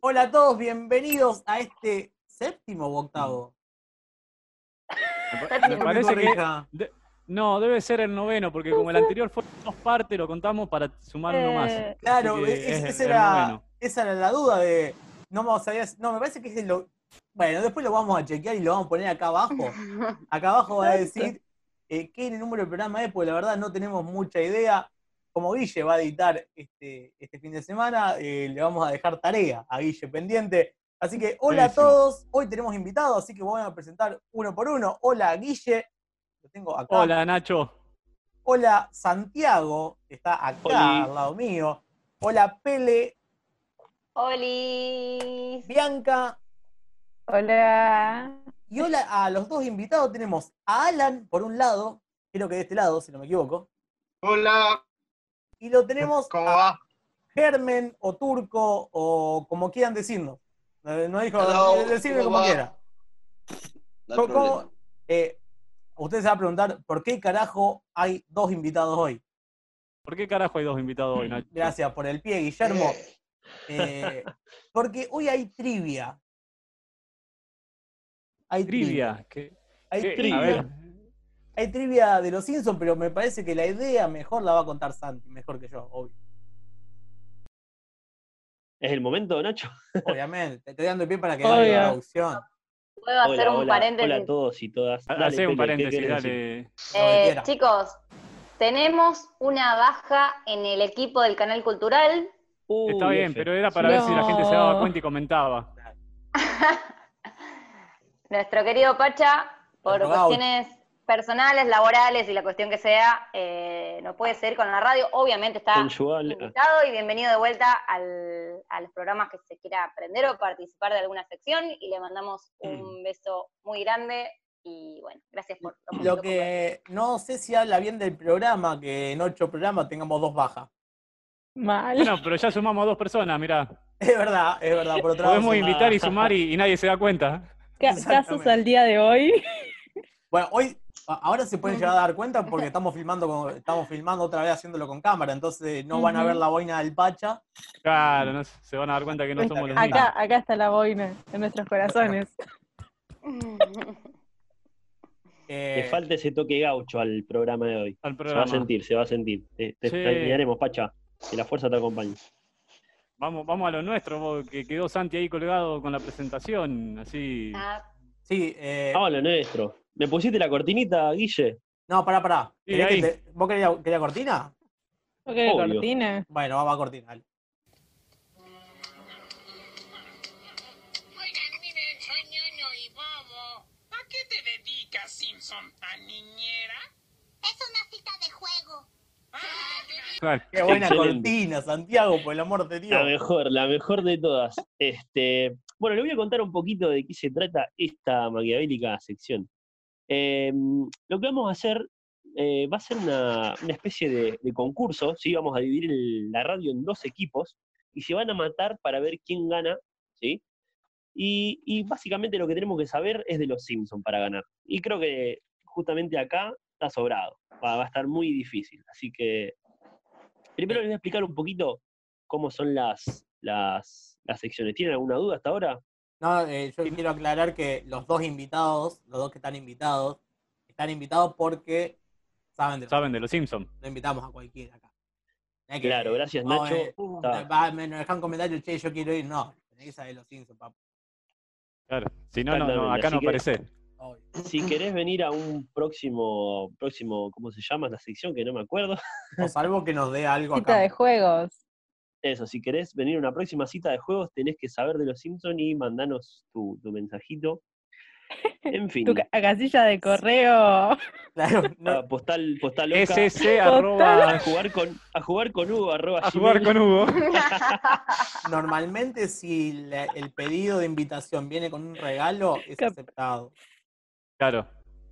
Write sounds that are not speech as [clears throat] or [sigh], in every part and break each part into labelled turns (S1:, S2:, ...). S1: Hola a todos, bienvenidos a este séptimo o octavo.
S2: Me parece que. de- no, debe ser el noveno, porque como el anterior fue en dos partes, lo contamos para sumar uno más.
S3: Eh,
S1: Claro, e-,
S2: Así que
S1: es-
S2: es
S1: esa,
S2: el
S1: era,
S2: noveno.
S1: esa era la duda de. No me sabía- No, me parece que es el. lo- Bueno, después lo vamos a chequear y lo vamos a poner acá
S2: [laughs]
S1: abajo. Acá abajo va a decir eh, qué número del programa es, porque la verdad no tenemos mucha idea. Como Guille va a editar este, este fin de semana, eh, le vamos a dejar tarea a Guille pendiente. Así que hola
S2: Buenísimo.
S1: a todos, hoy tenemos invitados, así que voy a presentar uno por uno. Hola Guille, lo tengo acá.
S2: Hola, Nacho.
S1: Hola Santiago, que está acá
S2: Oli.
S1: al lado mío. Hola Pele,
S3: Oli.
S1: Bianca.
S3: Hola.
S1: Y hola a los dos invitados tenemos a Alan, por un lado, creo que de este lado, si no me equivoco.
S4: Hola,
S1: Y lo tenemos
S4: ¿cómo
S1: a
S4: va?
S1: Germen o Turco o como quieran decirnos. Eh, No dijo,
S5: Hello,
S1: decirme
S5: ¿cómo
S1: como
S5: va?
S1: quiera.
S5: No hay
S1: ¿Cómo- cómo-
S5: problema.
S1: Eh, usted se va a preguntar por qué carajo hay dos invitados hoy.
S2: ¿Por qué carajo hay dos invitados hoy, Nacho?
S1: Gracias por el pie, Guillermo.
S5: Eh,
S1: Eh, porque hoy hay trivia. Hay
S2: Trivia. que-
S1: Hay
S2: que-
S1: trivia.
S2: A ver,
S1: Hay trivia de los Simpsons, pero me parece que la idea mejor la va a contar Santi, mejor que yo, obvio.
S6: ¿Es el momento, Nacho?
S1: obviamente. Te estoy dando el pie para que haga la traducción.
S3: Puedo hacer un paréntesis.
S6: hola a todos y todas. Dale,
S2: hace Ah, un
S6: Pele, ¿qué
S2: paréntesis,
S6: querés decir?
S2: dale.
S3: Eh,
S1: quiera.
S3: chicos, tenemos una baja en el equipo del canal cultural.
S6: Uy,
S2: Está bien,
S6: F.
S2: pero era para
S6: Sí.
S2: ver si la gente se
S3: No.
S2: daba cuenta y comentaba.
S3: Nuestro querido Pacha, por
S1: Nuestro gaucho.
S3: cuestiones personales, laborales y la cuestión que sea, eh, no puede seguir con la radio. Obviamente está
S6: Conyugal. Ah,
S3: invitado y bienvenido de vuelta al- a los programas que se quiera aprender o participar de alguna sección y le mandamos
S6: Mm.
S3: un beso muy grande y bueno, gracias por
S1: Lo que no sé si habla bien del programa, que en ocho programas tengamos dos bajas. [laughs]
S7: Mal.
S2: Bueno, pero ya sumamos a dos personas, mirá.
S1: Es verdad, es verdad. Por otra
S2: Podemos
S1: vez,
S2: invitar y sumar y, y nadie se da cuenta.
S7: Ca- Casos
S1: exactamente.
S7: al día de hoy.
S1: Bueno, hoy, a- ahora se pueden llegar a dar cuenta porque estamos filmando, con- estamos filmando otra vez haciéndolo con cámara, entonces eh, no van a ver
S7: Ujú.
S1: la boina del Pacha.
S2: Claro, no, se van a dar cuenta que no somos los mismos.
S7: Acá, acá está la boina en nuestros corazones.
S1: Eh,
S6: Le falta ese toque gaucho al programa de hoy. Se va a
S2: Al Eh. programa.
S6: sentir, se va a sentir. Te, te
S2: Sí.
S6: extrañaremos, Pacha. Que la fuerza te acompañe.
S2: Vamos, vamos a lo nuestro, vos, que quedó Santi ahí colgado con la presentación, así.
S3: Ah, [laughs]
S1: sí, eh,
S6: Vamos a lo nuestro. ¿Me pusiste la cortinita, Guille?
S1: no, pará, pará.
S2: Sí,
S1: ¿Querés que
S2: ahí.
S1: te- ¿Vos querías, querías cortina?
S7: ¿No querés
S6: Obvio.
S7: cortina?
S1: Bueno, vamos a cortina. dale.
S8: Oigan, miren, soy ñoño y bobo. ¿A qué te dedicas, Simpson, tan niñera? Es una cita de juego. Ah,
S2: Claro.
S1: Qué buena
S6: Excelente.
S1: cortina, Santiago, por el amor de Dios.
S6: La mejor, la mejor de todas. Este, bueno, le voy a contar un poquito de qué se trata esta maquiavélica sección. Eh, lo que vamos a hacer eh, va a ser una, una especie de, de concurso, ¿sí? Vamos a dividir el- la radio en dos equipos y se van a matar para ver quién gana, ¿sí? Y, y básicamente lo que tenemos que saber es de los Simpsons para ganar. Y creo que justamente acá está sobrado. Va, va a estar muy difícil. Así que primero les voy a explicar un poquito cómo son las, las, las secciones. ¿Tienen alguna duda hasta ahora?
S1: No, eh, yo quiero aclarar que los dos invitados, los dos que están invitados, están invitados porque saben de lo
S2: Saben de los Simpsons.
S1: no invitamos a cualquiera acá. No es que,
S6: Claro,
S1: eh,
S6: gracias
S1: no,
S6: Nacho.
S1: eh,
S6: Está.
S1: va, me nos dejan comentarios, che, yo quiero ir. No, tenés que saber los Simpsons, papá.
S2: Claro. Si no, no, no,
S6: Exactamente,
S2: acá no
S6: así que- [laughs]
S2: aparece.
S1: obvio.
S6: Si querés venir a un próximo, próximo, ¿cómo se llama? La sección que no me acuerdo. [laughs]
S1: O salvo que nos dé algo
S7: Cita
S1: acá.
S7: de juegos.
S6: Eso, si querés venir a una próxima cita de juegos, tenés que saber de los Simpsons y mandanos tu, tu
S7: [laughs]
S6: mensajito. En fin,
S7: Tu ca- casilla de correo.
S1: Claro, no,
S6: a postal, postal loca,
S2: SC arroba.
S6: a jugar con, a jugar con Hugo, arroba
S2: A jugar
S6: gmail. [laughs]
S2: con Hugo.
S1: normalmente si la- el pedido de invitación viene con un regalo, es
S7: Cap-
S1: aceptado.
S2: Claro.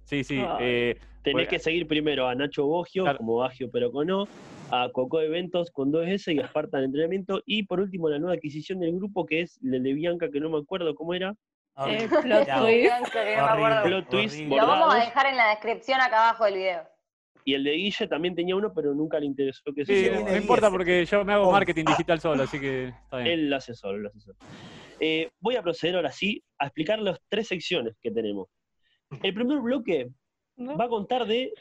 S2: Sí, sí.
S7: Ay.
S2: eh,
S6: Tenés
S2: Bueno.
S6: que seguir primero a Nacho Boggio,
S2: Claro.
S6: como Baggio pero con O, a Coco Eventos con 2S y a Spartan Entrenamiento, y por último la nueva adquisición del grupo que es el de Bianca, que no me acuerdo cómo era,
S1: Horri-
S7: Eh, plot
S1: Ya.
S7: twist.
S3: Bien, que bien, me acuerdo.
S1: horrible,
S6: Plot twist,
S1: horrible.
S3: Lo vamos a
S6: bordados.
S3: dejar en la descripción acá abajo del video.
S6: Y el de Guille también tenía uno, pero nunca le interesó que se
S2: Sí,
S1: tiene
S2: no
S6: llamara.
S1: diez.
S2: importa
S6: eh,
S2: porque yo me hago
S1: Once.
S2: marketing digital solo, así que está bien.
S6: Él lo hace solo, lo hace solo. Eh, voy a proceder ahora sí a explicar las tres secciones que tenemos. El primer bloque
S7: ¿No?
S6: va a contar de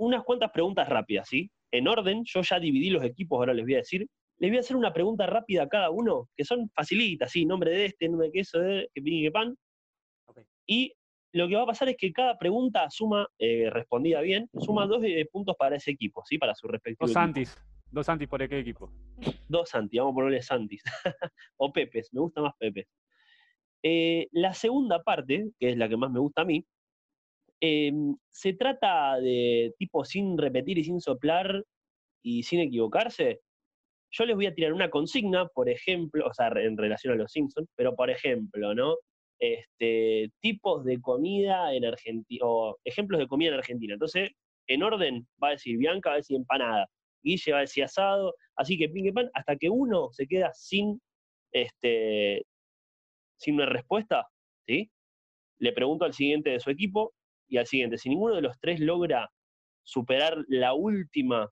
S6: unas cuantas preguntas rápidas, ¿sí? En orden, yo ya dividí los equipos, ahora les voy a decir. Les voy a hacer una pregunta rápida a cada uno, que son facilitas, ¿sí? Nombre de este, nombre de queso, de que pin y que pan.
S1: Ok.
S6: Y lo que va a pasar es que cada pregunta suma, eh, respondida bien, suma dos eh, puntos para ese equipo, ¿sí? Para su respectivo
S2: Dos
S6: equipo.
S2: Santis. Dos Santis por qué equipo.
S6: Dos Santi, [laughs] vamos a ponerle Santis. o Pepes, me gusta más Pepes. Eh, la segunda parte, que es la que más me gusta a mí, eh, se trata de tipo sin repetir y sin soplar y sin equivocarse. Yo les voy a tirar una consigna, por ejemplo, o sea, re- en relación a los Simpsons, pero por ejemplo, ¿no? Este, tipos de comida en Argentina, o ejemplos de comida en Argentina. Entonces, en orden, va a decir Bianca, va a decir empanada. Guille va a decir asado, así que pin que pan, hasta que uno se queda sin, este, sin una respuesta, ¿sí? Le pregunto al siguiente de su equipo y al siguiente. Si ninguno de los tres logra superar la última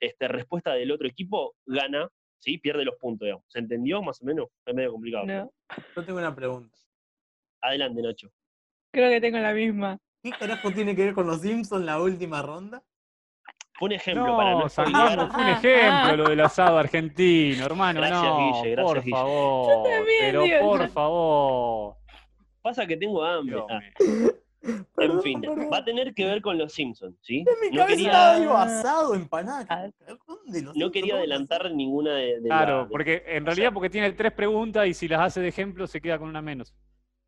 S6: este, respuesta del otro equipo, gana, ¿sí? Pierde los puntos, digamos. ¿Se entendió más o menos? Es medio complicado.
S7: No,
S1: Yo tengo una pregunta.
S6: Adelante, Nacho.
S7: creo que tengo la misma.
S1: ¿Qué carajo tiene que ver con los Simpsons la última ronda?
S6: Fue un ejemplo para no
S2: No,
S6: spoilear.
S2: Santino, fue un ejemplo lo del asado argentino, hermano.
S6: Gracias,
S2: no,
S6: Guille, gracias,
S2: por
S6: Guille.
S2: favor.
S7: Yo también,
S2: pero
S7: Dios.
S2: por favor.
S6: Pasa que tengo hambre.
S2: Dios
S6: Ah,
S2: mío.
S6: en
S1: Perdón,
S6: fin,
S1: perdón.
S6: va a tener que ver con los Simpsons, ¿sí?
S1: Mi
S6: No
S1: cabeza
S6: quería-
S1: estaba digo, asado, empanada.
S7: Ah.
S1: ¿qué- ¿Dónde los
S6: no
S1: Simpsons?
S6: quería
S1: ¿Cómo
S6: adelantar ninguna de, de la-
S2: Claro,
S6: de-
S2: porque en
S6: sea-
S2: realidad porque tiene tres preguntas y si las hace de ejemplo se queda con una menos.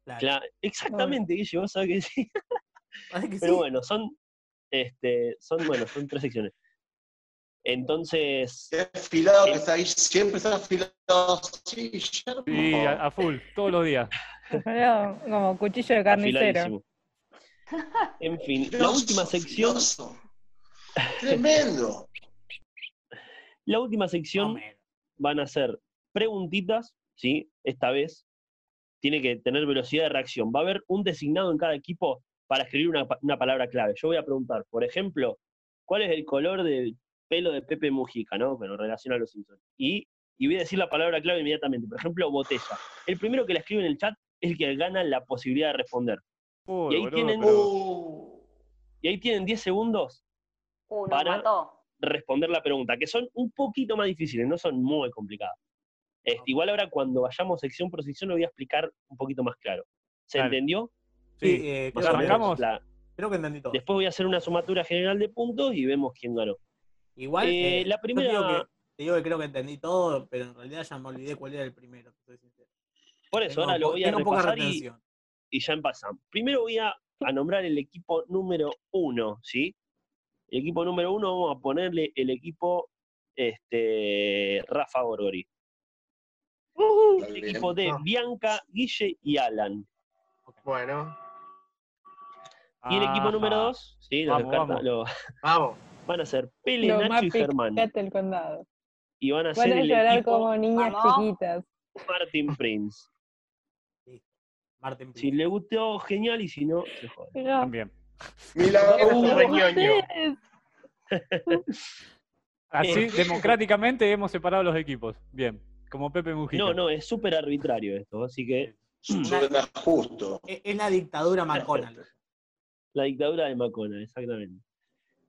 S1: pasás? Claro,
S6: Cla- exactamente, Guille, vos sabés que sí.
S1: parece que
S6: Pero
S1: sí.
S6: bueno, son, este, son, bueno, son tres secciones. Entonces,
S4: Qué afilado que está ahí, siempre está afilado así, Guillermo.
S2: Sí, a, a full, todos los días.
S7: Preparado Como cuchillo de carnicero.
S6: afiladísimo. En fin, la
S4: Filoso,
S6: última sección,
S4: filoso.
S6: [laughs]
S4: Tremendo.
S6: la última sección
S1: Homero.
S6: van a ser preguntitas, ¿sí? Esta vez tiene que tener velocidad de reacción. Va a haber un designado en cada equipo para escribir una, pa- una palabra clave. Yo voy a preguntar, por ejemplo, ¿cuál es el color del pelo de Pepe Mujica, ¿no? Bueno, en relación a los Simpsons. Y, y voy a decir la palabra clave inmediatamente. Por ejemplo, botella. El primero que la escribe en el chat es el que gana la posibilidad de responder.
S2: Uy,
S6: Y ahí
S2: boludo,
S6: tienen-
S2: pero-
S4: Uh,
S6: Y ahí tienen 10 segundos
S3: Uh, nos
S6: Para-
S3: mató.
S6: responder la pregunta, que son un poquito más difíciles, no son muy complicadas. Este, igual ahora cuando vayamos sección por sección lo voy a explicar un poquito más claro. ¿Se
S2: Claro.
S6: entendió?
S1: Sí,
S2: Sí.
S1: eh,
S6: Más
S1: creo,
S6: o menos
S2: ¿Arrancamos?
S6: la-
S1: creo que entendí todo.
S6: después voy a hacer una sumatoria general de puntos y vemos quién ganó.
S1: Igual,
S6: Eh,
S1: eh,
S6: la
S1: yo te digo
S6: primera-
S1: que- te digo que creo que entendí todo, pero en realidad ya me olvidé cuál era el primero. te soy sincero.
S6: Por eso
S1: Tengo
S6: ahora lo
S1: po-
S6: voy a
S1: tengo poca
S6: repasar y,
S1: retención.
S6: y ya empezamos. Primero voy a, a nombrar el equipo número uno, ¿sí? El equipo número uno vamos a ponerle el equipo este, Rafa Gorgori. El equipo de Bianca, Guille y Alan.
S4: Bueno,
S6: Y el equipo
S2: Ajá.
S6: número dos, sí, los
S2: Ah, Vamos,
S6: descarta-
S2: vamos.
S6: lo-
S4: vamos.
S6: [laughs] van a ser Pele,
S7: Lo más
S6: Nacho y Germán.
S7: picante del condado.
S6: Y van a
S7: Van
S6: ser
S7: a
S6: el
S7: llorar
S6: equipo
S7: como niñas
S3: Vamos.
S7: chiquitas.
S6: Martin Prince.
S1: Martin
S6: Si
S1: Prince.
S6: le gustó, genial, y si no, se jode.
S7: Pero,
S2: También.
S4: Milagro.
S7: ustedes,
S2: Así,
S4: Eh.
S2: democráticamente hemos separado los equipos. Bien, como Pepe Mujica.
S6: No, no, es súper arbitrario esto, así que
S4: Suena justo.
S1: E, Es es la dictadura McConnell.
S6: la dictadura de Macona, exactamente.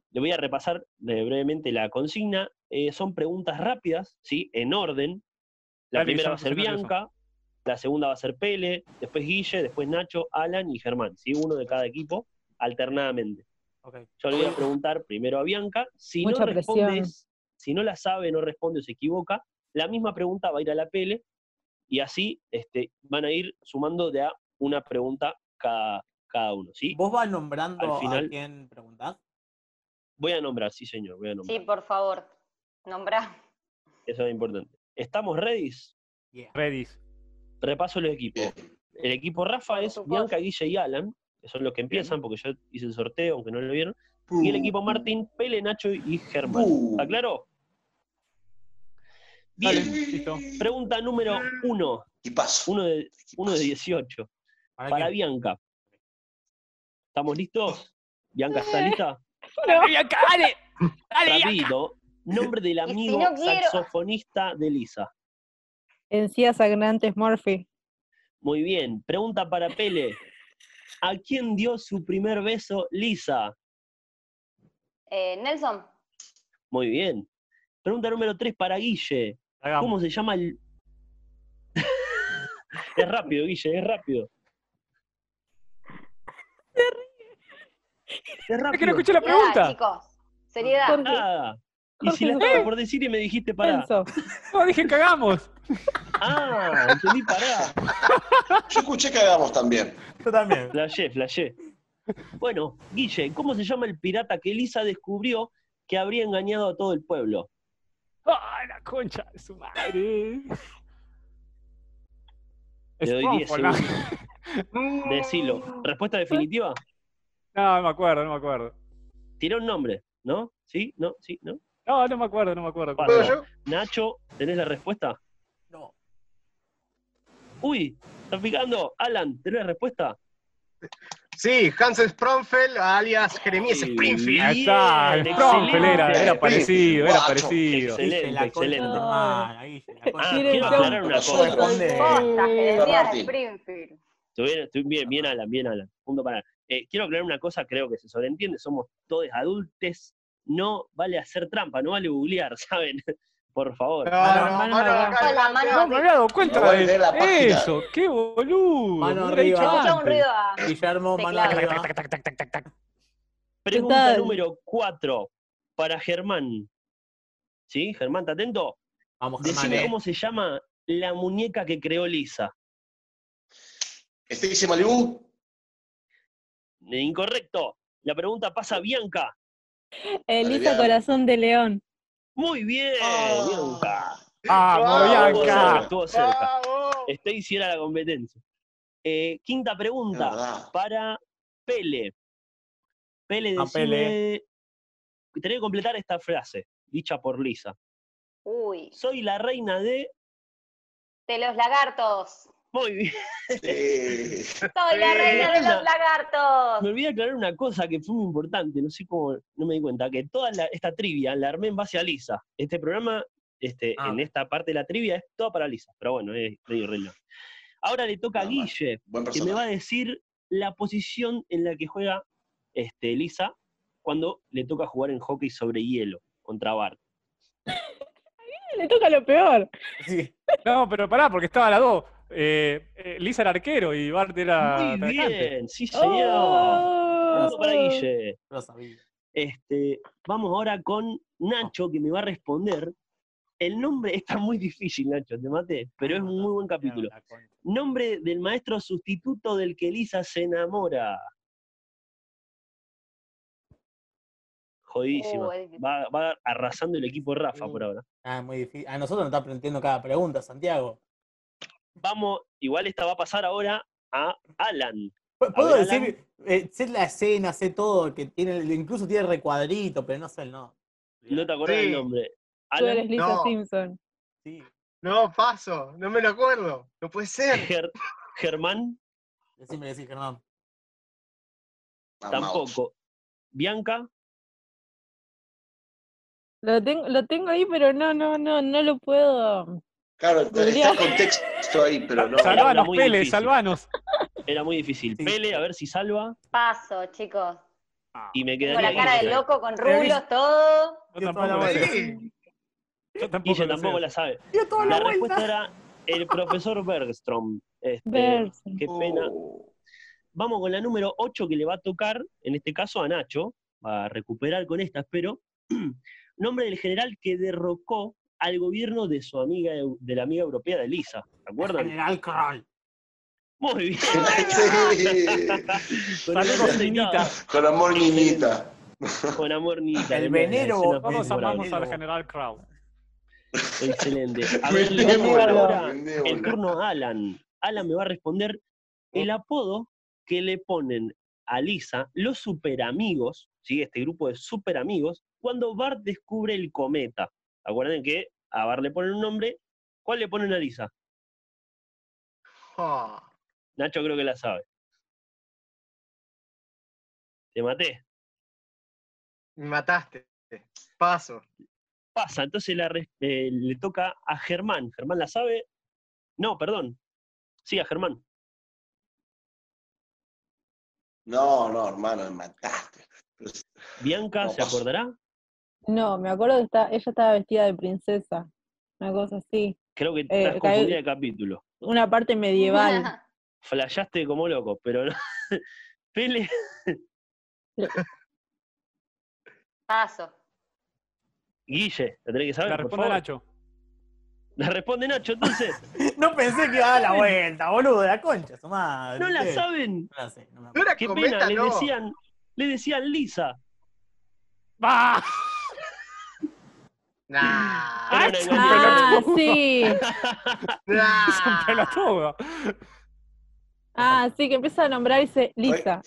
S6: Le voy a repasar eh, brevemente la consigna. Eh, son preguntas rápidas, ¿sí? En orden. La
S2: Dale,
S6: primera
S2: ya
S6: va a
S2: me
S6: ser
S2: puse nervioso.
S6: Bianca, la segunda va a ser Pele, después Guille, después Nacho, Alan y Germán, ¿sí? Uno de cada equipo, alternadamente.
S1: Ok.
S6: Yo le voy a preguntar primero a Bianca. Si
S7: Mucha
S6: no
S7: presión.
S6: respondes, si no la sabe, no responde o se equivoca, la misma pregunta va a ir a la Pele y así este, van a ir sumando de a una pregunta cada, cada uno. ¿sí?
S1: ¿Vos vas nombrando
S6: Al final-
S1: a quién preguntás?
S6: Voy a nombrar, sí, señor, voy a nombrar.
S3: Sí, por favor, nombrá.
S6: Eso es importante. ¿Estamos ready?
S1: Yeah.
S2: Redis.
S6: Repaso los equipos. El equipo Rafa
S3: Por
S6: es
S3: supuesto.
S6: Bianca, Guille y Alan, que son los que empiezan porque yo hice el sorteo, aunque no lo vieron. Y el
S3: Uh.
S6: equipo Martín, Pele, Nacho y Germán.
S4: Uh.
S6: ¿Está claro?
S2: Dale,
S6: Bien.
S2: listo.
S6: Pregunta número uno.
S4: Y paso.
S6: Uno de, uno de 18.
S1: ¿Para
S6: para
S1: quién?
S6: Bianca. ¿Estamos listos? Bianca, ¿está
S7: Eh,
S6: lista?
S2: Bianca, dale. Dale, Bianca.
S6: Rapidito. Nombre del
S3: [laughs] si
S6: amigo
S3: no quiero-
S6: saxofonista de Lisa.
S7: Encías sangrantes Murphy.
S6: Muy bien. Pregunta para Pele. ¿A quién dio su primer beso Lisa?
S3: Eh, Nelson,
S6: Muy bien. Pregunta número 3 para Guille.
S2: Hagamos.
S6: ¿Cómo se llama el...? [laughs] es rápido, Guille, es rápido. Es
S2: Es que no
S6: rápido.
S2: escuché la
S3: seriedad,
S2: pregunta.
S3: chicos. Seriedad.
S6: Nada. Y
S7: Jorge
S6: si la
S7: Jorge.
S6: estaba por decir y me dijiste pará.
S7: Enzo.
S2: No, dije cagamos.
S6: Ah, entendí pará.
S4: Yo escuché que hagamos también.
S1: [laughs] Yo también.
S6: Flashé, flashé. Bueno, Guille, ¿cómo se llama el pirata que Elisa descubrió que habría engañado a todo el pueblo?
S2: Ay, la concha de su madre.
S6: Te doy 10
S2: Strófola.
S6: segundos. Decilo. ¿Respuesta definitiva?
S2: No, no me acuerdo, no me acuerdo.
S6: Tira un nombre, ¿no? ¿Sí? ¿No? ¿Sí? ¿No?
S2: No, no me acuerdo, no me acuerdo.
S6: Pasa.
S4: ¿Puedo yo?
S6: Nacho, ¿tenés la respuesta?
S1: No.
S6: Uy, está picando. Alan, ¿tenés la respuesta?
S5: Sí, Hans Spronfeld, alias Jeremías Springfield.
S2: Ahí está, el
S6: Bien,
S2: Strófel
S6: excelente.
S2: era, era parecido, era
S4: Guacho.
S2: parecido.
S6: Excelente,
S1: Guille, la concha de tu
S6: excelente.
S1: hermana, Guille, la concha
S6: Ah,
S1: de tu
S6: quiero
S1: hermana.
S6: aclarar una
S4: Yo
S6: cosa.
S1: responde-
S3: Posta, Jeremías
S4: Martín.
S3: Springfield.
S6: Estuvieron- estu- bien, bien, Alan, bien, Alan. Punto para. Eh, quiero aclarar una cosa, creo que se sobreentiende. Somos todos adultos. No vale hacer trampa, no vale googlear, [laughs] ¿saben? Por favor.
S5: No, no,
S7: Mano,
S5: mano,
S7: mano,
S5: acá
S3: Con la
S5: adelante.
S3: mano
S2: Ah, No me había dado
S4: No
S2: cuenta
S4: volví a
S2: de
S4: la página.
S2: eso. ¡Qué boludo!
S1: Mano
S2: Me hubiera
S1: arriba.
S2: dicho
S3: Escuchaba un
S2: antes.
S3: ruido a...
S1: Guillermo, mano
S3: Teclado.
S1: arriba.
S6: Pregunta
S7: Total.
S6: número cuatro para Germán. ¿Sí? Germán, ¿está atento?
S1: Vamos,
S6: Decime
S1: Germán.
S6: cómo se llama la muñeca que creó Lisa.
S4: Stacy Malibu.
S6: Eh, Incorrecto. La pregunta pasa a Bianca.
S7: Elisa
S4: Olvidado.
S7: Corazón de León.
S6: Muy Eh, bien,
S4: Ah.
S6: Bianca. Estuvo cerca,
S2: ¡Vamos, Ah, Bianca!
S6: Estuvo cerca.
S5: Bravo.
S6: Stacy era la competencia. Eh, quinta
S4: Es
S6: pregunta
S4: verdad.
S6: para Pele. Pele,
S1: A
S6: decime...
S1: Pele.
S6: Tenés que completar esta frase, dicha por Lisa.
S3: Uy,
S6: Soy la reina de...
S3: de los lagartos.
S6: Muy bien. [laughs]
S4: Sí.
S3: Soy la reina de los
S6: Me
S3: lagartos.
S6: olvidé aclarar una cosa que fue muy importante, no sé cómo, no me di cuenta, que toda la- esta trivia la armé en base a Lisa. Este programa, este,
S1: Ah.
S6: en esta parte de la trivia, es toda para Lisa, pero bueno, es medio reloj. Ahora le toca a
S4: Ah, va.
S6: Guille,
S4: Buen
S6: que me va a
S4: personaje.
S6: decir la posición en la que juega este, Lisa cuando le toca jugar en hockey sobre hielo contra Bart.
S7: Le toca lo peor.
S1: [laughs] Sí.
S2: No, pero pará, porque estaba la dos. Eh, eh, Lisa era arquero y Bart era.
S6: Muy
S2: atacante.
S6: bien, sí señor.
S7: Oh.
S6: Punto para Guille.
S1: Lo sabía.
S6: Este, vamos ahora con Nacho, que me va a responder. El nombre [laughs] está muy difícil, Nacho, te maté, pero es un muy buen capítulo.
S1: La concha.
S6: Nombre del maestro sustituto del que Elisa se enamora. Jodidísimo.
S3: Uh, es difícil.
S6: Va, va arrasando el equipo Rafa por ahora.
S1: Ah, muy difícil. A nosotros nos está planteando cada pregunta, Santiago.
S6: Vamos, igual esta va a pasar ahora a Alan.
S1: P- Puedo
S6: ver, Alan.
S1: decir, eh, sé la escena, sé todo, que tiene, incluso tiene recuadrito, pero no sé el no.
S6: No te acordás
S5: Sí.
S6: del nombre.
S7: Tú
S6: Alan
S7: eres Lisa
S5: No.
S7: Simpson.
S1: Sí.
S5: No, paso, no me lo acuerdo. No puede ser.
S6: Ger- Germán
S1: Decime, decir Germán.
S4: Arnaud.
S6: tampoco. Bianca,
S7: Lo tengo, lo tengo ahí, pero no, no, no, no lo puedo.
S4: Claro, está,
S7: Julián.
S4: el contexto ahí, pero
S6: [laughs]
S4: no.
S6: Salva-
S2: Salvanos,
S6: muy
S2: Pele,
S6: difícil.
S2: salvanos.
S6: era muy difícil.
S1: Sí.
S6: Pele, a ver si salva.
S3: Paso, chicos.
S6: Y me
S3: Con
S6: quedaría
S3: la cara de
S6: Guille.
S3: loco, con
S1: Pero
S3: rulos, todo.
S2: Yo
S1: Dio
S2: tampoco
S1: toda la
S2: lo sé.
S1: vuelta.
S5: Sí.
S2: Yo tampoco,
S6: Guille
S2: lo sé.
S6: tampoco la sabe.
S1: Dio toda
S6: La
S1: la
S6: respuesta
S1: vuelta.
S6: era el profesor Bergstrom. Este,
S7: Bergstrom.
S6: Qué
S4: [laughs]
S6: pena.
S4: Oh.
S6: Vamos con la número 8 que le va a tocar, en este caso a Nacho. Va a recuperar con esta, espero. [clears throat] Nombre del general que derrocó al gobierno de su amiga, eu- de la amiga europea de Lisa. ¿Se
S5: [laughs]
S6: acuerdan?
S1: General Kroll.
S6: Muy bien. [laughs] Con
S2: Saludos,
S6: amor,
S2: Ninita.
S4: Con amor, niñita.
S6: Con amor, Ninita.
S1: El
S6: Tenemos la
S1: venero,
S6: escena
S2: Todos
S6: favorable.
S2: amamos al
S1: Bravo.
S2: general Crow.
S6: Excelente.
S4: [laughs]
S6: A ver, le vamos a dar ahora el
S4: Vendémosla.
S6: turno a Alan. Alan me va a responder el apodo que le ponen a Lisa los superamigos, ¿sí? este grupo de superamigos, cuando Bart descubre el cometa. Acuerden que a Bart le ponen un nombre, ¿cuál le ponen a Lisa?
S5: Oh,
S6: Nacho creo que la sabe. Te maté.
S5: Me mataste. Paso.
S6: Pasa. Entonces la res- eh, le toca a Germán. Germán la sabe. No, perdón. Sí, a Germán.
S4: No, no, hermano, me mataste. Pero es-
S6: Bianca,
S4: No,
S6: ¿se
S4: paso.
S6: acordará?
S7: No, me acuerdo que está, ella estaba vestida de princesa. Una cosa así.
S6: Creo que estás
S7: cae-
S6: confundida de capítulo.
S7: Una
S6: [laughs]
S7: parte medieval.
S6: Flayaste como loco, pero no. [laughs] Pele,
S3: [laughs] Paso.
S6: Guille, la tenés que saber.
S2: La
S6: por
S2: responde
S6: favor.
S2: Nacho.
S6: La responde Nacho, entonces.
S2: [laughs]
S1: No pensé que iba a dar la vuelta, boludo, la concha, su madre.
S6: no la
S1: Sí.
S6: saben.
S1: No la sé, no me
S5: No
S1: acuerdo.
S5: era
S6: Qué
S5: cometa,
S6: pena, le
S5: no.
S6: decían, le decían Lisa.
S2: ¡Ah!
S5: Nah.
S6: Era una
S2: Nacho,
S6: engañosa. [laughs]
S7: Ah, sí.
S5: nah.
S2: [laughs] Es un pelotudo.
S7: Ah, sí, que empieza a nombrar y dice Lisa.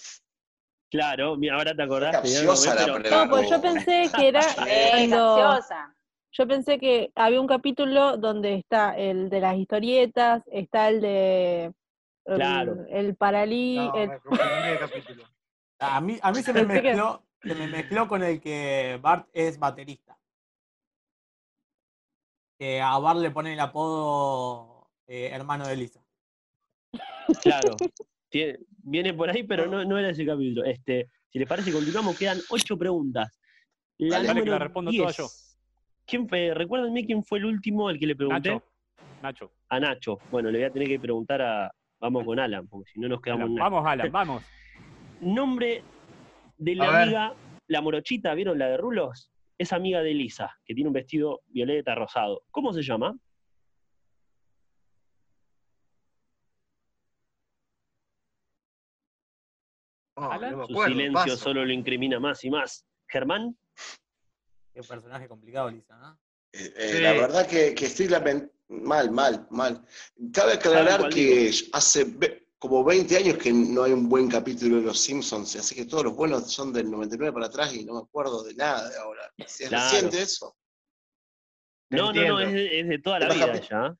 S6: Claro, mira, ahora te acordaste. ya no,
S4: Capciosa la
S6: pero-
S4: pregunta.
S7: No, pues yo pensé que
S5: [laughs]
S7: era
S3: Eh,
S7: cuando-
S3: capciosa.
S7: Yo pensé que había un capítulo donde está el de las historietas, está el de el,
S6: Claro.
S7: el paralí,
S5: No,
S7: el-
S5: me confundí de capítulo.
S1: A mí, a mí se, me
S7: Pensé que-
S1: mezcló, se me mezcló con el que Bart es baterista. Que a Bart le pone el apodo eh, hermano de Lisa.
S6: Claro. Tiene- viene por ahí, pero no, no era ese capítulo. Este, si les parece, continuamos. Quedan ocho preguntas. La
S4: Dale.
S2: Dale, que la
S6: número
S2: respondo toda
S6: 10.
S2: yo.
S6: ¿Quién fue? Recuérdenme quién fue el último al que le pregunté.
S2: Nacho. Nacho.
S6: A Nacho. Bueno, le voy a tener que preguntar a. Vamos con Alan, porque si no nos quedamos en
S2: Alan,
S6: Nacho.
S2: Vamos, Alan, vamos.
S6: Nombre de
S5: A
S6: la
S5: ver.
S6: amiga, la morochita, ¿vieron la de Rulos? Es amiga de Elisa, que tiene un vestido violeta rosado. ¿Cómo se llama?
S5: Oh, No,
S2: Alan,
S5: no me
S6: Su
S5: acuerdo,
S6: silencio
S5: paso.
S6: solo lo incrimina más y más. Germán,
S1: Qué personaje complicado, Lisa, ¿no?
S4: Eh, eh,
S5: Sí.
S4: La verdad que, que estoy lament- mal, mal, mal. Cabe
S6: ¿Saben
S4: aclarar
S6: cuál
S4: que hace ve- como 20 años que no hay un buen capítulo de Los Simpsons, así que todos los buenos son del 99 para atrás y no me acuerdo de nada de ahora. Si es
S6: Claro.
S4: reciente eso,
S5: Te
S6: No, no, no,
S5: entiendo.
S6: es de, es de toda la
S4: Los
S6: vida
S4: capi-
S6: ya.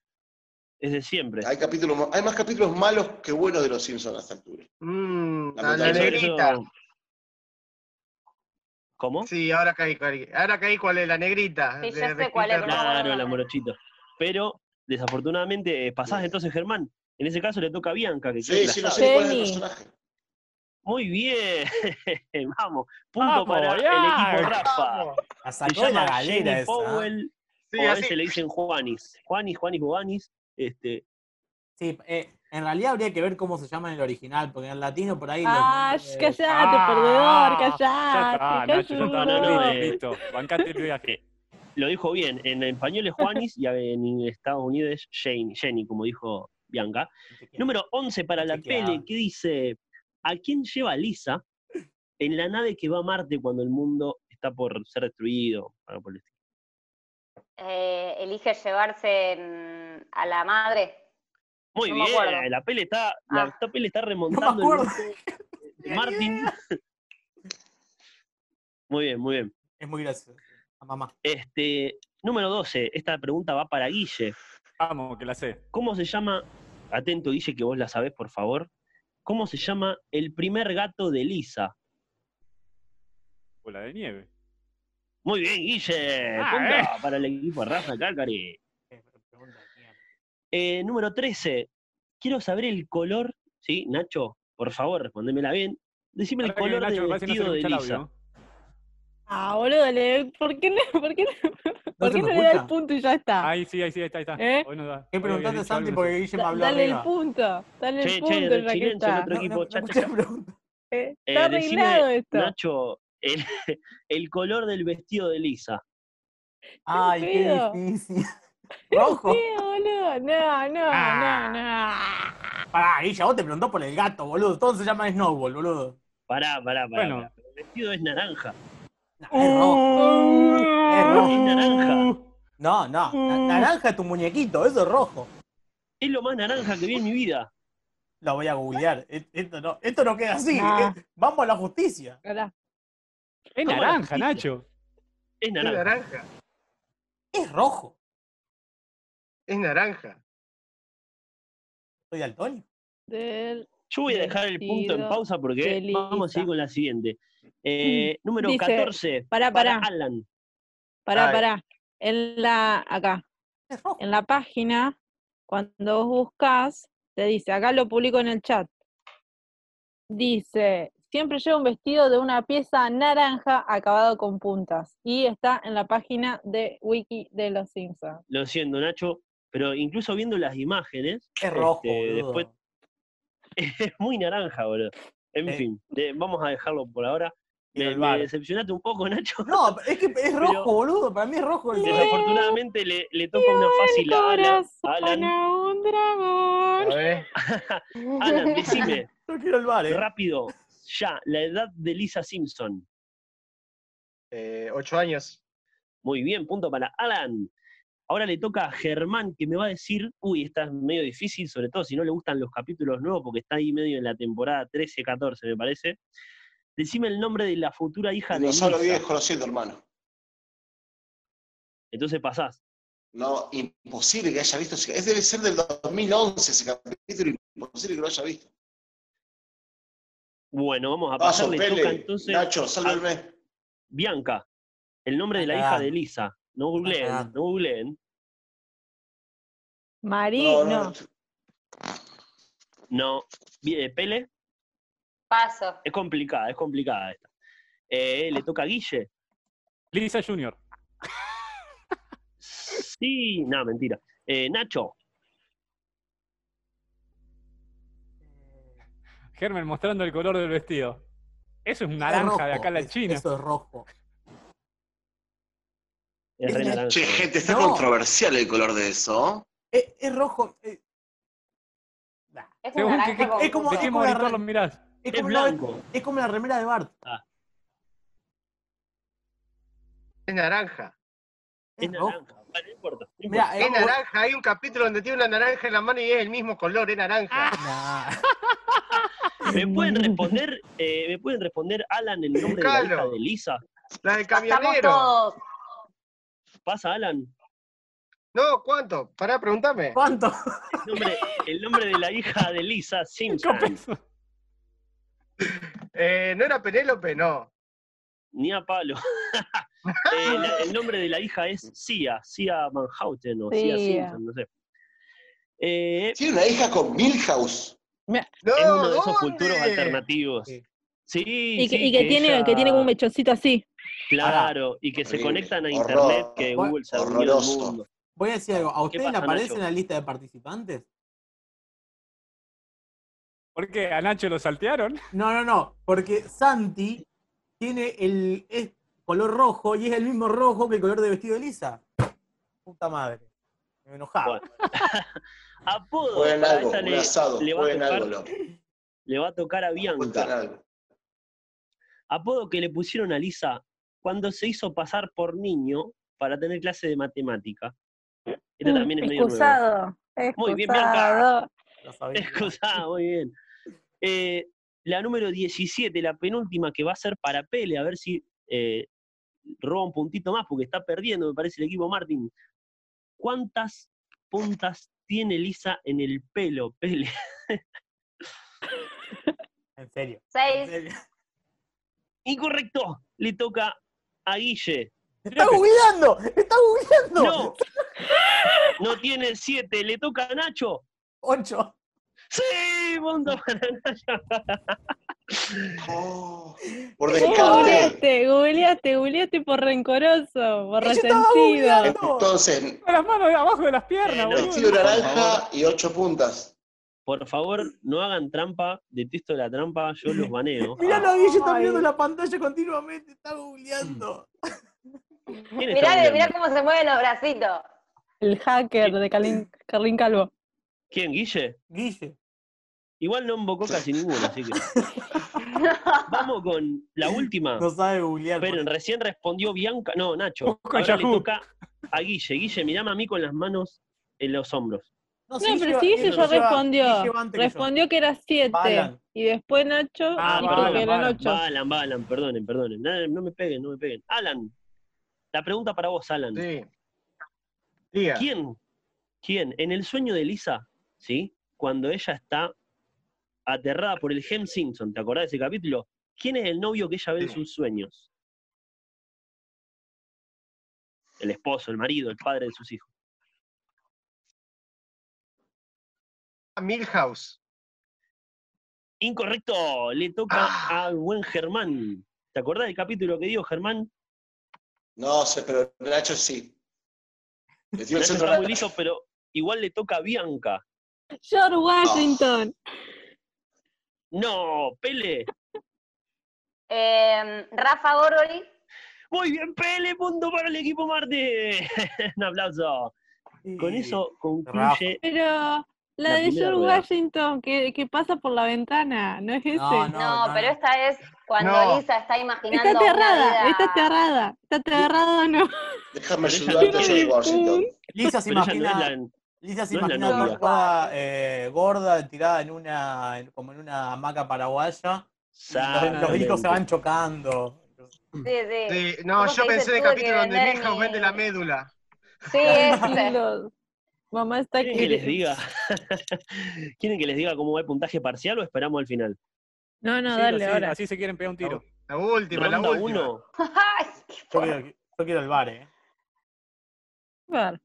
S6: Es de siempre.
S4: hay, capítulos, ma- hay más capítulos malos que buenos de Los Simpsons a esta altura.
S5: Mm,
S4: La
S5: la,
S4: verdad, eso-
S5: negrita.
S6: Eso- ¿Cómo?
S5: Sí, ahora caí, caí. Ahora caí cuál es la negrita.
S3: Sí,
S5: de
S3: ya sé
S5: Rejita
S3: cuál es, pero no
S5: Roja.
S3: me acuerdo
S6: Claro,
S3: el
S6: la
S3: nombre.
S6: morochita. Pero, desafortunadamente, eh, pasás entonces, Germán. En ese caso le toca a Bianca, que creo que
S4: Sí,
S6: la
S4: sí, no
S6: sabe.
S4: sé cuál es el
S7: Jenny.
S4: personaje.
S6: Muy bien. [laughs] Vamos. Punto
S2: Vamos,
S6: para el equipo
S2: Bianca.
S6: Rafa.
S5: Vamos.
S1: La
S6: Se
S1: sacó de
S6: llama
S1: la galera
S6: Jenny
S1: esa. ¿eh?
S6: Powell,
S5: Sí,
S6: o a
S5: así.
S6: veces Oh, le dicen Juanis. Juanis, Juanis, Juanis. Este,
S1: Sí, eh, en realidad habría que ver cómo se llama en el original, porque en latino por ahí. los
S7: ¡Ah,
S1: nombres-
S7: callate,
S2: Ah,
S7: perdedor!
S2: Ya está,
S7: ¡Callate!
S2: Nacho, ya está.
S6: no,
S7: boludo.
S6: no,
S2: listo, Listo, bancate el viaje.
S6: lo dijo bien. En español es Juanis y en Estados Unidos es Jane, Jenny, como dijo Bianca. Número 11 para la
S1: Chequeado.
S6: tele, que dice: ¿A quién lleva Lisa en la nave que va a Marte cuando el mundo está por ser destruido? Algo por el estilo.
S3: Eh, elige llevarse mm, a la madre.
S6: Muy
S3: No me acuerdo.
S6: bien, la pele está, la,
S3: Ah.
S6: esta pele está remontando. el
S1: acuerdo.
S6: golpe de Martin. Muy bien, muy bien.
S1: Es muy gracioso. A mamá.
S6: Este, número 12, esta pregunta va para Guille.
S2: Vamos, que la sé.
S6: ¿Cómo se llama, atento Guille, que vos la sabés, por favor, cómo se llama el primer gato de Lisa?
S2: Bola de nieve.
S6: Muy bien, Guille.
S2: Ah,
S6: Punto para el equipo Rafa Calcari.
S1: Qué pregunta de mierda.
S6: Eh, número 13, quiero saber el color, ¿sí? Nacho, por favor, respondémela bien. Decime el
S2: Ahora que viene
S6: color
S2: Nacho,
S6: del
S2: me parece que no se
S6: vestido
S2: le
S6: de
S2: escucha el
S6: Lisa.
S2: audio, ¿no?
S7: Ah, boludo, le- ¿por qué no, por qué no, [laughs] por
S1: se
S7: qué
S1: me
S7: no le da el
S1: escucha?
S7: punto y ya está?
S2: Ahí sí, ahí sí, ahí está, ahí está.
S7: ¿Eh?
S2: Hoy no da.
S1: ¿Qué
S2: Hoy había
S1: preguntaste,
S2: dicho algo
S1: Santi?
S2: y no
S1: Porque
S2: sé.
S1: Guille me
S7: Da-
S1: habló
S7: dale el
S1: arriba.
S7: punto, dale el
S6: Che, che,
S7: punto,
S6: del
S7: ya que
S6: silencio,
S7: está.
S6: otro
S1: No,
S6: equipo,
S1: no, no
S6: cha, cha,
S1: escuché
S6: cha.
S1: la
S7: [laughs]
S1: pregunta.
S7: Eh,
S6: Eh,
S7: está
S6: decime,
S7: arreglado esto.
S6: Nacho, el, [laughs] el color del vestido de Lisa.
S1: Ay, qué
S7: pedo.
S1: difícil. [laughs]
S7: Sí,
S1: Rojo.
S7: boludo, no, no,
S1: Ah.
S7: no, no.
S1: Pará, Guilla, vos te preguntó por el gato, boludo. Todo se llama Snowball, boludo.
S6: Pará, pará, pará.
S2: Bueno.
S6: pará. El vestido es naranja.
S1: Nah, es rojo. Es
S7: Mm. Ah.
S6: Es
S1: rojo.
S6: naranja.
S1: No, no. na- Naranja es tu muñequito, eso es rojo.
S6: Es lo más naranja que vi en mi vida.
S1: Lo voy a googlear. E- Esto no, esto no queda así.
S7: Nah.
S1: Eh, [laughs] Vamos a la justicia.
S7: Pará.
S2: Es
S6: ¿Cómo
S2: naranja,
S6: la
S2: Nacho.
S6: Es
S5: Es
S6: naranja.
S5: naranja.
S1: Es rojo.
S5: Es naranja.
S1: Soy daltónico.
S7: Del
S6: Yo voy a dejar el punto en
S7: Divertido,
S6: pausa porque
S7: feliz.
S6: vamos a seguir con la siguiente. Eh, número
S7: Mm. Dice,
S6: 14.
S7: Pará,
S6: Para
S7: pará,
S6: Alan.
S7: pará,
S5: Ay.
S7: pará. En la, acá,
S1: Es rojo.
S7: en la página, cuando vos buscas, te dice, acá lo publico en el chat. Dice, siempre llevo un vestido de una pieza naranja acabado con puntas. Y está en la página de Wiki de los Simpsons.
S6: Lo siento, Nacho, pero incluso viendo las imágenes, [laughs]
S1: Es rojo,
S6: Este,
S1: boludo.
S6: después- es muy naranja, boludo. En
S1: Eh.
S6: fin, de- vamos a dejarlo por ahora.
S1: Quiero
S6: Me,
S1: el
S6: me
S1: bar.
S6: decepcionaste un poco, Nacho.
S1: No, es que es rojo, boludo. Para mí es rojo el
S6: Desafortunadamente le, le toca una fácil a Alan. Alan,
S7: un dragón.
S5: A ver.
S6: [laughs] Alan, decime
S1: Yo quiero el bar, eh.
S6: rápido, ya, la edad de Lisa Simpson.
S5: Eh, ocho años.
S6: Muy bien, punto para Alan. Ahora le toca a Germán que me va a decir, uy, está medio difícil, sobre todo si no le gustan los capítulos nuevos, porque está ahí medio en la temporada 13-14, me parece. Decime el nombre de la futura hija de
S4: Dinosaurio
S6: Lisa.
S4: bien desconocido, hermano.
S6: Entonces pasás.
S4: No, imposible que haya visto ese capítulo. Debe ser del 2011 ese capítulo, imposible que lo haya visto.
S6: Bueno, vamos a pasar.
S4: Paso,
S6: Le toca
S4: Pele,
S6: entonces
S4: Nacho, sálveme.
S6: Bianca, el nombre de la
S1: Está
S6: hija
S1: cagando.
S6: de Lisa. No googleen,
S1: cagando.
S6: no googleen.
S7: Marino.
S6: No. Bien, eh, Pele,
S3: Paso.
S6: es complicada, es complicada esta. Eh, le toca a Guille.
S2: Lisa Junior.
S6: Sí, no, mentira. Eh, Nacho,
S2: Germen mostrando el color del vestido. Eso es
S1: Es
S2: un
S1: rojo,
S2: naranja de acá a la
S1: es-
S2: china.
S1: Eso es rojo.
S6: es re
S1: Es
S6: naranja.
S4: Che, gente, está
S1: No.
S4: controversial el color de eso.
S1: Es, es rojo. eh, Es,
S3: Es un
S2: Según que-
S3: naranja
S2: que-
S3: con
S1: es como-
S2: ¿De qué
S1: es como la
S2: monitor
S1: re-
S2: lo mirás?
S1: es
S6: Es
S1: como una-
S6: blanco.
S1: es como la remera de Bart.
S5: Es naranja.
S1: Es,
S6: Es
S7: Ah.
S1: rojo.
S6: naranja. Vale, no importa. no importa.
S1: Mirá,
S5: Es
S1: vamos-
S5: naranja. Hay un capítulo donde tiene una naranja en la mano y es el mismo color, es naranja.
S3: Ah,
S1: Nah. [laughs]
S6: ¿Me pueden responder, eh, ¿me pueden responder Alan, el nombre de la hija
S5: Claro.
S6: de Lisa?
S5: La del
S3: Pasamos
S5: camionero.
S3: todos.
S6: ¿Pasa, Alan?
S5: No, ¿cuánto? Pará, pregúntame.
S1: ¿Cuánto?
S6: El nombre, el nombre de la hija de Lisa Simpson.
S2: Cinco pesos.
S5: Eh, no era Penélope, no.
S6: Ni a palo. [laughs] Eh, la- el nombre de la hija es Sia, Sia Manhauten o Sia
S7: Sia.
S6: Simpson, no sé. Eh,
S4: Tiene una hija con Milhouse.
S5: No,
S6: es uno de esos
S5: ¿dónde?
S6: futuros alternativos.
S1: Sí.
S6: Sí,
S7: Y que,
S6: sí,
S7: y que tiene,
S6: ella-
S7: que tiene como un mechoncito así.
S6: Claro, y que se
S4: Horrible,
S6: conectan a
S4: horror,
S6: internet que
S1: hor-
S6: Google se arruinó el
S4: horroroso.
S6: mundo.
S1: Voy a decir algo. ¿A ustedes
S6: pasa,
S1: le aparece
S6: Nacho?
S1: en la lista de participantes?
S2: ¿Por qué? ¿A Nacho lo saltearon?
S1: No, no, no. Porque Santi tiene el es color rojo y es el mismo rojo que el color de vestido de Lisa. Puta madre. Me enojaba.
S6: Bueno. Apodo,
S4: Juegan
S6: para
S4: algo,
S6: esta
S4: un
S6: le,
S4: asado,
S6: le va a
S4: juegan
S6: tocar-
S4: algo, loco.
S6: le va a tocar a
S4: Cuentan
S6: Bianca.
S4: algo.
S6: Apodo que le pusieron a Lisa cuando se hizo pasar por niño para tener clase de matemática. Esto también es medio nuevo.
S7: Excusado.
S6: Muy bien, Bianca.
S7: Excusado.
S1: Lo sabía.
S6: [laughs] Excusado, muy bien. Eh, la número 17, la penúltima que va a ser para Pele, a ver si eh, roba un puntito más, porque está perdiendo, me parece, el equipo Martín. ¿Cuántas puntas tiene Lisa en el pelo, Pele? [laughs]
S1: En serio. En
S6: [laughs]
S5: [laughs]
S3: Seis.
S1: serio.
S6: Incorrecto, le toca a Guille.
S1: ¡Está googleando! ¡Está googleando!
S6: No, no tiene siete, le toca a Nacho.
S1: Ocho.
S6: ¡Sí! Punto para Nacho.
S4: Oh, por
S7: Vos
S6: este
S4: descarte.
S7: googleaste, googleaste, googleaste por rencoroso, por
S1: Yo estaba googleando.
S7: resentido.
S4: Entonces,
S2: Con las manos de abajo de las piernas,
S6: Eh, no.
S2: boludo.
S4: vestido naranja y ocho puntas.
S6: Por favor, no hagan trampa, detesto la trampa, yo los baneo.
S1: [laughs]
S6: Ah,
S1: Mirá a Guille, está
S7: Ay.
S1: mirando la pantalla continuamente. Está googleando.
S6: ¿Quién está
S3: Mirá,
S6: googleando?
S3: mirá cómo se mueven los bracitos.
S7: El hacker de Carlín, Carlín Calvo.
S6: ¿Quién, Guille?
S1: Guille.
S6: Igual no embocó casi ninguno, así
S3: [laughs]
S6: que. Vamos con la última.
S1: No Oh, sabe googlear.
S6: Esperen, recién respondió Bianca. No, Nacho.
S2: Busco en
S6: Ahora le
S2: Yahoo.
S6: toca a Guille. Guille, mirame a mí con las manos en los hombros.
S1: No,
S7: No, pero sí, eso ya respondió. Respondió que era
S1: Balan.
S7: 7. Y después Nacho
S2: Ah,
S7: dijo
S2: Balan,
S7: que eran
S2: Balan,
S7: 8.
S6: Balan, Balan, perdonen, perdonen. No, no me peguen, no me peguen. Alan, la pregunta para vos, Alan.
S5: Sí. Diga.
S6: ¿Quién? ¿Quién? En el sueño de Lisa, ¿sí? Cuando ella está aterrada por el Hem Simpson, ¿te acordás de ese capítulo? ¿Quién es el novio que ella ve en
S4: Sí.
S6: sus sueños? El esposo, el marido, el padre de sus hijos.
S5: Milhouse.
S6: Incorrecto, le toca
S5: Ah.
S6: al buen Germán. ¿Te acordás del capítulo que dijo Germán?
S4: No sé, pero Nacho sí. Le dio el
S6: Nacho
S4: centro
S6: está
S4: a
S6: muy
S4: Nacho.
S6: liso, pero igual le toca a Bianca.
S7: George Washington.
S6: No, Pele.
S3: Eh, Rafa Gorgori,
S6: Muy bien, Pele, punto para el equipo Marte. [laughs] Un aplauso. Con
S1: Y-
S6: eso
S1: Rafa.
S6: concluye.
S7: Pero la,
S6: La
S7: de
S6: primera
S7: George
S6: rueda.
S7: Washington que, que pasa por la ventana, ¿no es ese?
S1: No, no,
S3: no, pero
S1: no.
S3: esta es cuando
S5: No.
S3: Lisa está imaginando.
S7: Está
S3: una vida-
S7: aterrada, está aterrada, está aterrada, no. [laughs]
S4: Déjame
S6: Pero ella
S4: ayudarte,
S6: no
S4: George
S6: tiene
S4: Washington.
S1: Lisa se
S6: Pero ella no es
S1: imagina,
S6: la-
S1: Lisa se
S6: no es la
S1: imagina
S3: novia.
S1: acostada, eh, gorda, tirada en una, en- como en una hamaca paraguaya. y los- Los
S6: Exactamente.
S1: ricos se van chocando.
S3: Sí, sí.
S5: Sí, no,
S3: ¿Cómo se
S5: yo
S3: dice
S5: pensé en
S3: tuve que
S5: el capítulo donde
S3: vender
S5: Milhouse
S3: mi-
S5: vende la médula.
S3: Sí, ese.
S7: Tranquilos. Mamá está
S6: ¿Quieren que les
S1: [laughs]
S7: aquí.
S6: diga? [laughs] ¿Quieren que les diga cómo va el puntaje parcial o esperamos al final?
S7: No, no,
S2: Sí,
S7: dale
S2: así,
S7: ahora.
S2: así se quieren pegar un tiro.
S5: La última, la
S6: Ronda
S5: última.
S6: 1,
S3: Ay, qué
S1: Yo
S3: fuerte.
S1: quiero, yo quiero el bar, ¿eh?
S7: Super.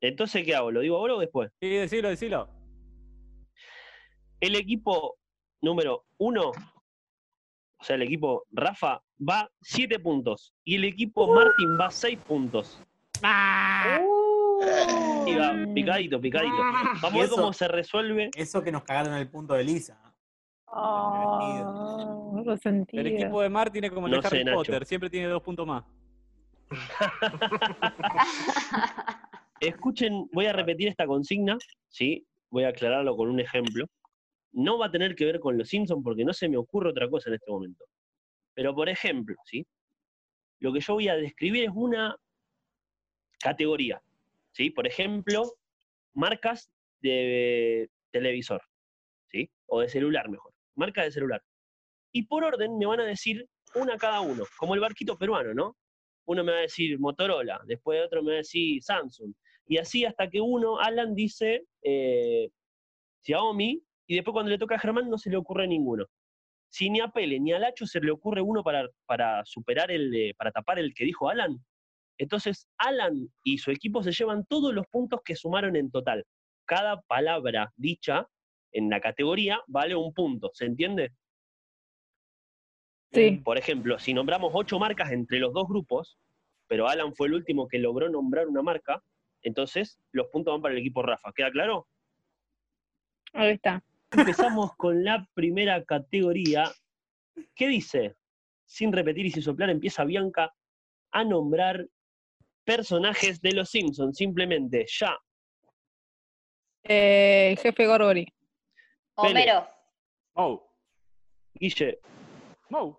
S6: entonces ¿qué hago? ¿Lo digo ahora o después?
S2: Sí, decilo, decilo.
S6: El equipo número 1, o sea, el equipo Rafa, va 7 puntos y el equipo
S1: Uh.
S6: Martín va 6 puntos.
S2: Ah.
S4: Eh.
S6: Y va picadito, picadito. Vamos a
S1: Y
S6: ver
S1: eso-
S6: cómo se resuelve.
S1: Eso que nos cagaron el punto de Lisa.
S7: Oh, resentido.
S2: El equipo de Martín es como el
S6: No
S2: de
S6: sé,
S2: Harry
S6: Nacho.
S2: Potter, siempre tiene dos puntos más.
S6: Escuchen, voy a repetir esta consigna, ¿sí? Voy a aclararlo con un ejemplo. No va a tener que ver con los Simpsons porque no se me ocurre otra cosa en este momento. Pero, por ejemplo, ¿sí? Lo que yo voy a describir es una categoría, ¿sí? Por ejemplo, marcas de televisor, ¿sí? O de celular, mejor. Marcas de celular. Y por orden me van a decir una cada uno, como el barquito peruano, ¿no? Uno me va a decir Motorola, después otro me va a decir Samsung, y así hasta que uno, Alan, dice eh, Xiaomi, y después cuando le toca a Germán no se le ocurre ninguno. Si ni a Pele ni a Lacho se le ocurre uno para, para superar el, de- para tapar el que dijo Alan, entonces Alan y su equipo se llevan todos los puntos que sumaron en total. Cada palabra dicha en la categoría vale un punto, ¿se entiende?
S7: Sí.
S6: Por ejemplo, si nombramos ocho marcas entre los dos grupos, pero Alan fue el último que logró nombrar una marca, entonces los puntos van para el equipo Rafa. ¿Queda claro?
S7: Ahí está.
S6: Empezamos con la primera categoría. ¿Qué dice? Sin repetir y sin soplar, empieza Bianca a nombrar personajes de los Simpsons. Simplemente, ya.
S7: Eh, jefe Gorgori.
S3: Homero.
S2: Mou.
S6: Guille,
S2: Mou.
S6: ahí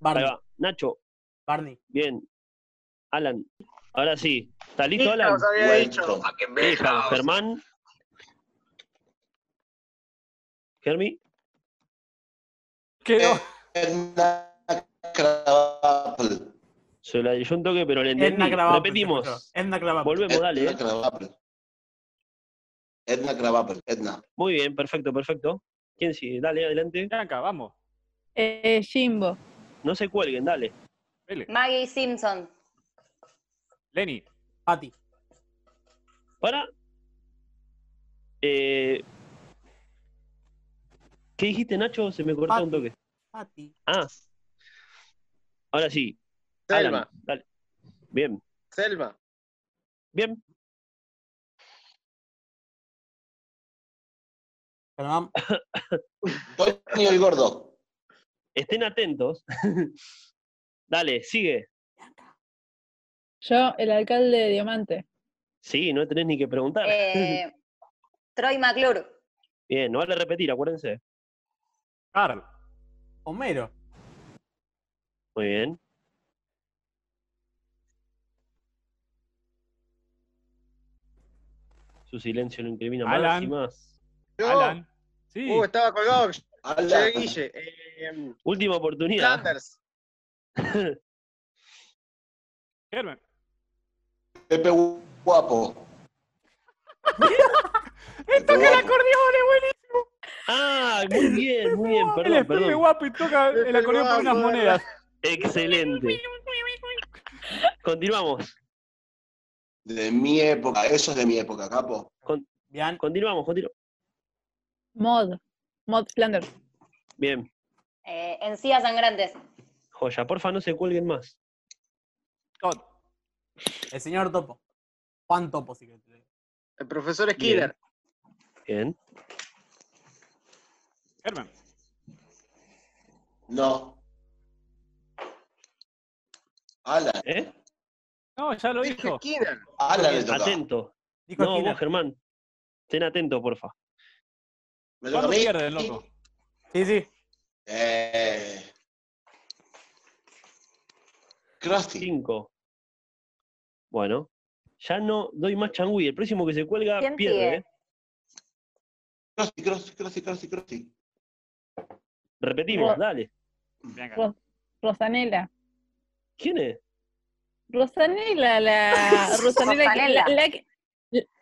S1: Barney,
S6: va. Nacho,
S1: Barney.
S6: bien. Alan, ahora sí. ¿Está listo, Alan?
S5: Milhouse había dicho.
S4: Wellington.
S6: Deja, Germán. Germi,
S2: Quedó.
S4: Edna Krabappel.
S6: se la dio un toque, pero le entendí.
S1: Edna Krabappel, se
S6: Repetimos.
S1: escuchó. Edna Krabappel.
S6: Volvemos, dale.
S4: Edna
S6: eh.
S4: Krabappel. Edna Krabappel. Edna.
S6: Muy bien, perfecto, perfecto. ¿Quién sigue? Dale, adelante.
S2: Bianca, vamos.
S7: Eh, Jimbo.
S6: No se cuelguen, dale.
S2: Pele.
S3: Maggie Simpson.
S2: Lenny.
S1: Patty.
S6: Para. Eh, ¿Qué dijiste, Nacho? Se me cortó
S1: Pati.
S6: un toque.
S1: Patty.
S6: Ah. Ahora sí.
S5: Selma,
S6: Alan, dale. Bien,
S5: Selma.
S6: bien.
S1: Germán.
S4: Toño el Gordo.
S6: Estén atentos. [laughs] dale, sigue.
S7: Yo, el alcalde de Diamante.
S6: Sí, no tenés ni que preguntar.
S3: Eh, Troy McClure.
S6: Bien, no vale repetir, acuérdense.
S2: Carl.
S1: Homero.
S6: Muy bien. Su silencio lo incrimina más
S2: Alan.
S6: y más.
S5: Yo,
S2: Alan. Sí.
S5: Uh, estaba colgado.
S4: Alan.
S5: Llegué Guille. Eh,
S6: Última oportunidad.
S5: Flanders.
S2: Germán. [laughs]
S4: Pepe Guapo. ¡Él toca el
S2: acordeón, es buenísimo.
S6: Ah, muy bien, muy bien,
S2: [laughs] Él es
S6: perdón,
S2: pibe
S6: perdón.
S2: guapo y toca
S5: Es
S2: el acordeón por
S5: guapo,
S2: unas
S5: de
S2: monedas.
S6: Excelente. Continuamos,
S4: De mi época, eso es de mi época, capo.
S1: Bien,
S6: continuamos, continuamos.
S7: Mod. Mod Flanders.
S6: Bien,
S3: Eh, encías sangrantes.
S6: joya, porfa, no se cuelguen más.
S1: Todd. El señor Topo. Juan Topo, si querés.
S5: El profesor
S6: Bien.
S5: Skinner.
S6: Bien.
S2: Germán.
S4: No. Alan,
S6: ¿Eh?
S2: No, ya lo
S5: Dije
S2: dijo.
S5: Skinner.
S4: Alan le toca.
S6: Atento.
S1: Dijo
S6: No,
S1: Skinner.
S6: vos, Germán. Estén atento, porfa.
S4: ¿Me toca a
S2: ¿Cuándo
S4: mí?
S2: pierde el loco?
S1: Sí, sí.
S4: Eh... Krusty.
S6: Cinco. Bueno. Ya no doy más changui. El próximo que se cuelga
S3: ¿Quién
S6: pierde.
S3: sigue?
S6: ¿eh?
S4: Krusty, Krusty, Krusty, Krusty, Krusty.
S6: Repetimos,
S7: Bueno.
S6: dale.
S2: Bien,
S7: Vos. Rosanela.
S6: ¿Quién es?
S7: Rosanela, la. Rosanela. que- la, la que,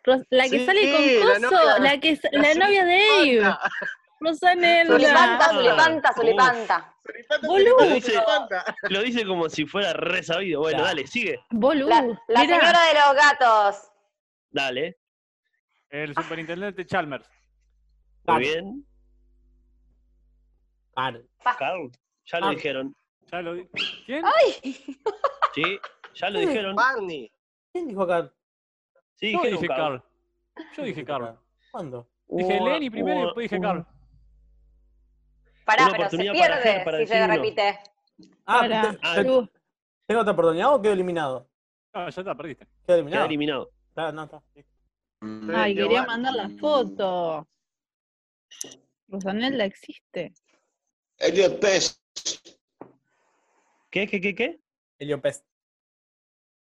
S7: Ros- la que
S5: Sí,
S7: sale con
S5: la
S7: coso.
S5: novia-
S7: La, que, la,
S5: la
S7: novia de Abe.
S5: Suripanta.
S7: Rosanela.
S3: Zulipanta,
S6: Ah,
S3: Zulipanta,
S6: uf.
S3: Zulipanta.
S5: Suripanta,
S7: Boludo.
S5: suripanta,
S6: Dice-
S5: suripanta.
S6: Lo dice como si fuera resabido. Bueno,
S1: Ya.
S6: dale, sigue.
S7: Bolu.
S3: La, la
S7: mirá.
S3: señora de los gatos.
S6: Dale.
S2: El superintendente Chalmers.
S6: Muy
S1: Carl.
S6: bien.
S1: Carl.
S6: Carl. Ya lo
S1: Ah.
S6: dijeron.
S2: Ya lo di- ¿Quién?
S6: Sí, ya lo dijeron.
S5: Barney.
S1: ¿Quién dijo Carl?
S6: Sí,
S2: Yo
S6: dijeron
S2: dije
S6: Carl.
S2: Carl. Yo dije Carl.
S1: ¿Cuándo?
S2: Dije
S6: Ua,
S2: Lenny primero y
S6: ua,
S2: después dije
S6: ua.
S2: Carl.
S3: Pará,
S6: Una
S3: pero se
S6: oportunidad para
S3: pierde
S6: Ger [laughs] para
S3: si se
S6: decir uno.
S3: repite.
S1: Ah,
S7: Para.
S1: te-
S6: Ah,
S1: te- ¿tengo otra oportunidad o quedo eliminado?
S2: No, Ah, ya está, perdiste.
S1: Quedo
S6: Queda
S1: eliminado.
S6: eliminado.
S1: Está, no, está.
S7: Ay,
S5: Qué
S7: quería
S5: bueno.
S7: mandar la foto. Rosanela existe.
S4: Elliot Pez.
S6: ¿Qué, qué, qué, qué?
S1: Elio Pest.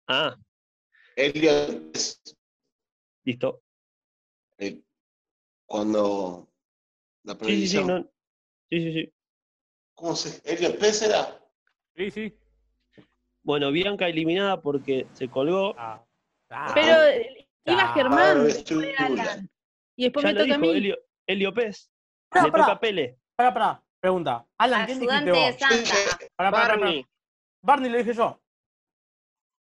S6: Ah,
S4: Elliot Pez.
S6: listo.
S4: Eh, Cuando la
S6: Sí, sí, sí.
S4: prohibición-
S6: no. Sí, sí, sí.
S4: ¿Cómo se? ¿Elliot Pez era?
S2: Sí, sí.
S6: Bueno, Bianca eliminada porque se colgó.
S1: Ah. Ah.
S7: Pero eh, iba
S1: Ah.
S7: Germán.
S4: Pablo Estula.
S7: Alan. Y después
S6: Ya
S7: me
S6: lo
S7: toca a
S6: dijo
S7: mí.
S6: Helio, Helio Pez.
S1: Pará,
S6: le
S1: pará.
S6: toca a Pele.
S1: Pará, pará. Pregunta. Alan, ¿quién dijiste
S3: Ayudante de
S1: vos?
S3: Santa.
S1: Pará, pará, pará, pará.
S5: Barney.
S1: Barney lo dije yo.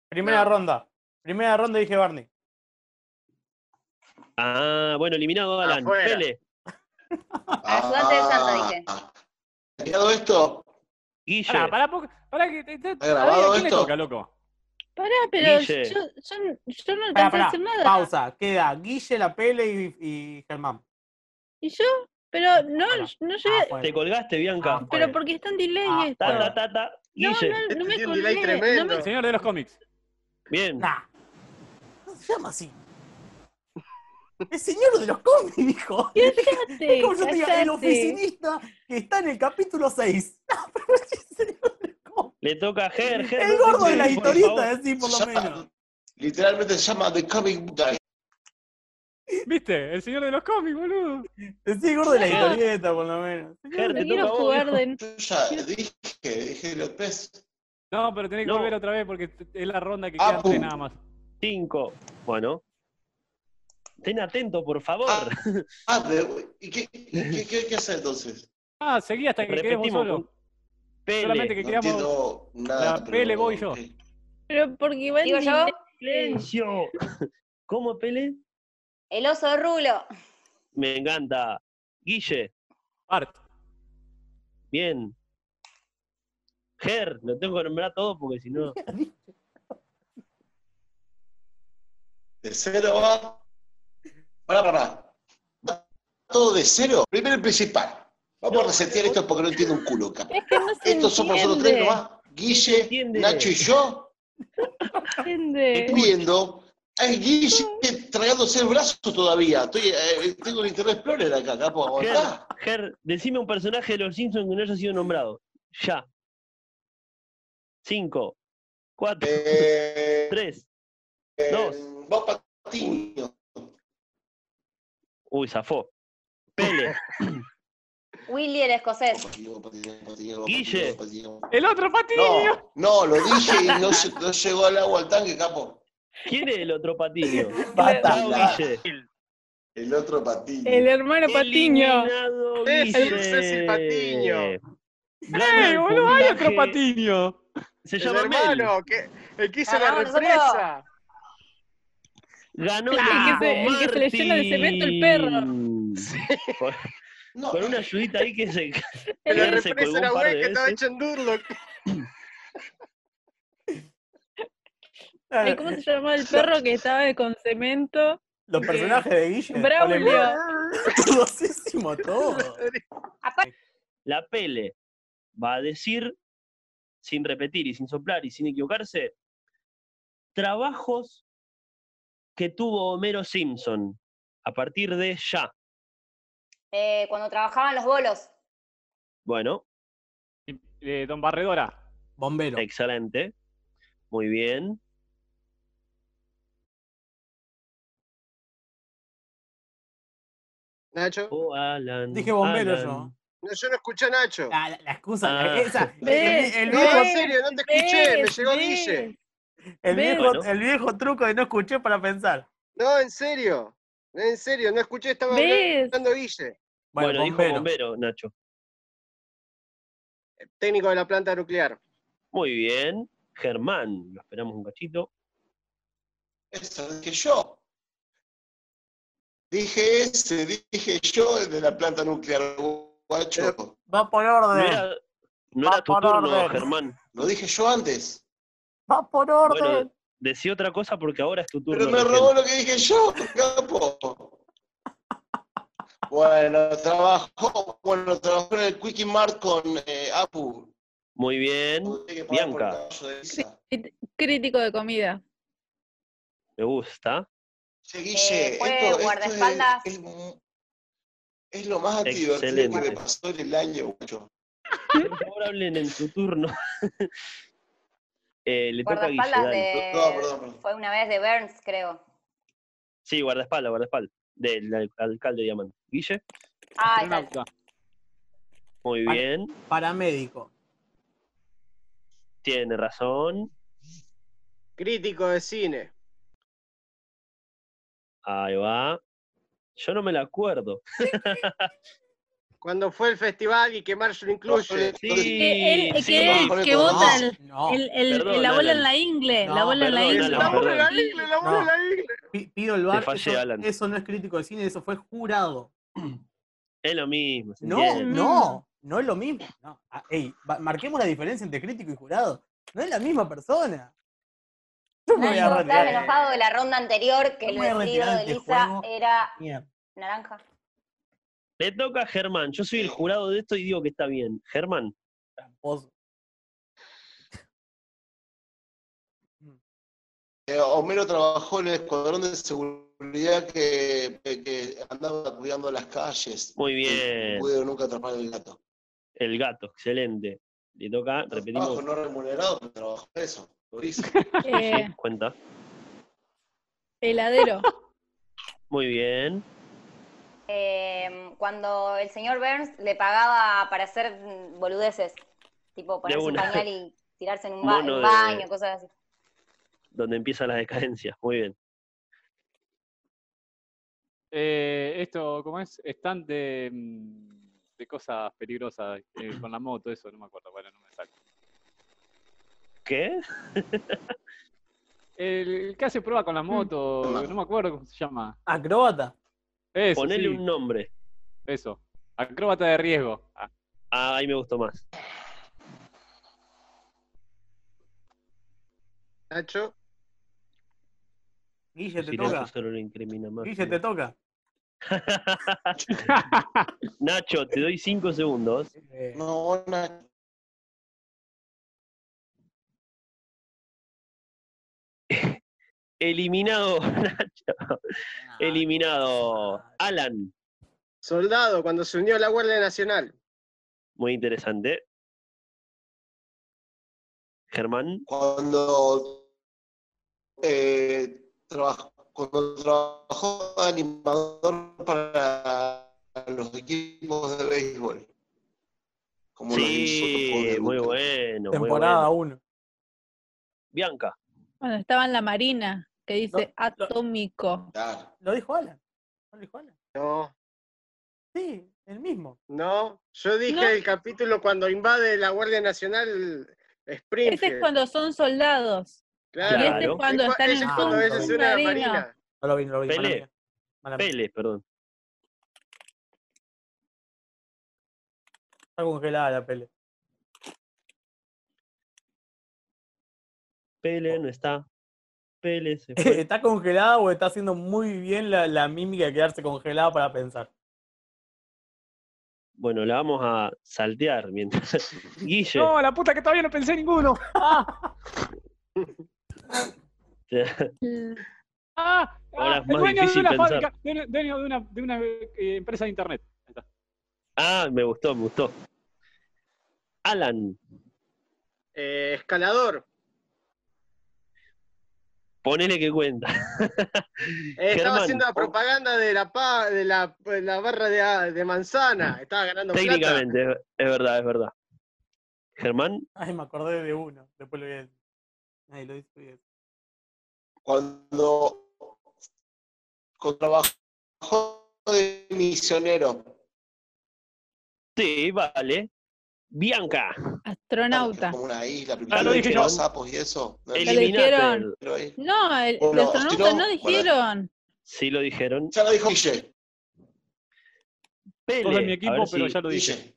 S1: Primera
S3: No.
S1: ronda. Primera ronda dije Barney.
S6: Ah, bueno, eliminado Alan.
S5: Afuera.
S6: Pele.
S3: Ayudante de Santa, dije.
S4: ¿Ha quedado Ah, esto?
S6: Guille.
S2: Pará, pará, poco- pará que te, te- a ver,
S4: grabado
S2: ¿a quién le
S4: esto?
S2: toca, loco?
S7: Pará, pero yo,
S6: Guille.
S7: yo, yo no
S1: Pará,
S7: alcancé a
S1: pará.
S7: decir nada.
S1: Pausa. Queda Guille, la Pele y, y Germán.
S7: ¿Y yo? Pero no,
S1: Pará.
S7: no
S1: Ah,
S7: llegué.
S1: bueno.
S6: Te colgaste, Bianca.
S1: Ah,
S7: pero porque está en delay
S1: Ah,
S7: esto.
S6: ta,
S1: bueno.
S6: ta, ta, ta.
S7: No,
S6: Guille.
S7: no, no
S5: Este
S7: me
S5: tiene un
S7: colgué.
S5: delay
S7: No me-
S2: El
S5: tremendo.
S2: señor de los cómics.
S6: Bien.
S1: Nah. No se llama así. El señor de los cómics, dijo.
S7: [laughs] Cállate,
S1: Es como yo te diga,
S7: cállate.
S1: el oficinista que está en el capítulo [laughs] 6.
S6: Le toca a [laughs] Ger. Ger,
S1: el
S6: no te
S1: gordo de la
S6: cuelgues, por
S1: historieta,
S6: favor.
S1: así por
S4: Se
S1: lo
S4: llama-
S1: menos.
S4: Literalmente se llama The Comic Book Guy.
S2: ¿Viste? El señor de los cómics, boludo.
S1: Decí el gordo de la
S6: No.
S1: historieta, por lo menos.
S6: Ger,
S7: No
S6: te toca a
S7: quiero
S6: vos.
S7: jugar de
S4: Yo ya dije, dije Elliot Pez.
S2: No, pero tenés que
S6: No.
S2: volver otra vez porque t- es la ronda que
S4: Ah,
S2: queda antes
S4: pum.
S2: nada más.
S6: Cinco. Bueno. Ten atento, por favor.
S4: Ah, Ah, pero, ¿y qué, qué, qué hay que hacer entonces?
S2: Ah, seguí hasta que quedemos
S6: Repetimos.
S2: solo.
S6: Pele.
S2: Solamente que
S4: No
S2: quedamos.
S4: entiendo nada.
S2: la
S4: pero-
S2: Pele voy yo.
S4: ¿qué?
S7: Pero porque va en
S3: Digo yo,
S7: delay.
S6: Silencio. [laughs] ¿Cómo, Pele?
S3: el oso rulo.
S6: Me encanta. Guille.
S2: Art.
S6: Bien. Ger. Lo tengo que nombrar todo porque si no.
S4: De cero va. Pará, pará. Va Todo de cero. Primero el principal. Vamos a resetear esto porque no entiendo un culo, capaz.
S7: Es que no se
S4: Estos somos nosotros tres
S7: entiende,
S4: nomás.
S6: Se
S4: Guille,
S6: entiende.
S4: Nacho y yo
S7: se entiende.
S4: viendo. Ay, Guille tragándose el brazo todavía. Estoy, eh, tengo un Internet Explorer acá, capo.
S6: Ger,
S4: aguantá.
S6: Ger, decime un personaje de los Simpsons que no haya sido nombrado. Ya. Cinco, cuatro,
S4: Eh,
S6: tres.
S4: eh,
S6: dos.
S4: Bob Patiño.
S6: Uy, zafó. Pele.
S3: Willy el escocés.
S4: Patiño, Patiño, Patiño, Bob
S6: Guille.
S4: Patiño, Patiño.
S2: El otro patillo.
S4: No, no, lo dije y no, lle- no llegó al agua al tanque, capo.
S5: [laughs]
S6: ¿Quién es el otro patillo?
S1: Basta.
S6: Chao, Guille.
S4: El otro patín.
S7: El hermano Patiño.
S6: Eliminado,
S5: Eh,
S6: Guille.
S5: no sé si Patiño.
S6: Gana
S7: Eh,
S6: el
S2: Eh, boludo, hay otro
S6: puntaje.
S2: patiño!
S6: Se
S5: El
S6: llama Mel.
S5: hermano, que, el que hizo la
S3: Ganamos nosotros.
S5: represa.
S6: Ganó
S7: El que se-
S6: equipo
S7: el que se le llena de cemento el perro.
S6: Martín. Con-
S4: No,
S6: Con una ayudita ahí que se.
S7: El
S5: La
S6: Él se colgó
S5: represa
S6: un
S5: era
S6: par
S5: güey
S6: de
S5: que estaba
S6: veces.
S5: hecho en Durlock.
S7: Ay, ¿Cómo se llamaba el perro que estaba con cemento?
S1: Los personajes de Guille. [laughs]
S7: Braulio.
S1: Polémicísimo todo.
S6: La Pele va a decir, sin repetir y sin soplar y sin equivocarse, trabajos que tuvo Homero Simpson a partir de ya.
S3: Eh, cuando trabajaban los bolos.
S6: Bueno,
S2: Eh, don Barredora.
S1: Bombero.
S6: excelente. Muy bien.
S5: [laughs] Nacho.
S6: Oh, Alan,
S1: Dije bombero
S6: Alan.
S1: yo.
S5: No, yo no escuché a Nacho.
S1: La, la- la excusa, la-
S6: Ah. [laughs]
S1: esa. El,
S7: ¿Ves?
S1: el
S5: No,
S1: viejo,
S5: en serio, no te escuché, me
S7: ¿Ves?
S5: llegó
S7: ¿Ves?
S5: Guille.
S1: el
S7: ves.
S1: viejo- el viejo truco de no escuché para pensar.
S5: No, en serio. En serio, no escuché, estaba
S7: ¿Ves?
S5: hablando Guille.
S6: Bueno,
S1: Bueno,
S6: dijo
S1: bombero.
S6: bombero, Nacho.
S5: Técnico de la planta nuclear.
S6: Muy bien. Germán, lo esperamos un cachito.
S4: eso dije yo. Dije ese, dije yo, el de la planta nuclear, guacho.
S1: Va por
S6: No
S1: orden.
S6: era, no era tu
S1: Por
S6: turno,
S1: orden.
S6: Germán.
S4: Lo dije yo antes.
S1: Va por orden.
S6: Bueno, decía otra cosa porque ahora es tu turno.
S4: Pero me
S6: recién.
S4: robó lo que dije yo, capo. Bueno, trabajó, bueno, trabajó en el Quickie Mart con eh, Apu.
S6: Muy bien,
S4: Tuve que pagar por
S6: Bianca.
S4: el caballo de Isa.
S7: Crítico de comida.
S6: me gusta.
S4: Che, Guille,
S3: Eh, fue
S4: esto- esto, es-
S3: guardaespaldas.
S4: es, es lo más divertido
S6: Excelente.
S4: que me pasó en el año, guacho.
S6: Por favor, hablen en su turno. [laughs] Eh, le toca a Guille.
S3: Guardaespaldas
S6: dale.
S3: de.
S4: No, perdón, perdón.
S3: Fue una vez de Burns, creo.
S6: Sí, guardaespaldas, guardaespaldas. Del al- alcalde Diamante. Guille,
S3: Ah, esa-
S2: Astronauta.
S6: muy
S1: Ah.
S6: bien.
S1: Paramédico.
S6: Tiene razón.
S5: Crítico de cine.
S6: Ahí va. Yo no me la acuerdo.
S5: Cuando fue el festival y que Marshall incluye.
S6: Sí,
S7: Que él-
S6: sí,
S7: que él-
S6: sí,
S7: que
S6: sí.
S7: vos-
S1: No,
S7: Bota el-
S1: no.
S7: El- el-
S6: Perdón,
S7: la bola
S6: Alan.
S7: en la ingle. la
S1: No,
S7: bola en la
S6: perdón,
S7: ingle.
S5: La bola de la
S7: Sí.
S5: ingle, la bola de la ingle.
S1: Pi- Pido el
S6: Te
S1: bar.
S6: fallé,
S1: Eso,
S6: Alan.
S1: eso no es crítico de cine, eso fue jurado.
S6: Es lo mismo. ¿se
S1: No,
S6: entiende?
S1: no, no es lo mismo. No. Ah, ey, va- marquemos la diferencia entre crítico y jurado. No es la misma persona. Yo me voy a
S3: Nacho, estaba
S6: este
S1: retirar.
S3: enojado de la ronda anterior que
S1: Yo
S3: el
S1: me voy a
S3: vestido
S1: retirar
S3: de
S1: de
S3: Lisa
S1: juego.
S3: era
S1: Mierda.
S3: naranja.
S6: Le toca a Germán. Yo soy el jurado de esto y digo que está bien. Germán,
S1: Vos-
S4: Eh, Homero trabajó en el escuadrón de seguridad que, que- que andaba cuidando las calles.
S6: muy
S4: No
S6: bien.
S4: pude nunca atrapar el gato.
S6: El gato, excelente. Le toca, repetimos.
S4: Trabajo no remunerado, pero trabajó eso. Lo hice.
S7: Eh,
S6: Sí, cuenta.
S7: heladero.
S6: Muy bien.
S3: Eh, cuando el señor Burns le pagaba para hacer mm, boludeces, tipo ponerse un
S6: una.
S3: pañal y tirarse en un, ba- en
S6: Mono
S3: un
S6: de-
S3: baño, cosas así.
S6: Donde empieza la decadencia. Muy bien.
S2: Eh, esto, ¿cómo es? Estante mm, de cosas peligrosas eh, con la moto, eso, no me acuerdo. Bueno, no me sale.
S6: ¿Qué?
S2: El que hace prueba con la moto, no me acuerdo cómo se llama.
S1: Acróbata.
S2: Eso,
S6: Mm. Ponele
S2: sí,
S6: un nombre.
S2: eso. Acróbata de riesgo. Ah,
S6: Ah, ahí me gustó más.
S5: Nacho.
S1: Guille, te
S6: Si no,
S1: toca.
S6: eso solo lo incrimina más.
S1: Guille, te [laughs] toca.
S6: [laughs] Nacho, te doy cinco segundos.
S1: Eh,
S4: No, na-
S6: Eliminado, [laughs] Nacho. Eliminado. Alan,
S5: Soldado, cuando se unió a la Guardia Nacional.
S6: muy interesante. Germán,
S4: cuando, eh, trabajó, cuando trabajó animador para los equipos de béisbol. Como los hizo, como
S6: sí,
S4: los
S6: muy
S4: dibujos.
S6: bueno. muy
S1: temporada
S6: bueno.
S1: 1.
S6: Bianca,
S7: Cuando estaba en la marina, que dice
S1: No, no.
S7: atómico.
S4: Claro.
S1: Lo dijo Alan. ¿No lo dijo Alan?
S5: No,
S1: Sí, el mismo.
S5: no. Yo dije
S7: No.
S5: el capítulo cuando invade la Guardia Nacional Springfield.
S7: Este es cuando son soldados.
S5: Claro.
S7: Y este es cuando
S5: Es cua-
S7: están en
S5: ese es
S1: el
S5: cuando
S1: fondo
S5: ella es una
S7: submarino.
S5: marina.
S1: No lo vi, no lo vi. mala
S6: Pele.
S1: mía. Mala mía.
S6: Pele, perdón.
S1: Está congelada la pele.
S6: Pele no está. Pele
S1: [laughs]
S6: se fue.
S1: [laughs] ¿Está congelada o está haciendo muy bien la, la mímica de quedarse congelada para pensar?
S6: Bueno, la vamos a saltear mientras. Guille,
S2: No, la puta que todavía no pensé ninguno.
S6: te-
S2: Ah,
S6: Ahora
S2: ah,
S6: es
S2: el
S6: más
S2: dueño de
S6: difícil
S2: una
S6: pensar.
S2: fábrica, dueño, dueño de una, de una eh, empresa de internet.
S6: Ah, me gustó, me gustó. Alan,
S5: Eh, escalador.
S6: ponele que cuenta.
S5: Eh,
S6: [laughs]
S5: estaba
S6: Germán,
S5: haciendo la propaganda de la, pa- de la, de la barra de, de manzana. Estaba ganando plata.
S6: Técnicamente, es- es verdad, es verdad. Germán,
S1: Ay, me acordé de uno. Después lo voy a decir. Ay, lo hice bien.
S4: Cuando, cuando trabajó de misionero.
S6: sí, vale. Bianca,
S7: Astronauta.
S4: Como una isla,
S6: Ah, lo
S4: primero
S6: dije
S4: los
S6: yo.
S4: sapos y eso. No,
S7: Lo Eli-
S6: eliminate.
S7: dijeron.
S6: el-
S4: pero ahí-
S7: No, el, el
S4: Bueno,
S7: astronauta
S4: si no,
S7: no dijeron.
S6: Sí lo dijeron.
S4: Ya lo dijo Guille.
S6: Pele,
S2: Todos de mi
S6: a
S2: equipo,
S6: ver
S2: pero
S6: si-
S2: ya lo dije.
S4: Guille.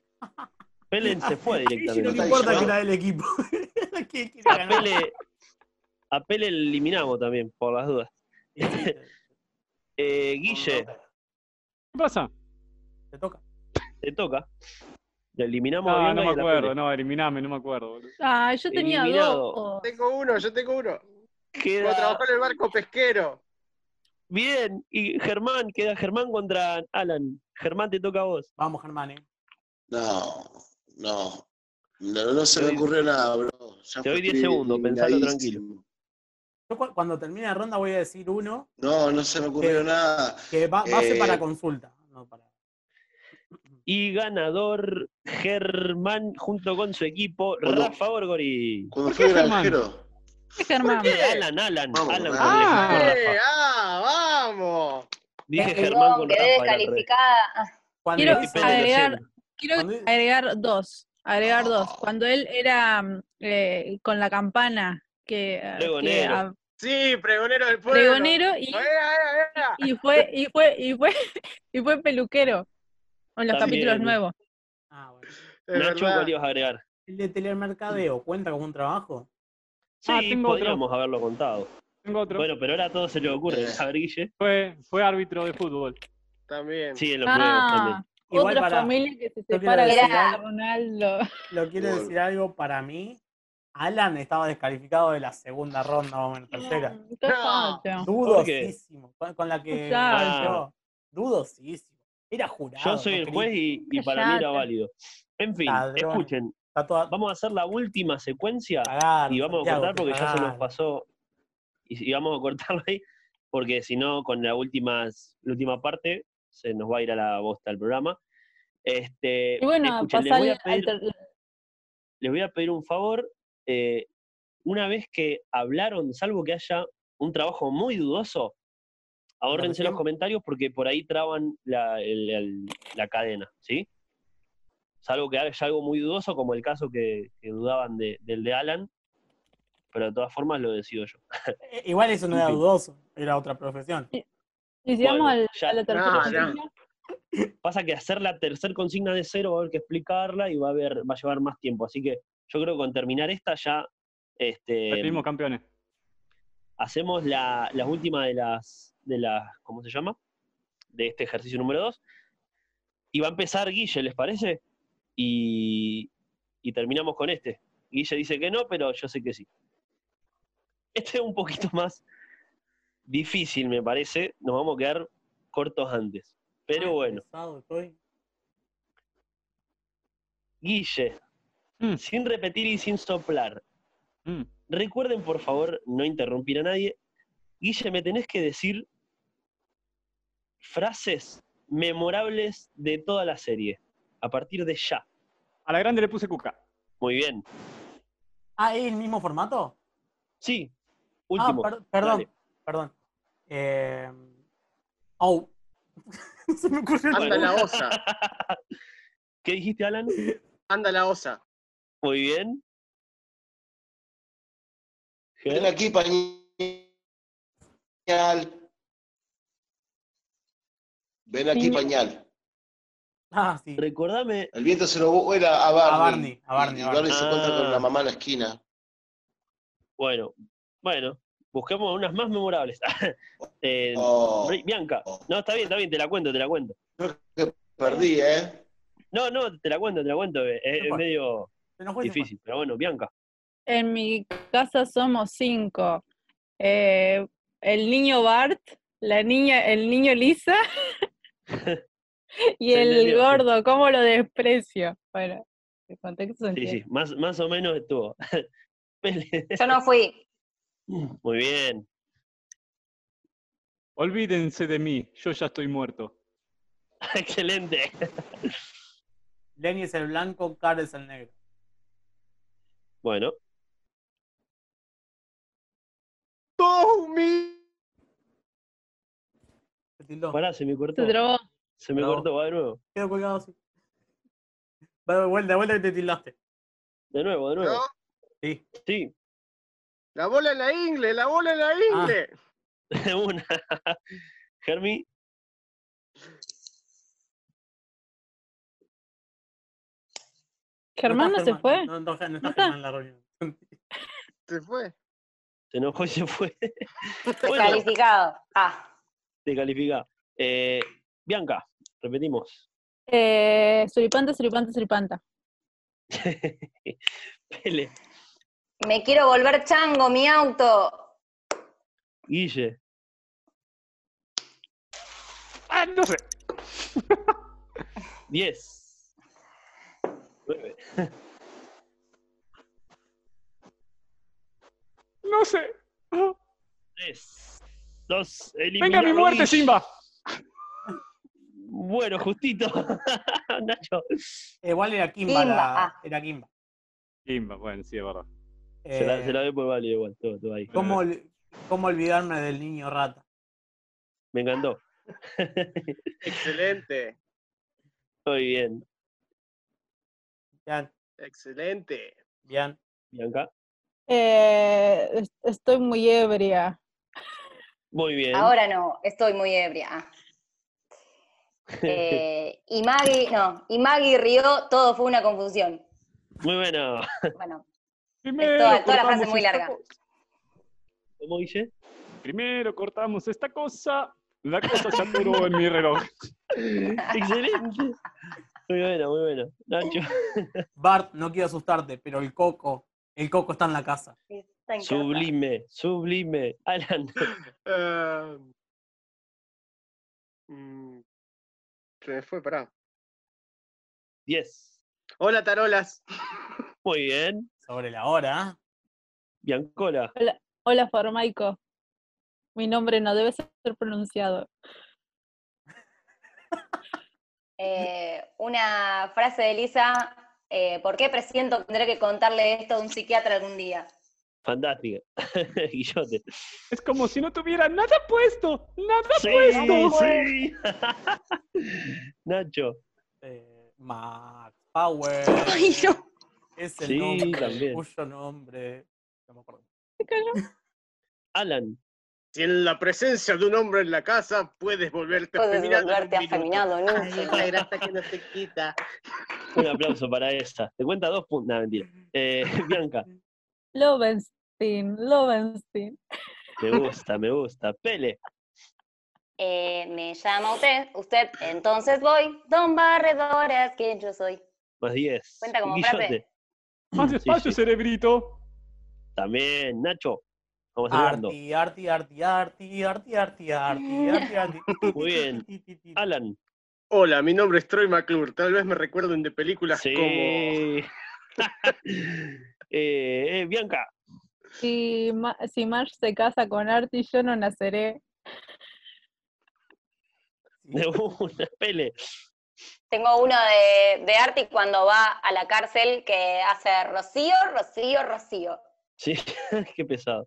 S6: Pele se Ah, fue
S1: Y no
S6: directamente.
S1: le importa que la del equipo. [laughs] Era que quiere
S6: A
S1: ganar.
S6: Pele, a Pele le eliminamos también, por las
S2: [laughs]
S6: dudas. Eh, Guille,
S2: ¿Qué pasa?
S1: Te toca.
S6: te toca. Le eliminamos a Bianca
S2: No, no
S6: y
S2: me
S6: a la
S2: acuerdo,
S6: Pele.
S2: no, eliminame, no me acuerdo. boludo.
S7: Ah, yo tenía
S6: Eliminado.
S7: dos.
S5: Tengo uno, yo tengo uno.
S6: Queda-
S5: Cuando trabajó en el barco pesquero.
S6: Bien, y Germán, queda Germán contra Alan. Germán, te toca a vos.
S1: Vamos, Germán. ¿eh?
S4: No, no. No, no se me ocurrió nada, bro. Ya
S6: Te doy
S4: fui
S6: 10 segundos, pensalo tranquilo.
S4: eliminadísimo.
S1: Yo cu- cuando termine la ronda voy a decir uno
S4: No, no se me ocurrió
S1: Eh,
S4: nada.
S1: que va, va a ser
S4: Eh.
S1: para consulta. No para...
S6: Y ganador Germán junto con su equipo,
S4: Bueno.
S6: Rafa Orgori.
S4: Cuando
S2: ¿Por
S4: fue
S2: qué, Germán?
S4: granjero.
S7: Es Germán.
S6: Eh, Alan, Alan,
S4: Vamos,
S6: Alan
S4: Germán.
S6: con el
S2: Ah.
S6: ejemplo,
S5: ¡Eh,
S6: Rafa.
S5: ¡Ah, vamos!
S6: Dije Germán
S3: Perdón,
S6: con
S3: quedé
S6: Rafa. era al revés.
S3: descalificada. Ah,
S1: Cuando
S7: Quiero
S6: Y
S1: hice-
S6: Pele lo
S7: agregar-
S6: llena.
S7: Quiero
S1: Cuando-
S7: agregar dos. Agregar dos.
S4: No.
S7: Cuando él era mm, eh, con la campana, que, eh, que
S6: Pregonero.
S7: a-
S5: Sí, pregonero del pueblo. Eh,
S7: pregonero y,
S5: ¡Ea, ea, ea!
S7: y fue, y fue, y fue, [laughs] y fue peluquero en
S6: También.
S7: los capítulos nuevos.
S1: Ah, bueno.
S5: Es
S6: Nacho,
S5: verdad.
S6: ¿cuál ibas a agregar?
S1: El de telemercadeo cuenta como un trabajo.
S6: Sí,
S2: Ah, tengo otro.
S6: podríamos haberlo contado.
S2: Tengo otro.
S6: Bueno, pero ahora a todos se le ocurre.
S4: Eh.
S6: A ver, Guille.
S2: Fue, fue árbitro de fútbol.
S5: También.
S6: Sí, en los nuevos también.
S7: Ah,
S1: Igual
S7: otra
S1: para-
S7: familia que se
S1: quiero
S7: separa de
S1: decir
S7: la de
S1: algo.
S7: Ronaldo.
S1: Lo quiero
S4: Bueno.
S1: decir algo para mí. Alan estaba descalificado de la segunda ronda o en la tercera.
S7: Mm, [laughs] qué
S5: No.
S7: facha.
S1: Dudosísimo. Con, con la que
S7: Escuchá.
S1: yo. Dudosísimo. Era jurado.
S6: Yo soy
S1: no
S6: el
S1: creí.
S6: juez y, y para mí era
S7: Callate.
S6: válido. En fin,
S1: Ladrón.
S6: escuchen,
S1: Está toda-
S6: vamos a hacer la última secuencia
S1: Pagaron,
S6: y vamos a
S1: Santiago,
S6: cortar
S1: te
S6: porque ya se nos
S1: pagaron.
S6: pasó. Y, y vamos a cortarlo ahí, porque si no, con la última, la última parte se nos va a ir a la bosta el programa. Este,
S7: Y bueno,
S6: escuchen,
S7: pasar
S6: les, voy a
S7: al
S6: pedir,
S7: ter-
S6: les voy a pedir un favor. eh, una vez que hablaron, salvo que haya un trabajo muy dudoso, ahórrense los
S1: Repetimos.
S6: comentarios porque por ahí traban la, el- el- la cadena, ¿sí? Salvo que haya algo muy dudoso, como el caso que, que dudaban de- del de Alan, pero de todas formas lo decido yo.
S1: Eh, Igual eso no era
S6: En fin.
S1: dudoso, era otra profesión.
S7: y si vamos
S6: Bueno,
S7: al-
S6: ya-
S7: a la tercera
S5: No, no.
S7: familia,
S6: Pasa que hacer la tercer consigna de cero va a haber que explicarla y va a, haber, va a llevar más tiempo. Así que yo creo que con terminar esta ya este,
S2: Repetimos campeones.
S6: hacemos la, la última de las, de las, ¿cómo se llama? De este ejercicio número 2. Y va a empezar Guille, ¿les parece? Y, y terminamos con este. Guille dice que no, pero yo sé que sí. Este es un poquito más difícil, me parece. Nos vamos a quedar cortos antes. Pero
S1: Ay,
S6: bueno,
S1: pesado estoy.
S6: Guille,
S2: Mm,
S6: sin repetir y sin soplar,
S2: mm.
S6: Recuerden, por favor, no interrumpir a nadie. Guille, me tenés que decir frases memorables de toda la serie, a partir de ya.
S2: A la grande le puse cuca.
S6: Muy bien.
S1: Ah, ¿es el mismo formato?
S6: Sí, último.
S1: Ah, per- perdón,
S6: Dale.
S1: perdón. Eh, oh, [laughs] No se me ocurre
S5: Anda
S1: nada.
S5: la osa,
S6: ¿Qué dijiste, Alan?
S5: anda la osa.
S6: Muy bien.
S4: Ven aquí, pañal. Ven aquí,
S7: Piña-
S4: pañal.
S1: Ah, sí.
S6: Recordame,
S4: El viento se lo vuela a Barney.
S1: A Barney, a Barney,
S4: Y
S1: a
S4: Barney
S1: Barney.
S4: se encuentra con
S6: Ah.
S4: la mamá en la esquina.
S6: bueno, bueno, buscamos unas más memorables. [laughs] Eh,
S4: Oh,
S6: Ri- Bianca, no, está bien, está bien, te la cuento, te la cuento.
S4: creo que perdí, ¿eh?
S6: No, no, te la cuento, te la cuento, eh, es, es
S1: Bueno.
S6: medio
S1: Se nos fue, se fue.
S6: difícil, pero bueno, Bianca.
S7: En mi casa somos cinco. Eh, el niño Bart, la niña, el niño Lisa
S6: [laughs]
S7: y
S6: Se
S7: el
S6: entendió, sí.
S7: gordo, ¿cómo lo desprecio? Bueno, el contexto se
S6: Sí,
S7: entiende.
S6: sí, más, más o menos estuvo. [laughs]
S3: Yo no fui.
S6: Muy bien. [laughs]
S2: Olvídense de mí, yo ya estoy muerto.
S6: Excelente.
S1: Lenny es el blanco, Carl es el negro.
S6: Bueno,
S1: Se tildó.
S6: pará, se me cortó.
S7: Se trabó.
S6: Se me
S1: Bravo.
S6: cortó, va de nuevo.
S1: Quedó colgado así. Va, Vuelta, vuelta que te tildaste.
S6: De nuevo, de nuevo.
S5: ¿No?
S1: Sí.
S6: Sí, [laughs]
S5: La bola en la ingle, la bola en la ingle.
S6: Ah. de una. Germi,
S7: Germán no
S1: está
S7: se
S1: Germán,
S7: fue.
S1: No, no, no
S7: ¿No
S1: está
S7: está?
S1: Germán en la reunión.
S5: Se fue.
S6: se enojó y se fue. [laughs] bueno,
S3: Descalificado. Ah.
S6: descalificá. Eh, Bianca, repetimos.
S7: Eh, suripanta, suripanta, suripanta.
S6: Pele,
S3: Me quiero volver chango, mi auto.
S6: Guille,
S2: Ah, no sé.
S6: 10. 9.
S2: No sé.
S6: 3, 2,
S2: Venga mi muerte, Simba.
S6: Bueno, justito. [laughs] Nacho.
S1: Igual era Kimba.
S3: Kimba,
S1: la-
S3: ah.
S1: Era Kimba.
S2: Simba, bueno, sí, es verdad.
S6: Se la,
S1: Eh,
S6: se la doy por válida igual, todo, todo ahí.
S1: ¿cómo, ol- ¿Cómo olvidarme del niño rata?
S6: Me encantó. [laughs]
S5: Excelente,
S6: Muy bien.
S1: Bien,
S5: excelente.
S1: bien.
S6: Bianca.
S7: Eh, es- estoy muy ebria.
S6: Muy bien.
S3: Ahora no, estoy muy ebria. Ah. Eh, y Maggie, no, y Maggie rió, todo fue una confusión.
S6: Muy bueno.
S3: [laughs] Bueno,
S2: Primero
S3: toda- toda la
S2: cortamos
S3: frase muy
S2: esta
S3: larga.
S2: cosa.
S6: ¿Cómo dice?
S2: Primero cortamos esta cosa. La cosa ya duró en mi reloj.
S6: Excelente. Muy bueno, muy bueno. Nacho.
S1: Bart, no quiero asustarte, pero el coco, el coco está en la casa.
S3: está en casa.
S6: Sublime, sublime. Alan. [laughs]
S5: Ah, mm, se me fue, pará.
S6: 10.
S5: Hola, tarolas.
S6: Muy bien.
S1: Sobre la hora. ¿eh?
S6: Biancola.
S7: Hola, Formaico. Mi nombre no debe ser pronunciado.
S3: Eh, una frase de Lisa, eh, ¿por qué presiento que tendré que contarle esto a un psiquiatra algún día?
S6: Fantástica. [laughs] Guillote.
S2: Es como si no tuviera nada puesto. Nada.
S6: Sí, sí. [laughs] Nacho.
S1: Eh, Max Power.
S3: Ay, no.
S1: Es el
S6: Sí,
S1: nombre,
S6: también.
S1: cuyo nombre. No me acuerdo.
S7: Se cayó.
S6: Alan.
S5: Si en la presencia de un hombre en la casa puedes volverte
S3: Puedes
S5: afeminado. en
S3: volverte
S5: un minuto.
S3: afeminado, ¿no?
S5: Ahí la grasa que no se quita.
S6: Un aplauso para esta. Te cuenta dos puntos. No, mentira. Eh, [laughs] Bianca.
S7: Lovenstein, Lovenstein.
S6: Me gusta, me gusta. Pele.
S3: Eh, me llama usted, usted, entonces voy, don Barredores, que yo soy.
S6: Más 10.
S3: Cuenta como frase.
S6: Guillote.
S2: Más
S6: Sí,
S2: espacio,
S6: sí.
S2: cerebrito.
S6: También. Nacho. Vamos cerrando.
S1: Arti, arti, arti, arti, arti, arti,
S7: Eh.
S1: arti, arti, arti.
S6: Muy bien.
S1: Ti, ti, ti, ti.
S6: Alan.
S5: Hola, mi nombre es Troy McClure. Tal vez me recuerden de películas
S6: Sí.
S5: como.
S6: Eh, [laughs] eh, Bianca.
S7: Si, Ma- si Marge se casa con Artie, yo no naceré.
S6: De una. Pele.
S3: Tengo uno de, de Arti cuando va a la cárcel que hace Rocío, Rocío, Rocío.
S6: Sí. [laughs] Qué pesado.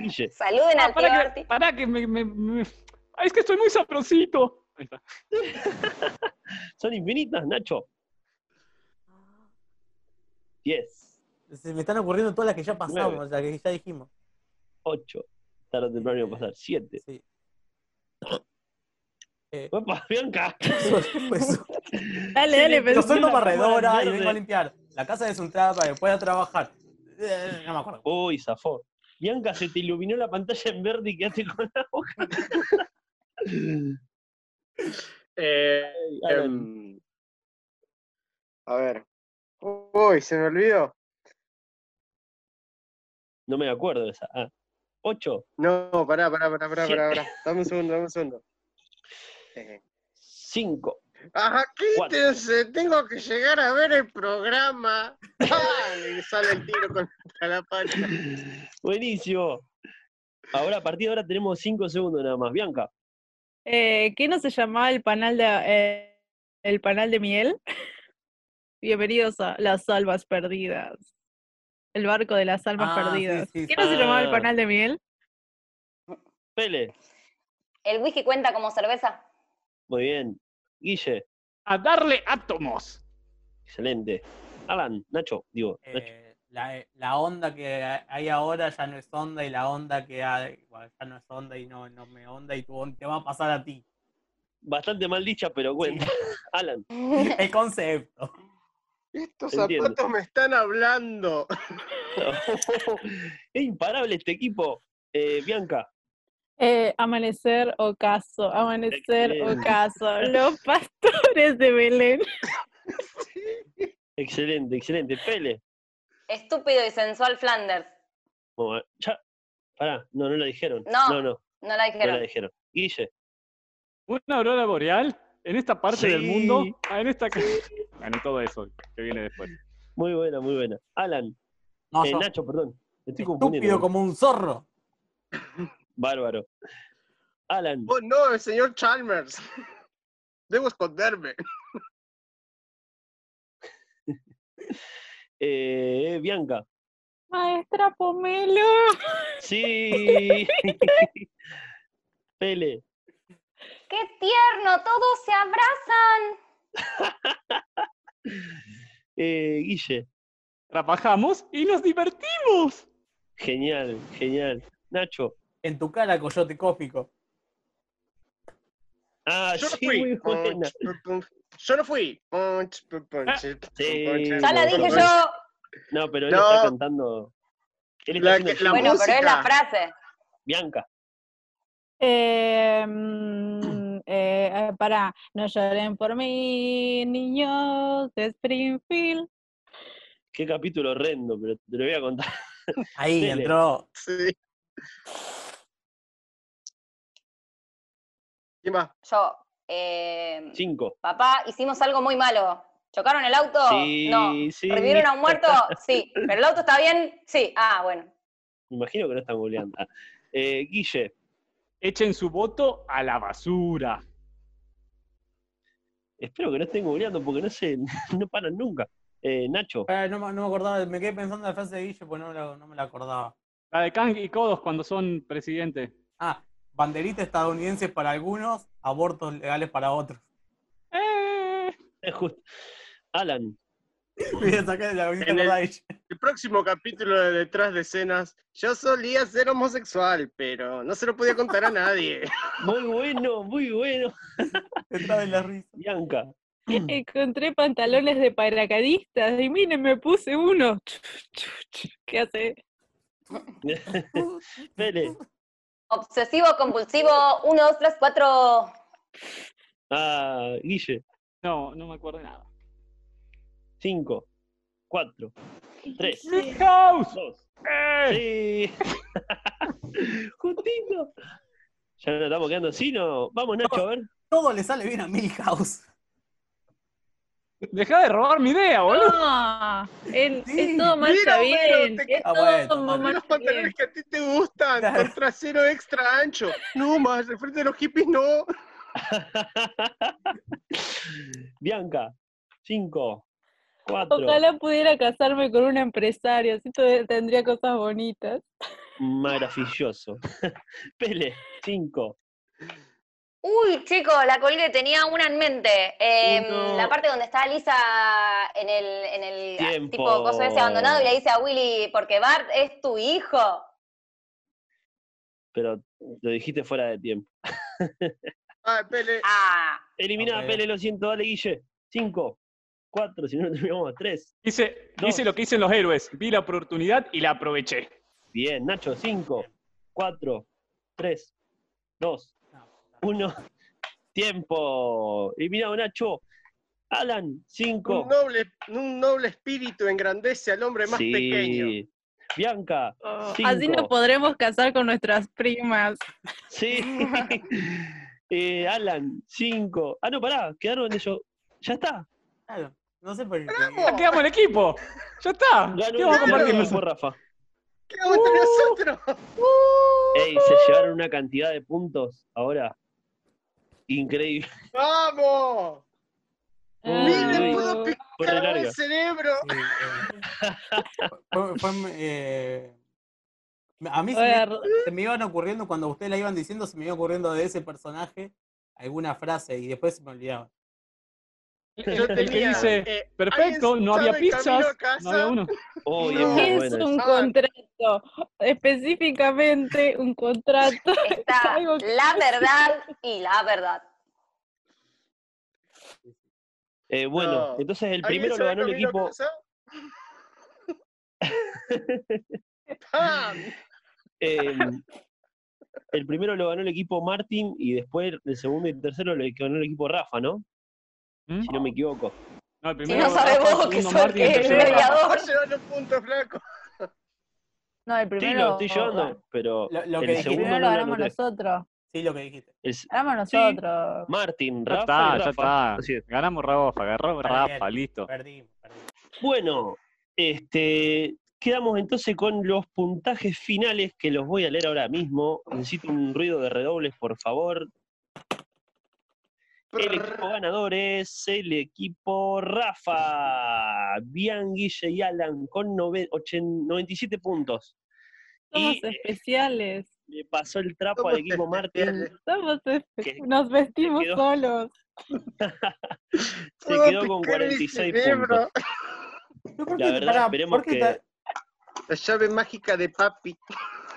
S6: Guille.
S3: Saluden
S2: Ah,
S3: al tío
S2: para,
S3: Arti.
S2: que, para que me, me- me- Ay, Es que estoy muy sabrosito. Ahí está.
S6: Son infinitas, Nacho. Diez,
S1: [laughs] Se me están ocurriendo todas las que ya pasamos, las que ya dijimos.
S6: ocho. Tarde o temprano iba a pasar. Siete.
S1: Sí. Eh,
S6: ¡Opa, Bianca!
S1: [laughs] pues,
S7: Dale, dale,
S1: yo
S7: pero.
S1: soy
S6: la
S1: barredora
S6: puta
S1: y vengo a
S6: mierda.
S1: limpiar. La casa es un trampa, después a trabajar. Eh, No me acuerdo.
S6: Uy, zafó. Bianca, se te iluminó la pantalla en verde y quedaste con la boca.
S5: Eh,
S6: Alan,
S5: em, a ver. Uy, se me olvidó.
S6: no me acuerdo de esa. Ah, ocho,
S5: No, pará, pará, pará, pará,
S6: Siete.
S5: pará, pará. Dame un segundo, dame
S6: [laughs]
S5: un segundo. Eh,
S6: cinco.
S5: Aquí
S6: Cuatro.
S5: te- se- tengo que llegar a ver el programa. ¡Ah! Y sale el tiro contra la pacha.
S6: Buenísimo. Ahora, a partir de ahora tenemos cinco segundos nada más. Bianca.
S7: Eh, ¿Qué no se llamaba el panal de eh, el panal de miel? [laughs] Bienvenidos a Las Almas Perdidas. El barco de las almas
S1: Ah, sí,
S7: perdidas.
S1: sí,
S7: ¿Qué no se llamaba el
S6: ah.
S7: panal de miel?
S6: Pele.
S3: ¿El whisky cuenta como cerveza? [laughs]
S6: Muy bien. Guille.
S2: A darle átomos.
S6: Excelente. Alan, Nacho, digo, Nacho.
S1: Eh, la, la onda que hay ahora ya no es onda y la onda que hay, bueno, ya no es onda y no, no me onda y tu on- te va a pasar a ti.
S6: Bastante mal dicha, pero cuenta. [laughs]
S1: [laughs]
S6: Alan,
S1: El concepto.
S5: Estos
S6: Entiendo.
S5: zapatos me están hablando.
S6: es imparable este equipo. Eh, Bianca,
S7: Eh, amanecer ocaso, amanecer
S6: Excelente.
S7: ocaso. Los pastores de Belén.
S6: excelente, excelente. Pele.
S3: Estúpido y sensual Flanders.
S6: Bueno, oh, ya. Pará, no, no la dijeron.
S3: No.
S6: no, no,
S3: No la
S6: no la
S3: dijeron.
S6: dijeron. Guille,
S2: Una aurora boreal en esta parte del
S6: Sí.
S2: mundo. ah, En esta. ca- [laughs] Bueno, todo eso que viene después.
S6: muy buena, muy buena. Alan,
S1: No,
S6: eh,
S1: yo,
S6: Nacho, perdón. Me estoy
S1: estúpido
S6: confundiendo.
S1: como un zorro.
S6: Bárbaro. Alan,
S5: Oh, no, el señor Chalmers. Debo esconderme.
S6: eh, Bianca.
S7: Maestra Pomelo.
S1: [laughs]
S6: Sí. [laughs] Pele.
S3: ¡Qué tierno! ¡Todos se abrazan!
S6: Eh, Guille.
S2: Trabajamos y nos divertimos.
S6: Genial, genial. Nacho.
S1: En tu cara, coyote cósmico.
S6: Ah,
S5: Yo no
S6: sí,
S5: fui.
S6: muy buena. Ah,
S5: Punch, pum, pum. Yo no fui. Punch, pum, punch, pum,
S6: sí.
S5: punch,
S3: Ya la
S5: pum,
S3: dije
S5: punch.
S3: yo.
S6: No, pero él
S5: No.
S6: está cantando. Él está
S5: La
S6: haciendo
S5: que-
S6: el jingle.
S5: la
S3: Bueno, pero es la
S5: música.
S3: frase.
S6: Bianca.
S7: Eh, mm, eh, para, no lloren por mí, niños de Springfield.
S6: Qué capítulo horrendo, pero te lo voy a contar. [laughs]
S1: Ahí
S6: Dele.
S1: entró.
S5: Sí. ¿Quién va?
S3: Yo. eh,
S6: Cinco.
S3: Papá, hicimos algo muy malo. ¿Chocaron el auto?
S6: Sí,
S3: no.
S6: sí.
S3: ¿Revivieron a un muerto? Sí. ¿Pero el auto está bien? Sí. Ah, bueno.
S6: Me imagino que no están goleando. Ah. Eh, Guille.
S2: Echen su voto a la basura.
S6: Espero que no estén goleando porque no se, [laughs] no paran nunca. Eh, Nacho.
S1: Eh, no, me- no me acordaba, me quedé pensando en la frase de Guille porque no me la, no me la acordaba.
S2: La de Kang y Codos cuando son presidente.
S1: Ah, banderitas estadounidenses para algunos, abortos legales para otros.
S2: ¡Eh!
S6: Es justo. Alan.
S1: [laughs] Mira, saqué de la
S5: En el-
S1: cabeza a Guille.
S5: El próximo capítulo de Detrás de Escenas. Yo solía ser homosexual, pero no se lo podía contar
S2: [laughs]
S5: a nadie. [laughs]
S6: Muy bueno, muy bueno.
S1: Detrás de la
S6: [laughs]
S1: risa.
S6: Bianca.
S7: Mm. Encontré pantalones de paracaidistas y miren, me puse uno. ¿Qué hace?
S1: Uh,
S6: Pele.
S3: Obsesivo, compulsivo, uno, dos, tres, cuatro.
S6: Ah, Guille.
S2: No, no me acuerdo de nada.
S6: Cinco. Cuatro. Tres.
S5: [laughs]
S2: Big House.
S6: Dos.
S2: ¡Eh!
S6: Sí. Justito. Ya nos estamos quedando así, ¿no? Vamos, Nacho, a ver.
S1: Todo le sale bien a Milhouse.
S2: Deja de robar mi idea, boludo.
S7: No, Ah, en-
S1: Sí,
S7: es todo
S5: mira,
S7: marcha
S5: bueno,
S7: bien.
S5: te-
S7: es
S1: Ah,
S7: todo
S1: bueno,
S7: ma-
S5: Los
S7: marcha
S5: pantalones
S7: bien.
S5: que a ti te gustan, con trasero extra ancho. No más, el frente de los hippies no.
S6: Bianca. Cinco. Cuatro.
S7: Ojalá pudiera casarme con un empresario, así to- tendría cosas bonitas.
S6: [laughs] Maravilloso. Pele. Cinco.
S3: Uy, chicos, la colgué, tenía una en mente. Eh,
S5: Uno.
S3: La parte donde está Lisa en el, en el ah,
S6: Tiempo.
S3: tipo coso ese abandonado y le dice a Willy, porque Bart es tu hijo.
S6: pero lo dijiste fuera de tiempo.
S5: Ah, Pele.
S3: Ah,
S6: Eliminada,
S1: Ok.
S6: Pele, lo siento, dale, Guille. Cinco, cuatro, si no lo terminamos, tres.
S2: Hice,
S6: Dos.
S2: hice lo que dicen los héroes. Vi la oportunidad y la aproveché.
S6: Bien, Nacho, cinco, cuatro, tres, dos, uno. [laughs] Tiempo. Eliminado, Nacho. Alan, cinco.
S5: Un noble, un noble espíritu engrandece al hombre más
S6: Sí.
S5: pequeño.
S6: Bianca,
S7: Oh,
S6: Cinco.
S7: Así nos podremos casar con nuestras primas.
S5: [laughs]
S6: sí. [laughs] Eh, Alan, cinco. Ah, no, pará, quedaron ellos. Ya está.
S1: Claro, no sé por qué.
S2: Ya quedamos el equipo. Ya está.
S6: Ganó
S2: ¿Qué vamos a
S5: ganó.
S2: compartir?
S6: ganó Rafa.
S5: ¿Qué vamos entre nosotros?
S2: [laughs]
S6: Ey, se llevaron una cantidad de puntos ahora. Increíble. [laughs]
S5: ¡Vamos!
S6: Uy,
S5: ¡Le
S6: uy,
S5: pudo
S6: por de
S5: picar
S6: larga.
S5: el cerebro!
S1: Sí, eh, fue- fue, eh, a mí se
S7: Oye,
S1: me,
S7: Ro-
S1: se me iban ocurriendo, cuando ustedes la iban diciendo, se me iba ocurriendo de ese personaje alguna frase y después se me olvidaba.
S2: El, el que dice,
S5: eh,
S2: perfecto,
S5: ¿alguien
S2: no había
S5: sabe el camino
S2: pizzas.
S5: a casa?
S2: No había uno.
S6: Uy, es
S5: No.
S6: muy
S7: ¿Qué es
S6: bueno eso.
S7: un
S5: Ah.
S7: contrato? Específicamente un contrato. Es
S3: está
S7: algo que-
S3: la verdad y la verdad.
S6: Eh, bueno,
S5: No.
S6: entonces el
S5: ¿Alguien
S6: primero lo
S5: sabe
S6: ganó el
S5: camino a
S6: equipo.
S5: casa?
S6: [laughs]
S5: ¡Pam!
S6: eh,
S5: [laughs]
S6: el primero lo ganó el equipo Martín y después el segundo y tercero lo ganó el equipo Rafa, ¿no?
S2: ¿Mm?
S6: Si no me equivoco.
S2: No, el
S3: Si
S2: primero
S3: no
S2: Rafa,
S3: sabemos
S2: el
S3: que
S2: segundo
S3: sos
S2: Martín y
S6: Este
S2: el
S3: el
S2: tercero Rafa.
S5: [laughs]
S3: mediador.
S5: Vas llevando puntos, flaco.
S9: [laughs] No, el
S6: Sí,
S9: primero.
S6: lo estoy llevando, pero
S1: Lo, lo que
S6: El
S9: El
S1: dijiste,
S6: segundo
S9: primero
S6: no
S9: lo
S6: lo
S9: ganamos
S6: anoté.
S9: nosotros.
S1: sí, lo que dijiste.
S6: el s-
S9: Ganamos nosotros.
S6: Martín,
S2: Ya
S6: Rafa, y
S2: está, ya
S6: Rafa.
S2: está.
S6: Así es.
S2: Ganamos Rafa, agarró
S6: Ah,
S1: Para
S2: Rafa,
S1: bien.
S2: listo.
S1: Perdimos, perdimos.
S6: Bueno, este, quedamos entonces con los puntajes finales que los voy a leer ahora mismo. Necesito un ruido de redobles, por favor. El equipo ganador es el equipo Rafa. Bian, Guille y Alan con nove- ochen- 97 puntos.
S7: Somos
S6: Y- eh,
S7: especiales.
S6: Le pasó el trapo
S5: Somos
S6: al equipo Martín.
S5: especiales.
S7: Somos espe-
S6: ¿Qué?
S7: Nos vestimos
S6: quedó?
S7: solos.
S6: Se
S5: Pudo
S6: quedó con
S5: picar este el
S6: 46
S5: cerebro.
S6: puntos.
S1: Pero ¿por
S6: La
S1: qué-
S6: verdad,
S1: pará,
S6: esperemos
S1: ¿por qué
S6: que-
S1: ta-
S5: La llave mágica de papi.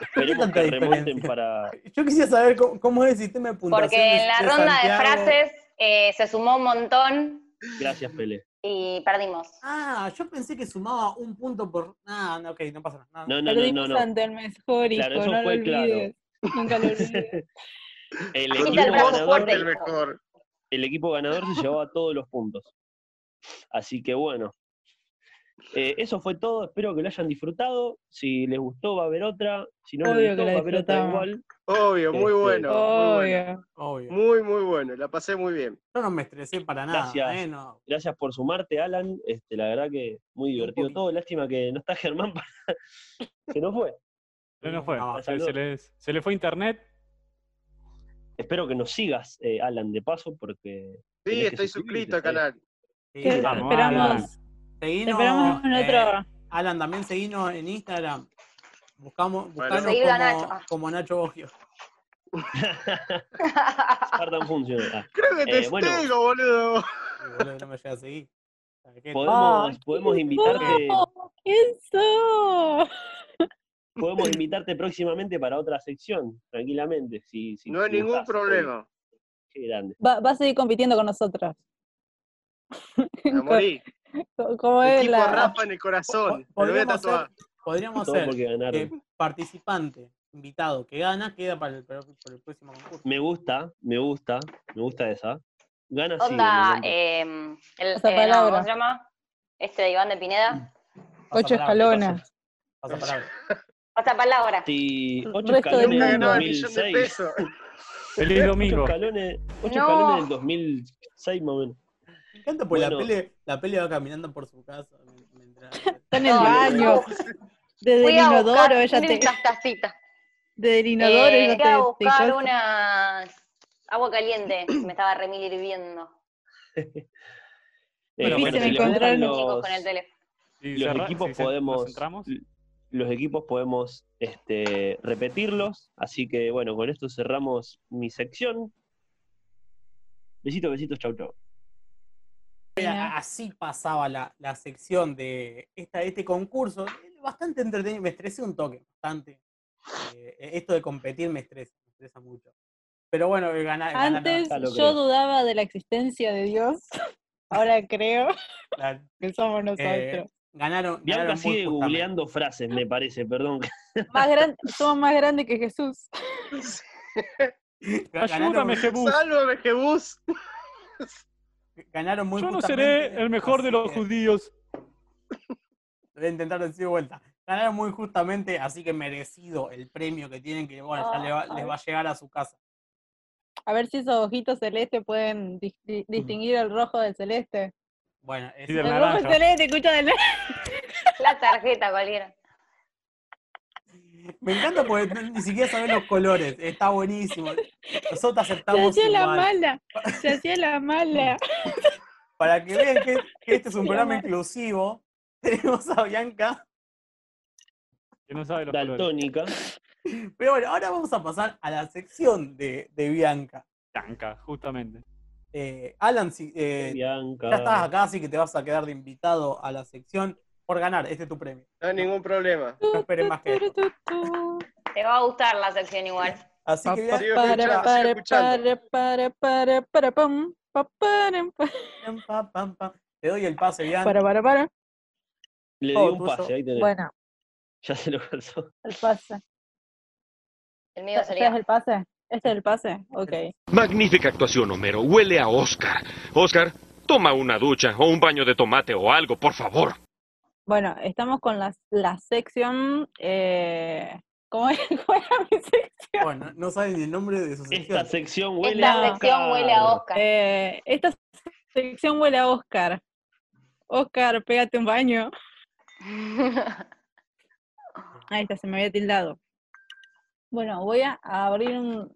S6: Esperemos
S1: tanta
S6: que remonten
S1: diferencia?
S6: para.
S1: Yo quisiera saber cómo, cómo es el sistema de puntuación
S3: Porque
S1: de-
S3: en la
S1: de
S3: ronda de
S1: Santiago.
S3: frases eh, se sumó un montón
S6: Gracias, Pele.
S3: y perdimos.
S1: Ah, yo pensé que sumaba un punto por... Ah, no, ok, no pasa nada. no.
S6: No, no, no, no.
S7: Perdimos
S6: no.
S7: ante el mejor hijo,
S6: Claro, eso
S7: no lo
S6: fue claro.
S7: olvides.
S6: [laughs]
S7: Nunca lo olvides.
S6: El equipo,
S3: Agita el brazo
S6: ganador,
S3: fuerte.
S5: El mejor.
S6: el equipo ganador se
S7: [laughs]
S6: llevaba todos los puntos. Así que bueno. Eh, eso fue todo. Espero que lo hayan disfrutado. Si les gustó, va a haber otra. Si no les
S7: Obvio
S6: gustó,
S7: que la
S6: va a haber otra
S7: disfrutamos.
S6: igual.
S5: Obvio, muy
S6: Este,
S5: bueno. Muy bueno.
S7: Obvio.
S1: Obvio.
S5: Muy, muy bueno. La pasé muy bien.
S1: Yo no me estresé para nada.
S6: Gracias.
S1: eh, no.
S6: Gracias por sumarte, Alan. Este, la verdad que muy divertido
S1: poquito.
S6: todo. Lástima que no está [laughs] Germán.
S7: [laughs]
S6: para- Se nos fue.
S2: Se nos fue.
S1: No,
S2: se, se le, se le fue internet.
S6: Espero que nos sigas, eh, Alan, de paso, porque Tenés
S5: Sí,
S6: que
S5: estoy
S6: suscribirte,
S5: suscrito al
S6: Pele.
S5: canal.
S1: Sí,
S7: Te-
S2: Vamos, Alan.
S7: esperamos, te
S1: Seguinos,
S7: esperamos en
S1: eh,
S7: otro.
S1: Alan, también seguinos en Instagram. Buscamos, buscanos
S5: Seguilo
S1: como,
S3: a Nacho. Ah.
S1: como Nacho Boggio.
S6: Spartan funciona. Ah,
S5: [laughs] Creo que te
S6: Eh, bueno.
S5: sigo, boludo.
S1: Y, boludo, no me llega a seguir. ¿Sabes qué?
S6: podemos, podemos invitarte,
S7: ¡Oh! ¡Eso!
S6: podemos invitarte próximamente para otra sección, tranquilamente. Si, si-
S5: No hay
S6: si
S5: ningún
S6: gustás.
S5: problema.
S6: Qué grande.
S9: Va, va a seguir compitiendo con nosotros.
S5: Me morí.
S9: Co- Como es
S5: Equipo
S9: la.
S5: Rafa en el
S1: Po-
S5: corazón. Me lo voy a
S1: podríamos
S5: tatuar.
S1: ser, podríamos
S6: Todo
S1: ser
S6: porque
S1: que
S6: ganaron.
S1: participante, invitado, que gana, queda para el, para el- para el próximo concurso.
S6: Me gusta, me gusta, me gusta esa. Gana sí.
S3: Onda,
S6: me encanta.
S3: eh, el, eh, no,
S9: Pasapalabra.
S3: ¿cómo se llama? Este de Iván de Pineda.
S7: Ocho escalones.
S1: Pasa palabra.
S3: Pasa palabra.
S6: Sí, ocho
S9: Resto del
S6: escalones
S5: Nunca
S6: del
S5: ganaba el millón de
S6: 2006.
S5: pesos.
S2: Feliz
S6: Ocho
S2: domingo.
S6: escalones, ocho
S3: No.
S6: escalones del 2006, más o menos.
S1: Me encanta porque pues la,
S6: Bueno.
S1: pele, la pele va caminando por su casa. me- me entra-
S7: Está en el baño. Desde el
S3: Fui a buscar
S7: inodoro,
S3: [laughs]
S7: ella te.
S3: unas tacitas.
S7: Desde el inodoro,
S3: Eh, fui
S7: ella
S3: a
S7: te. te
S3: buscar
S7: cosa.
S3: unas agua caliente. Me estaba remil hirviendo.
S6: Eh,
S2: Bueno,
S6: bueno,
S2: difícil
S6: si les
S7: encontrar
S6: gustan
S7: los-
S3: Chicos,
S6: los,
S3: con el teléfono.
S2: Si
S6: los
S2: cerra-
S6: equipos
S2: si se-
S6: podemos
S2: Nos entramos.
S6: los equipos podemos este, repetirlos así que bueno con esto cerramos mi sección Besitos, besitos, chau, chau.
S1: Era- Eh, así pasaba la, la sección de esta, este concurso. Bastante entretenido, me estresé un toque, bastante. Eh, esto de competir me estresa, me estresa mucho. Pero bueno, el gana- ganaron.
S9: Antes
S6: Ya lo
S9: yo
S6: creo.
S9: dudaba de la existencia de Dios, ahora creo
S1: Claro.
S9: que somos nosotros.
S1: Eh, ganaron.
S6: Bianca
S1: ganaron muy
S6: sigue
S1: justamente.
S6: googleando frases, me parece, perdón.
S9: Más gran- somos más grandes que Jesús.
S1: Ganaron,
S2: Ayúdame, Jebus.
S5: ¡Sálvame, Jebus!
S1: ganaron muy
S2: Yo no
S1: justamente,
S2: seré el mejor de los
S1: así que
S2: judíos.
S1: Voy a intentar decir de vuelta. Ganaron muy justamente, así que merecido el premio que tienen, que bueno, ya le va- les va a llegar a su casa.
S9: A ver si esos ojitos celestes pueden dis- di- distinguir el rojo del celeste.
S1: Bueno, es-
S2: Y del
S9: El rojo
S2: naranja.
S9: del celeste, escucha del
S3: La tarjeta cualquiera.
S1: me encanta porque no- ni siquiera saben los colores. Está buenísimo. Nosotros
S7: Se
S1: aceptamos
S7: hacía la
S1: igual.
S7: mala, se hacía la mala.
S1: Para que vean que, que este es un
S7: Se
S1: programa
S7: llama-
S1: inclusivo, [laughs] tenemos a Bianca.
S2: Que no sabe los colores.
S6: Daltónica.
S1: Pero bueno, ahora vamos a pasar a la sección de, de Bianca.
S2: Tanca, justamente.
S1: Eh, Alan, si, eh,
S6: Bianca.
S1: ya estás acá, así que te vas a quedar de invitado a la sección por ganar. Este es tu premio.
S5: No hay ningún problema.
S1: No esperes más que esto.
S3: Te va a gustar la sección igual.
S1: Así que Bianca,
S5: Sigo escuchando,
S9: Para,
S5: sigo
S9: para,
S5: escuchando.
S9: para, para, para, para, pam, pa, para, pa,
S1: pam, pam, pam, pam. te doy el pase, Bianca.
S9: para, para, para.
S6: Le
S1: todo
S6: dio un
S1: tuyo.
S6: pase, ahí tenés.
S9: Bueno,
S6: Ya se lo
S7: [laughs]
S6: calzó.
S9: el pase.
S3: El mío
S9: ¿Este es
S3: sería.
S9: el pase? ¿Este es el pase? Ok.
S10: Magnífica actuación, Homero. Huele a Oscar. Oscar, toma una ducha o un baño de tomate o algo, por favor.
S9: Bueno, estamos con la, la sección. Eh, ¿Cómo es? [laughs] ¿Cuál era mi sección?
S1: Bueno, no saben ni el nombre de su sección.
S6: Esta sección huele a
S3: Esta
S9: a
S3: sección huele a Oscar.
S9: Eh, esta sección huele a Oscar. Oscar, pégate un baño. Ahí está, se me había tildado. Bueno, voy a a abrir un,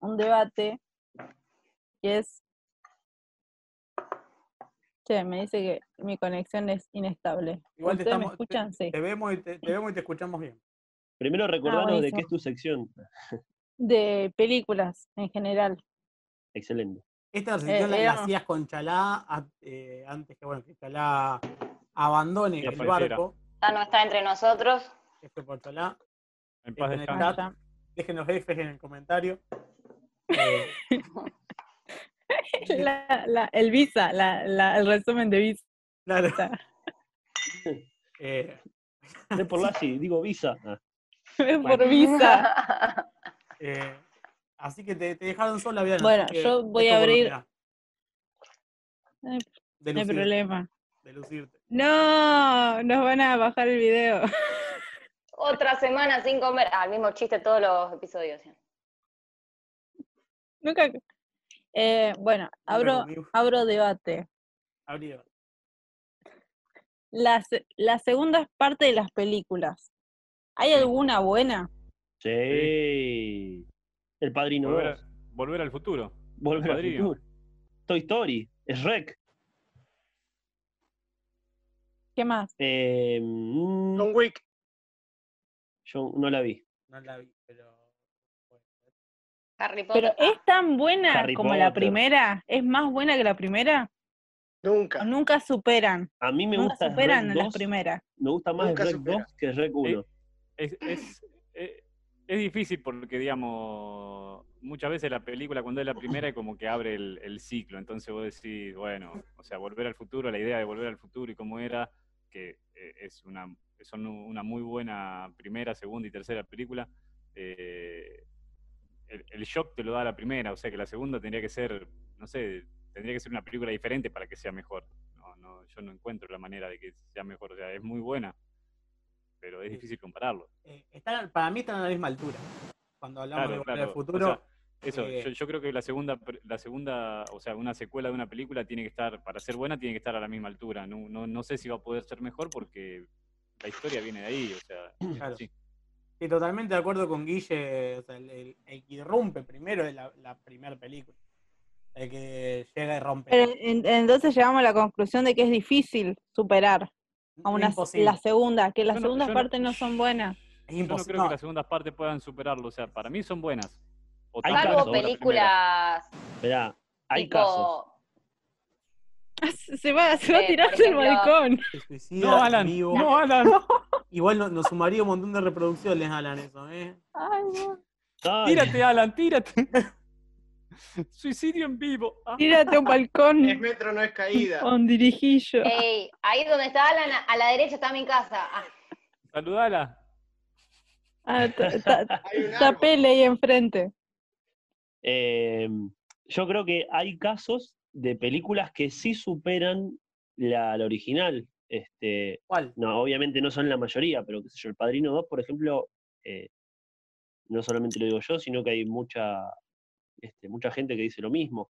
S9: un debate que es. Che, me dice que mi conexión es inestable.
S1: Igual te
S9: ¿Ustedes me
S1: estamos- te-
S9: escuchan? Sí.
S1: Te vemos, y te, te vemos y te escuchamos bien.
S6: Primero recordanos de
S9: buenísimo.
S6: qué es tu sección. Ah,
S9: De películas en general.
S6: Excelente.
S1: Esta sección la-
S9: Eh,
S1: la,
S9: era-
S1: hacías con Chalá a- eh, antes que, bueno, que Chalá abandone
S6: Que
S1: el
S2: apareciera.
S1: barco.
S3: [laughs] Ya no está entre nosotros.
S1: Este por Chalá.
S2: En
S1: Este,
S2: paz
S1: en el
S2: descanse.
S1: chat.
S9: Allá.
S1: Déjenos F en el comentario.
S9: [laughs]
S1: Eh,
S9: La- la- el Visa, la- la- el resumen de Visa. [laughs]
S1: claro. Eh,
S6: De por Lassi, digo visa. Ah,
S9: Por
S7: [laughs]
S9: Visa.
S1: eh, así que te, te dejaron sola, Bianca.
S9: Bueno,
S1: así que
S9: yo voy
S1: es tu
S9: a abrir-
S1: oportunidad
S9: No hay-
S1: De
S9: No hay
S1: lucirte,
S9: problema.
S1: de lucirte.
S7: No, nos van a bajar el video.
S3: [laughs] Otra semana sin comer. Ah, el mismo chiste todos los episodios. ¿sí?
S9: [laughs] Nunca. Eh, bueno, abro,
S1: conmigo.
S9: abro debate.
S1: Abrí.
S9: La, se- la segunda parte de las películas. ¿Hay alguna buena?
S6: Sí. El Padrino
S2: Volver,
S6: 2.
S2: a- volver al futuro.
S6: Volver al
S2: Padrino.
S6: futuro. Toy Story. Shrek.
S9: ¿Qué más?
S6: Eh, mm,
S5: John Wick.
S6: yo no la vi.
S1: No la vi, pero.
S3: Harry Potter. ah,
S7: Pero ¿es tan buena
S6: Harry
S7: como la
S6: Potter.
S7: primera? ¿Es más buena que la primera?
S5: Nunca.
S7: ¿O nunca superan?
S6: A mí me
S7: nunca
S6: gusta
S7: superan a
S6: Shrek
S7: las
S6: 2.
S7: primeras.
S6: Me gusta más
S5: Nunca
S6: Shrek
S5: supera.
S6: 2 que Shrek 1.
S2: Es, es, es, es difícil porque, digamos, muchas veces la película cuando es la primera es como que abre el, el ciclo. Entonces vos decís, bueno, o sea, volver al futuro, la idea de volver al futuro y cómo era, que eh, es una, son una muy buena primera, segunda y tercera película. eh, el, el shock te lo da la primera, o sea que la segunda tendría que ser, no sé, tendría que ser una película diferente para que sea mejor. No, no, yo no encuentro la manera de que sea mejor, o sea, es muy buena, pero es
S1: Sí.
S2: difícil compararlo.
S1: Eh, están- para mí están a la misma altura. Cuando hablamos de
S2: Claro,
S1: volver
S2: claro.
S1: al
S2: O
S1: futuro.
S2: sea, eso,
S1: eh,
S2: yo, yo creo que la segunda, pr- la segunda, o sea, una secuela de una película tiene que estar, para ser buena, tiene que estar a la misma altura. No, no, no sé si va a poder ser mejor porque la historia viene de ahí, o sea, es
S1: Claro.
S2: así.
S1: sí, totalmente de acuerdo con Guille. o sea, el, el- el que irrumpe primero es la, la primera película. El que llega y rompe.
S7: Pero en- entonces llegamos a la conclusión de que es difícil superar a una,
S1: Imposible.
S7: la segunda, que las
S2: Yo no-
S7: segundas
S2: yo no-
S7: partes no son buenas.
S1: Es
S2: Yo no
S1: imposible.
S2: creo que las segundas partes puedan superarlo, o sea, para mí son buenas. O
S6: Hay
S2: tan
S6: casos,
S2: buenas
S3: Salvo
S2: como la primera.
S3: películas.
S6: Esperá, Hay
S3: tipo,
S6: casos.
S7: [laughs] Se va, se va a
S3: Eh,
S7: tirar
S3: por
S7: del
S3: ejemplo,
S7: balcón.
S1: Se suicida
S2: No, Alan,
S1: en vivo.
S2: no, Alan.
S1: Igual no- nos sumaría un montón de reproducciones, Alan, eso, ¿eh?
S9: Ay, no.
S6: Ay,
S2: Tírate, Alan, tírate. Suicidio en vivo. Ah.
S7: [laughs] Tírate a un
S5: Es
S7: balcón
S5: metro, no es caída.
S7: con dirigillo.
S3: Ey, ahí donde está Alan, a la derecha está mi casa. Ah,
S2: Saludala.
S5: [laughs]
S7: Ah, ta- ta-
S5: Hay un árbol.
S7: Tapele ahí enfrente.
S6: eh, yo creo que hay casos de películas que sí superan la, la original. Este,
S1: ¿Cuál?
S6: no, obviamente no son la mayoría, pero qué sé yo, El Padrino 2, por ejemplo, eh, no solamente lo digo yo, sino que hay mucha, este, mucha gente que dice lo mismo.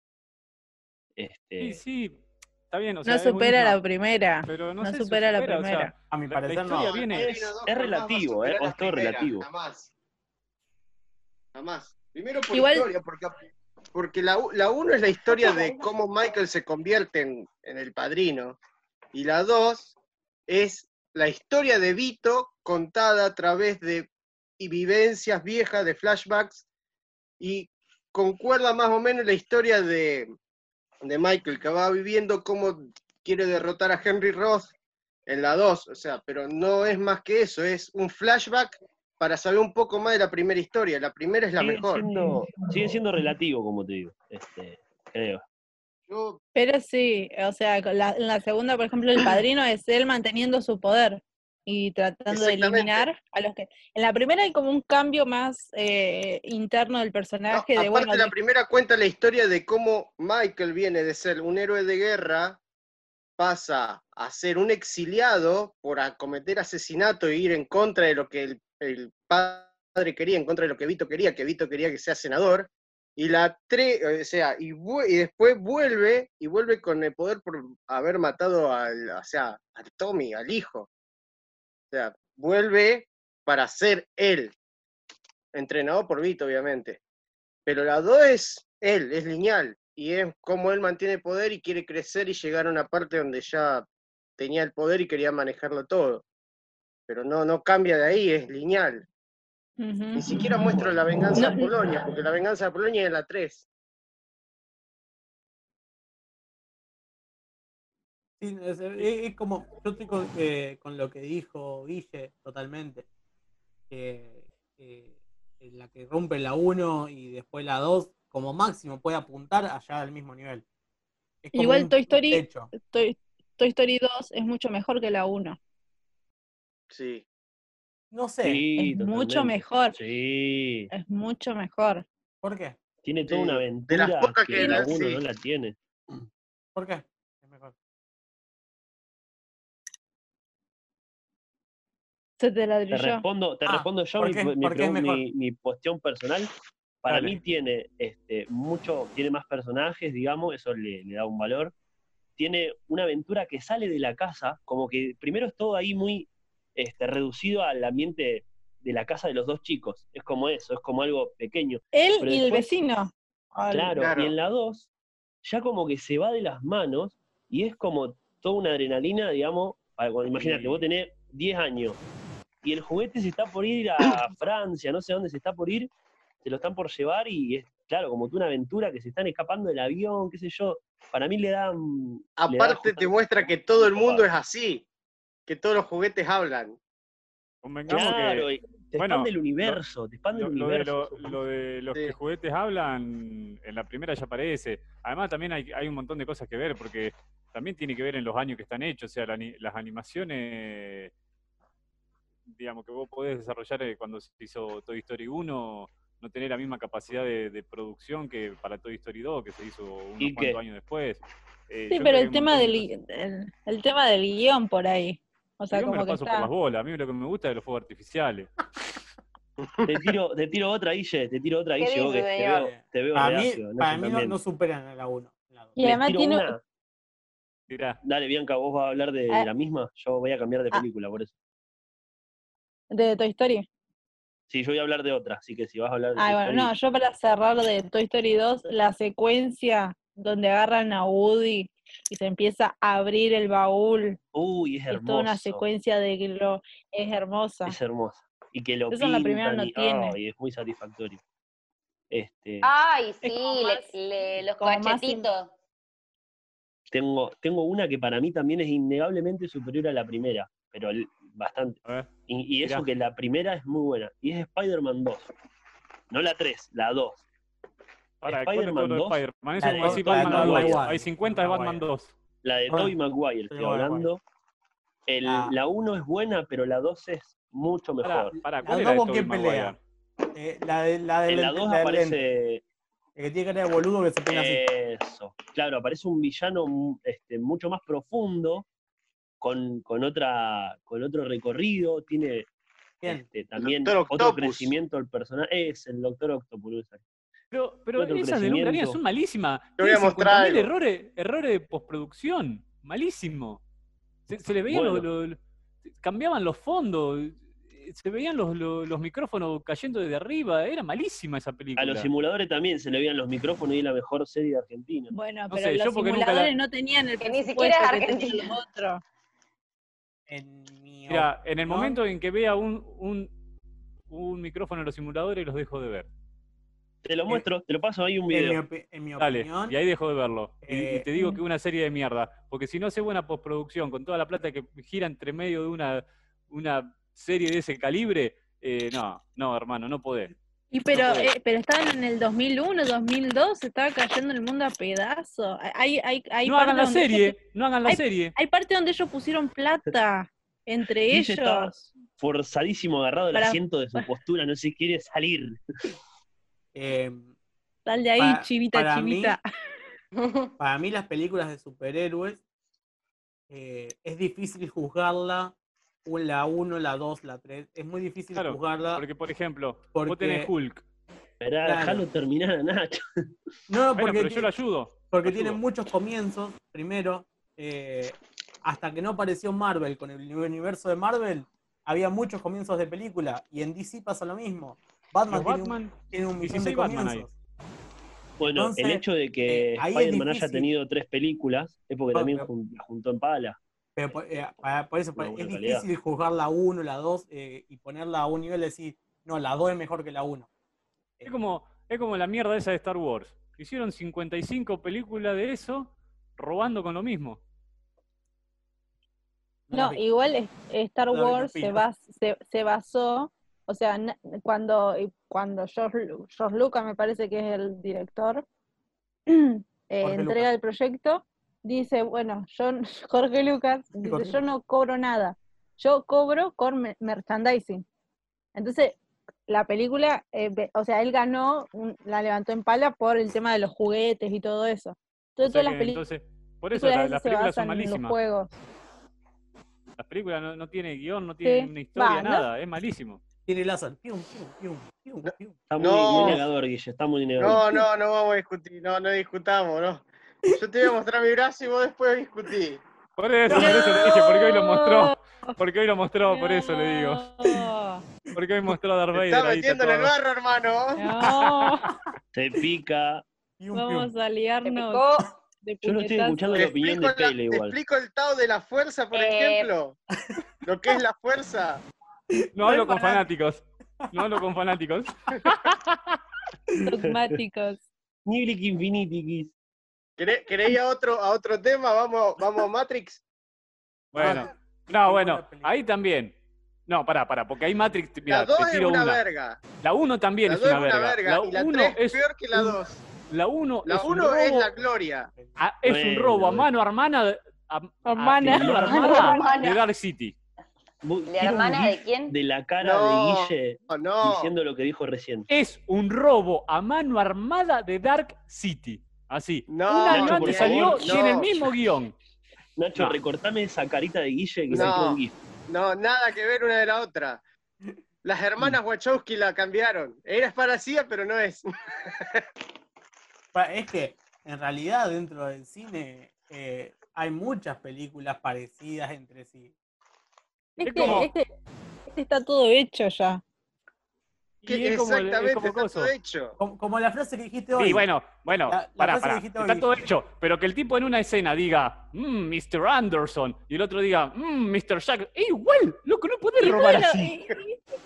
S2: Sí,
S6: Este,
S2: sí. Está bien, o sea,
S7: Eh. No
S2: es
S7: supera la
S2: buenísima,
S7: primera.
S2: Pero no,
S7: no
S2: sé si
S7: supera la
S2: o sea,
S7: primera.
S1: A mi
S2: La- la
S1: parecer no.
S2: historia
S5: el
S2: viene-
S5: Padrino
S6: es-
S5: dos
S6: es
S5: jamás va a
S6: relativo,
S5: superar
S6: eh,
S5: la
S6: o es todo
S5: primera,
S6: relativo.
S5: Jamás. Jamás. Primero por
S7: Igual-
S5: historia, porque, porque la, u- la uno es la historia de cómo Michael se convierte en, en el padrino. Y la dos es la historia de Vito contada a través de y vivencias viejas, de flashbacks, y concuerda más o menos la historia de, de Michael, que va viviendo cómo quiere derrotar a Henry Roth en la 2, o sea, pero no es más que eso, es un flashback para saber un poco más de la primera historia. La primera es la
S6: sigue,
S5: mejor.
S6: siendo, sigue siendo relativo, como te digo. Este, creo.
S5: Yo,
S7: Pero sí, o sea, con la- en la segunda, por ejemplo, el padrino es él manteniendo su poder y tratando de
S5: Exactamente.
S7: eliminar a los que... En la primera hay como un cambio más eh, interno del
S5: no,
S7: personaje
S5: aparte,
S7: de, bueno,
S5: la
S7: de-
S5: primera cuenta la historia de cómo Michael viene de ser un héroe de guerra, pasa a ser un exiliado por acometer asesinato e ir en contra de lo que el, el padre quería, en contra de lo que Vito quería, que Vito quería que sea senador. Y la tre- o sea, y, vu- y después vuelve, y vuelve con el poder por haber matado al, o sea, al Tommy, al hijo. O sea, vuelve para ser él. Entrenado por Vito, obviamente. Pero la 2 es él, es lineal. Y es como él mantiene el poder y quiere crecer y llegar a una parte donde ya tenía el poder y quería manejarlo todo. Pero no, no cambia de ahí, es lineal.
S7: Ujú.
S5: Ni siquiera muestra la venganza
S7: No.
S5: de Polonia, porque la venganza de Polonia es en la 3.
S1: Sí, es, es- es como, yo estoy con, eh, con lo que dijo Guille totalmente. Que, que en la que rompe la 1 y después la 2, como máximo puede apuntar allá al mismo nivel. Es como
S7: Igual
S1: un
S7: Toy Story-
S1: techo.
S7: Toy, Toy Story 2 es mucho mejor que la 1.
S5: Sí.
S1: No sé,
S6: Sí,
S7: es mucho
S6: totalmente.
S7: mejor.
S6: Sí,
S7: Es mucho mejor.
S1: ¿por qué?
S6: tiene toda
S5: Sí,
S6: una
S5: de
S6: aventura
S5: las pocas
S6: que,
S5: que
S6: la
S5: la-
S6: uno
S5: sí.
S6: no la tiene.
S1: ¿Por qué? Es mejor.
S7: Se te
S6: Te
S7: ladrilló.
S6: respondo, te
S1: Ah,
S6: respondo yo
S1: ¿por
S6: mi,
S1: qué?
S6: mi
S1: ¿Por qué es
S6: pregun-
S1: mejor?
S6: mi- mi cuestión personal. Para
S2: Dale.
S6: mí tiene este, mucho, tiene más personajes, digamos, eso le, le da un valor. Tiene una aventura que sale de la casa, como que primero es todo ahí muy este, reducido al ambiente de la casa de los dos chicos. Es como eso, es como algo pequeño.
S7: Él
S6: Pero
S7: y el
S6: después-
S7: vecino. Al-
S6: Claro,
S5: Claro.
S6: y en la 2 ya como que se va de las manos y es como toda una adrenalina, digamos, para cuando- imagínate, vos tenés 10 años y el juguete se está por
S2: [coughs]
S6: ir a Francia, no sé dónde se está por ir, se lo están por llevar y es, claro, como tú una aventura que se están escapando del avión, qué sé yo, para mí le dan... le da
S5: Aparte te
S6: justamente-
S5: muestra que todo el mundo
S6: Papá.
S5: es así, que todos los juguetes hablan.
S2: Convengamos
S6: Claro,
S2: que
S6: y te
S2: bueno,
S6: expande el universo, te expande
S2: lo,
S6: el
S2: lo de,
S6: universo.
S2: lo- lo de los
S5: Sí.
S2: que juguetes hablan, en la primera ya aparece. Además, también hay, hay un montón de cosas que ver, porque también tiene que ver en los años que están hechos. O sea, la ani- las animaciones, digamos, que vos podés desarrollar eh, cuando se hizo Toy Story 1, no tener la misma capacidad de, de producción que para Toy Story 2, que se hizo unos
S6: ¿Y qué?
S2: cuantos años después. Eh,
S7: Sí,
S2: yo creo
S7: pero
S2: que hay
S7: el
S2: un
S7: tema,
S2: montón de
S7: del,
S2: cosas.
S7: gui- el, el tema del guión por ahí. O sea,
S2: Yo me
S7: como
S2: lo
S7: que
S2: paso por
S7: está...
S2: las bolas. A mí lo que me gusta es los fuegos artificiales.
S6: Te tiro, te tiro otra, Guille, te tiro otra,
S3: ¿Qué
S6: Guille, vos que
S3: dice,
S6: te
S3: señor?
S6: veo, te veo
S1: para mí,
S6: reacio, no sé
S1: para mí no,
S6: también.
S1: no superan a la 1.
S7: Y
S6: Les
S7: además
S6: tiro
S7: tiene-
S6: una-
S2: Mirá,
S6: Dale, Bianca, vos vas a hablar de, de
S7: Ah.
S6: la misma. Yo voy a cambiar de
S7: Ah.
S6: película, por eso.
S7: De Toy Story.
S6: Sí, yo voy a hablar de otra, así que si vas a hablar de.
S7: Ah,
S6: Toy
S7: bueno, no,
S6: Story-
S7: yo para cerrar de Toy Story 2, la secuencia donde agarran a Woody y se empieza a abrir el baúl.
S6: Uy, es
S7: Es toda una
S6: hermoso.
S7: secuencia de que lo... Es hermosa.
S6: Es hermosa. Y que lo
S7: Eso en la primera
S6: pintan
S7: no
S6: y,
S7: tiene. Ah.
S6: ay, es muy satisfactorio. Este,
S3: Ay,
S7: Es
S3: sí,
S7: como
S3: le-
S7: más-
S3: le- los
S7: como más
S3: cachetitos.
S6: tengo, tengo una que para mí también es innegablemente superior a la primera, pero l- bastante.
S2: A ver.
S6: Y, y eso
S2: Mirá.
S6: que la primera es muy buena. Y es Spider-Man 2. No la 3, la 2.
S2: Para, ¿cuál es
S6: Spider-Man
S2: todo de
S6: 2?
S2: Spider-Man? Eso
S1: La
S2: es
S1: de-
S2: como decir
S1: la de
S2: Batman
S1: Tom
S2: 2.
S1: Maguire.
S2: Hay 50 de Batman
S1: Maguire.
S2: 2.
S6: La de
S1: Ah,
S6: Tobey Maguire,
S1: Tobey
S6: estoy
S1: Maguire.
S6: hablando. El-
S1: Ah.
S6: La 1 es buena, pero la 2 es mucho
S2: Para,
S6: mejor.
S2: para,
S1: ¿La
S2: ¿cuál
S1: dos
S2: era de
S1: con
S2: Tobey
S1: quién pelea?
S2: Maguire?
S1: Eh, la de la de
S6: en la
S1: lente-
S6: 2
S1: la del lente.
S6: aparece Eh,
S1: El que tiene cara de boludo que se pega así.
S6: eso. Claro, aparece un villano mm, este, mucho más profundo, con, con otra, con otro recorrido, tiene
S1: Bien.
S6: este, también
S5: Doctor
S6: otro
S5: Octopus.
S6: crecimiento al personaje. Es el Doctor Octopus. exacto.
S2: Pero, pero
S6: Otro
S2: esas de
S6: crecimiento.
S2: Lumbrania son malísimas.
S5: Te voy a
S2: Tienen
S5: mostrar
S2: 50.000
S5: algo.
S2: errores, errores de postproducción. Malísimo. Se, se les veían
S6: Bueno.
S2: los, los- Cambiaban los fondos. Se veían los, los- los micrófonos cayendo desde arriba. Era malísima esa película.
S6: A los simuladores también se le veían los micrófonos y es la mejor serie de Argentina.
S9: Bueno,
S2: No
S9: pero
S2: sé, yo
S9: los
S2: porque nunca la-
S9: simuladores no tenían el
S3: Que ni siquiera
S9: presupuesto
S3: es
S9: que tenían
S3: Argentina.
S9: los otros.
S1: En mi
S2: Mira, en el
S1: ¿no?
S2: momento en que vea un, un, un micrófono en los simuladores, los dejo de ver.
S6: Te
S1: eh,
S6: lo muestro, te lo paso ahí un
S1: en mi,
S6: video.
S1: opi- en mi
S2: Dale,
S1: opinión,
S2: y ahí dejo de verlo. Y- y,
S1: Eh,
S2: te digo que una serie de mierda. Porque si no hace buena postproducción, con toda la plata que gira entre medio de una, una serie de ese calibre, eh, no, no, hermano, no podés.
S7: Y pero,
S2: puede.
S7: eh, pero estaban en el 2001, 2002, se estaba cayendo el mundo a pedazos. Hay, hay, hay,
S2: No
S7: parte
S2: hagan la
S7: donde ellos-
S2: serie, no hagan la serie.
S7: hay parte donde ellos pusieron plata entre
S6: Guille está
S7: ellos.
S6: forzadísimo agarrado del
S7: Para-
S6: asiento de
S1: [laughs]
S6: su postura, no se quiere salir.
S1: eh,
S7: Dale ahí,
S1: Pa-
S7: chivita,
S1: para mí-
S7: chivita.
S3: [laughs]
S1: Para mí las películas de superhéroes eh, es difícil juzgarla o la 1, la 2, la 3. Es muy difícil
S2: Claro,
S1: juzgarla.
S2: Porque, por ejemplo,
S1: Porque-
S2: vos tenés Hulk.
S6: Esperá,
S1: Claro.
S6: déjalo terminar, Nacho.
S1: No,
S2: Bueno,
S1: porque,
S2: pero yo
S1: ti-
S2: lo ayudo.
S1: porque
S2: lo ayudo.
S1: tiene muchos comienzos, primero. eh, hasta que no apareció Marvel con el universo de Marvel, había muchos comienzos de película. Y en DC pasa lo mismo. Batman,
S2: Los
S1: tiene un-
S2: Batman,
S1: tiene un, millón de
S2: 16 Batman
S1: comienzos.
S2: hay.
S6: Bueno,
S1: Entonces,
S6: el hecho de que
S1: eh, ahí es
S6: Spider-Man haya
S1: difícil.
S6: tenido tres películas es porque
S1: Bueno,
S6: también
S1: pero-
S6: jun- la juntó en pala.
S1: Pero por, eh, para- por eso,
S6: Una
S1: por-
S6: buena
S1: es
S6: calidad.
S1: difícil juzgar la 1, la 2 eh, y ponerla a un nivel y decir, no, la 2 es mejor que la 1. eh.
S2: Es como, es como la mierda esa de Star Wars. Hicieron 55 películas de eso robando con lo mismo.
S9: No, igual es- Star
S1: Dale,
S9: Wars
S1: Lupita.
S9: se, bas- se, se basó, o sea, na- cuando, cuando George, Lu- George Lucas, me parece que es el director, [clears throat] eh, entrega
S1: Lucas.
S9: el proyecto, dice, bueno, yo, [laughs] Jorge Lucas, dice,
S1: Jorge
S9: yo no cobro nada, yo cobro con me- merchandising. Entonces, la película, eh, ve- o sea, él ganó, un- la levantó en pala por el tema de los juguetes y todo eso.
S2: O
S9: Entonces,
S2: sea
S9: todas las
S2: que,
S9: películas
S2: entonces, por eso la-
S9: esas
S2: las
S9: se
S2: películas son
S9: basan en los
S2: malísimas.
S9: juegos.
S2: Las películas no, no tienen guión, no tienen
S9: Sí.
S2: una historia,
S9: Va, ¿no?
S2: nada. Es malísimo.
S1: Tiene láser. Pium, pium, pium, pium, pium.
S6: Está muy,
S5: No.
S6: muy negador, Guille, está muy negador.
S5: No, no, no vamos a discutir, no, no discutamos, no. Yo te voy a mostrar mi brazo y vos después discutís.
S2: Por eso, por eso le dije, porque hoy lo mostró. Porque hoy lo mostró, por eso le digo.
S9: No.
S2: Porque hoy mostró a Darth
S5: Te
S2: Vader
S5: estás
S2: ahí
S5: metiendo en el
S2: tatuado.
S5: barro, hermano.
S9: No,
S6: Se pica.
S1: pium,
S9: vamos
S1: pium.
S9: a
S3: Te
S9: liarnos
S3: picó.
S9: de
S6: Yo lo estoy
S9: puñetazo.
S6: escuchando
S5: Te
S6: la opinión
S5: explico,
S6: de
S5: la- te
S6: Pele igual.
S5: explico el Tao de la fuerza, por
S3: Eh.
S5: ejemplo. Lo que es la fuerza.
S2: No hablo con fanáticos. No hablo con fanáticos.
S9: Dogmáticos.
S6: [laughs] Niblick Infinity, Guille.
S5: ¿Queré- ¿Queréis a otro, a otro tema? Vamos, vamos a Matrix.
S2: Bueno.
S1: Ah,
S2: No,
S1: buena
S2: bueno.
S1: película.
S2: Ahí también. No, pará, pará, porque ahí Matrix,
S5: La
S2: mira, te
S5: 2 es
S2: tiro
S5: una,
S2: una.
S5: verga.
S2: La 1 también
S5: La
S2: es
S5: 2
S2: una verga.
S5: Y la
S2: La 1
S5: 3 es
S2: es
S5: peor que la
S2: un-
S5: 2.
S2: La 1
S5: La
S2: es un
S5: 1 es
S2: robo,
S5: la gloria.
S2: a- es un
S6: Bueno,
S2: robo a
S6: bueno.
S2: mano armada a, a-
S6: Ah,
S7: Hermana.
S2: a mano armada de Dark City.
S6: Vos-
S3: ¿La
S6: quiero un
S3: hermana
S6: gif
S3: de quién?
S6: De la cara
S5: No.
S6: de Guille
S5: Oh, no.
S6: diciendo lo que dijo recién.
S2: Es un robo a mano armada de Dark City. Así.
S5: No,
S2: un año
S6: Nacho,
S2: antes
S6: por
S2: salió
S6: favor,
S2: y
S5: no.
S2: en el mismo guión.
S6: Nacho,
S2: No.
S6: recortame esa carita de Guille que
S5: No.
S6: no. un gif.
S5: No, nada que ver una de la otra. Las hermanas Wachowski la cambiaron. Era esparacía, pero no es.
S1: Pa- Es que en realidad dentro del cine eh, hay muchas películas parecidas entre sí.
S9: Es
S2: Es
S9: que
S2: como-
S7: este
S9: este, este está todo hecho ya.
S2: Y
S5: [laughs]
S2: es como el- es
S5: exactamente,
S2: como
S5: está
S2: coso.
S5: todo hecho.
S1: Como, como la frase que dijiste hoy.
S2: Sí, bueno, bueno,
S1: La- la
S2: pará,
S1: frase
S2: pará.
S1: que dijiste
S2: Está
S1: hoy.
S2: todo hecho, pero que el tipo en una escena diga, mmm, Mr. Anderson, y el otro diga, mmm, Mr. Jack. ¡Eh, igual! Loco, no podés
S7: Y
S2: robar
S7: bueno,
S2: así.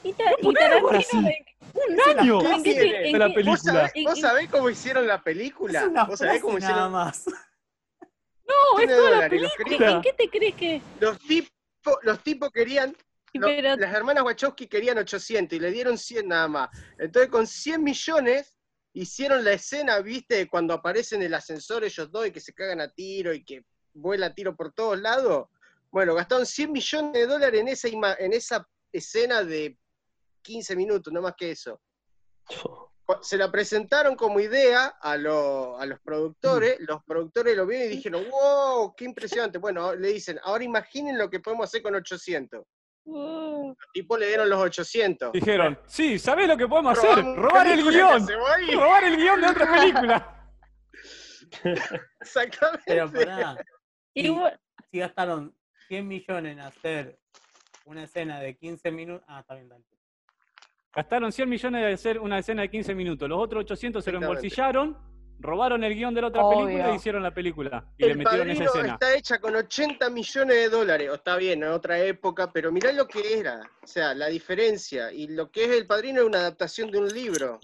S7: y- y- y ta- y
S2: podés robar
S7: Tarantino,
S2: así.
S7: ¿en-
S2: ¡Un año!
S5: ¿Qué
S7: en qué-
S5: tiene?
S7: en
S2: de la
S7: qué-
S5: ¿Vos
S2: película.
S5: sabés, vos sabés cómo hicieron la película?
S1: Es una
S5: ¿Vos sabés
S1: frase
S5: cómo
S1: nada
S5: hicieron [laughs]
S1: más.
S2: No, es
S5: tiene
S2: Pues, toda la
S5: dólares, los
S2: película.
S7: ¿En qué te crees que.?
S5: Los tipos los tipos querían, lo-
S7: Pero-
S5: las hermanas Wachowski querían 800 y le dieron 100 nada más. Entonces con 100 millones hicieron la escena, viste, cuando aparecen en el ascensor ellos dos y que se cagan a tiro y que vuela a tiro por todos lados. Bueno, gastaron 100 millones de dólares en esa, ima- en esa escena de 15 minutos, no más que eso. Cu- Se la presentaron como idea a, lo- a los
S2: Mm.
S5: productores, los productores lo vieron y dijeron, wow, qué impresionante. Bueno, le dicen, ahora imaginen lo que podemos hacer con 800.
S7: Uh,
S5: Los tipos le dieron los 800.
S2: Dijeron, sí, ¿sabés lo que podemos hacer?
S5: Robamos
S2: Robar el
S5: películas de
S2: guión.
S5: Ceboli.
S2: Robar el guión de otra
S5: [laughs]
S2: película.
S5: Exactamente.
S1: Pero pará,
S7: y
S1: Sí.
S7: bu-
S1: si gastaron 100 millones en hacer una escena de 15 minutos. Ah, está bien, dale.
S2: Gastaron 100 millones de hacer una escena de 15 minutos. Los otros 800 se lo
S5: Exactamente.
S2: embolsillaron, robaron el guión de la otra
S9: Obvio.
S2: película y hicieron la película. Y le
S5: El
S2: metieron esa
S5: padrino
S2: escena.
S5: está hecha con 80 millones de dólares. O está bien, en otra época, pero mirá lo que era. O sea, la diferencia. Y lo que es el padrino es una adaptación de un libro.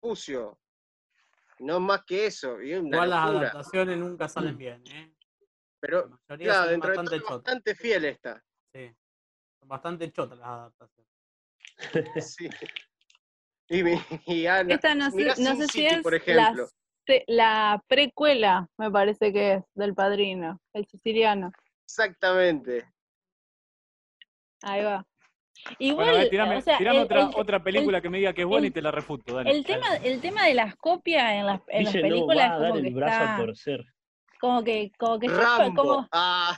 S5: Pucio. No más que eso. Y es una
S1: Igual las
S5: locura.
S1: adaptaciones nunca salen bien, ¿eh? La
S5: Pero,
S1: mayoría
S5: claro,
S1: son
S5: dentro de todo
S1: bastante
S5: es
S1: chotas.
S5: bastante fiel esta. [laughs]
S1: Sí. Son bastante chotas las adaptaciones.
S5: Sí. Y, mi- y Ana.
S7: esta no sé,
S5: mirá
S7: no
S5: Sin
S7: sé si
S5: City,
S7: es
S5: por
S7: la,
S5: ejemplo.
S7: se- la precuela, me parece que es, del padrino, el siciliano.
S5: Exactamente.
S7: Ahí va. Igual,
S2: Bueno, a ver, tirame,
S7: o sea,
S2: tirame
S7: el-
S2: otra,
S7: el-
S2: otra película que me diga que es buena
S7: el-
S2: y te la refuto. Dale,
S7: El tema, el tema de las copias en las, en las
S6: Dice, no,
S7: películas
S6: va a
S7: como,
S6: dar
S7: que
S6: el brazo
S7: está-
S6: a torcer.
S7: como que como que ya fue
S5: Rambo.
S7: como
S5: Ah,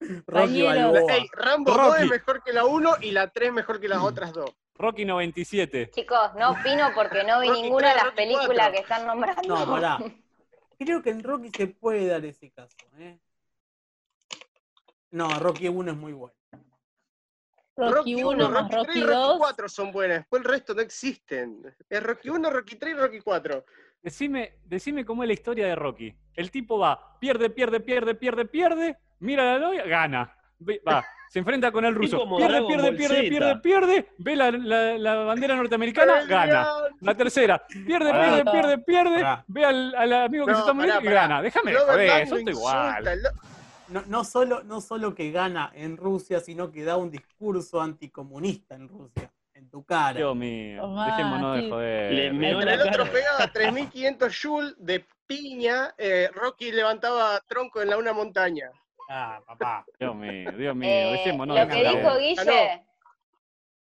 S1: Rocky
S7: Compañeros.
S1: Balboa.
S5: ey, Rambo
S2: Rocky.
S5: 2 es mejor que la 1 y la 3 mejor que las otras dos.
S2: Rocky 97.
S3: Chicos, no opino porque no vi
S5: Rocky
S3: ninguna de
S5: tres,
S3: las
S5: Rocky
S3: películas
S5: cuatro.
S3: que están nombrando.
S1: No, pará. Creo que en Rocky se puede dar ese caso, ¿eh? No, Rocky 1 es muy bueno.
S7: Rocky 1 más
S5: Rocky 3
S7: Rocky
S5: y Rocky
S7: 2.
S5: 4 son buenas, después el resto no existen. Es Rocky 1, Rocky 3 y Rocky 4.
S2: Decime, decime cómo es la historia de Rocky. El tipo va, pierde, pierde, pierde, pierde, pierde, mira la novia, gana. Ve- Va, se enfrenta con el ruso.
S6: como
S2: Pierde,
S6: Dragon
S2: pierde,
S6: Ball
S2: pierde,
S6: Z.
S2: pierde, pierde, ve la, la- la bandera norteamericana, gana. La tercera, pierde,
S1: Pará.
S2: pierde, pierde, pierde,
S1: Pará.
S2: ve al, al amigo que
S5: No,
S2: se está muriendo
S5: pará,
S2: y
S5: pará.
S2: gana. Déjame, de
S5: Robert
S2: joder,
S5: Downey
S2: eso está
S5: insulta,
S2: igual.
S5: lo-
S1: No, no, solo, no solo que gana en Rusia, sino que da un discurso anticomunista en Rusia, en tu cara.
S2: Dios mío,
S7: Tomá,
S2: dejémonos de
S7: sí.
S2: joder.
S6: Le meó
S5: Mientras
S6: la
S5: el otro
S6: cara.
S5: pegaba 3.500 joules de piña, eh, Rocky levantaba tronco en la una montaña.
S1: Ah, papá.
S2: Dios mío, Dios mío,
S3: Eh,
S2: dejémonos
S3: lo
S2: de
S3: que
S1: no,
S2: joder.
S3: dijo
S1: no.
S3: Guille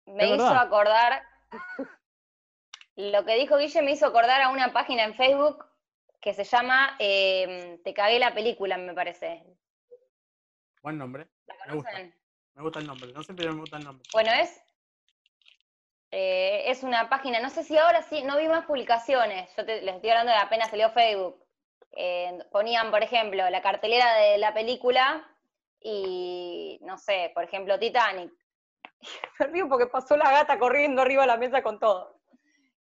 S3: me
S2: Es
S3: hizo
S2: verdad.
S3: acordar. Lo que dijo Guille me hizo acordar a una página en Facebook que se llama eh, Te cagué la película, me parece.
S1: Buen nombre.
S3: ¿La
S1: Me gusta.
S3: conocen?
S1: Me gusta el nombre. No siempre me gusta el nombre.
S3: Bueno, es. eh, es una página, no sé si ahora sí, no vi más publicaciones. Yo te- les estoy hablando de apenas salió Facebook. Eh, ponían, por ejemplo, la cartelera de la película y, no sé, por ejemplo, Titanic. [laughs] Me río porque pasó la gata corriendo arriba de la mesa
S6: [laughs]
S3: con todo.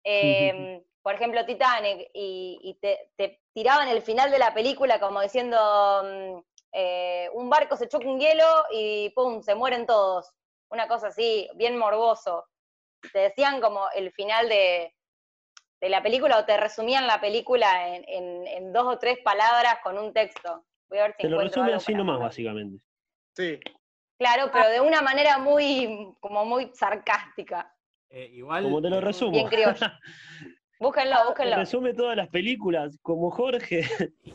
S3: Eh, por ejemplo, Titanic, y, y te, te tiraban el final de la película como diciendo, mm, eh, un barco se choca un hielo y ¡pum! se mueren todos. Una cosa así, bien morboso. Te decían como el final de, de la película o te resumían la película en, en- en dos o tres palabras con un texto. Voy a ver si
S6: Se lo
S3: encuentro
S6: resume
S3: algo
S6: así
S3: para
S6: nomás,
S3: mandar.
S6: básicamente.
S5: Sí.
S7: Ah.
S3: Claro, pero de una manera muy, como muy sarcástica.
S1: Eh, igual.
S6: Como te lo resumo.
S3: Bien criolla.
S7: Ah,
S3: Búsquenlo, búsquenlo.
S6: [laughs] Resume todas las películas, como Jorge,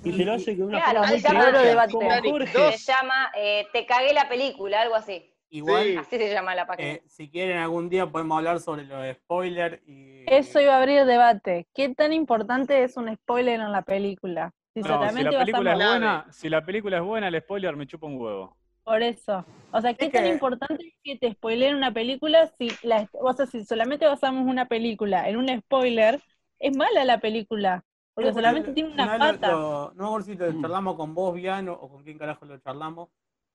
S6: y te lo hace con una
S3: Claro,
S6: forma muy
S3: se llama-
S6: criolla,
S3: debate.
S6: como
S5: Titanic
S6: Jorge.
S3: Se
S5: dos.
S3: llama eh, Te cagué la película, algo así.
S1: Igual,
S5: Sí.
S3: Así se llama la página.
S1: eh, si quieren algún día podemos hablar sobre los spoilers y.
S9: Eso iba a abrir debate. ¿Qué tan importante es un spoiler en la película? Si
S2: No, si
S9: solamente
S2: la película es
S9: basamos
S5: Clave.
S2: buena, si la película es buena, el spoiler me chupa un huevo.
S9: por eso. O sea, ¿qué
S1: Es
S9: tan
S1: que-
S9: importante es que te spoileen una película si la, o sea, si solamente basamos una película en un spoiler, es mala la película, porque
S1: Creo que
S9: solamente
S1: lo-
S9: tiene una
S1: una vez lo-
S9: pata.
S1: lo- no me acuerdo si
S6: Mm.
S1: lo charlamos con vos, Viano, o con quién carajo lo charlamos.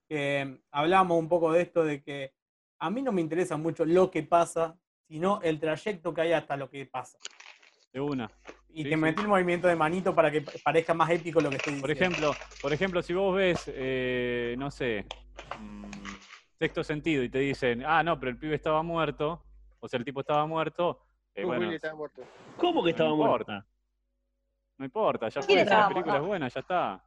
S1: em, Que hablamos un poco de esto de que a mí no me interesa mucho lo que pasa, sino el trayecto que hay hasta lo que pasa.
S2: de una.
S1: Y
S2: Sí,
S1: te
S2: sí.
S1: metí el movimiento de manito para que pa- parezca más épico lo que estoy diciendo.
S2: Por ejemplo, por ejemplo, si vos ves, eh, no sé, mm, sexto sentido y te dicen, ah, no, pero el pibe estaba muerto, o sea, el tipo estaba muerto, eh,
S5: Bruce
S2: bueno,
S5: Willis estaba muerto.
S6: ¿Cómo que
S2: No
S6: estaba
S2: importa.
S6: muerta?
S2: no importa, ya
S3: ¿Quién
S2: fue, si la
S3: estaba
S2: película es
S3: muerto?
S2: buena, ya está.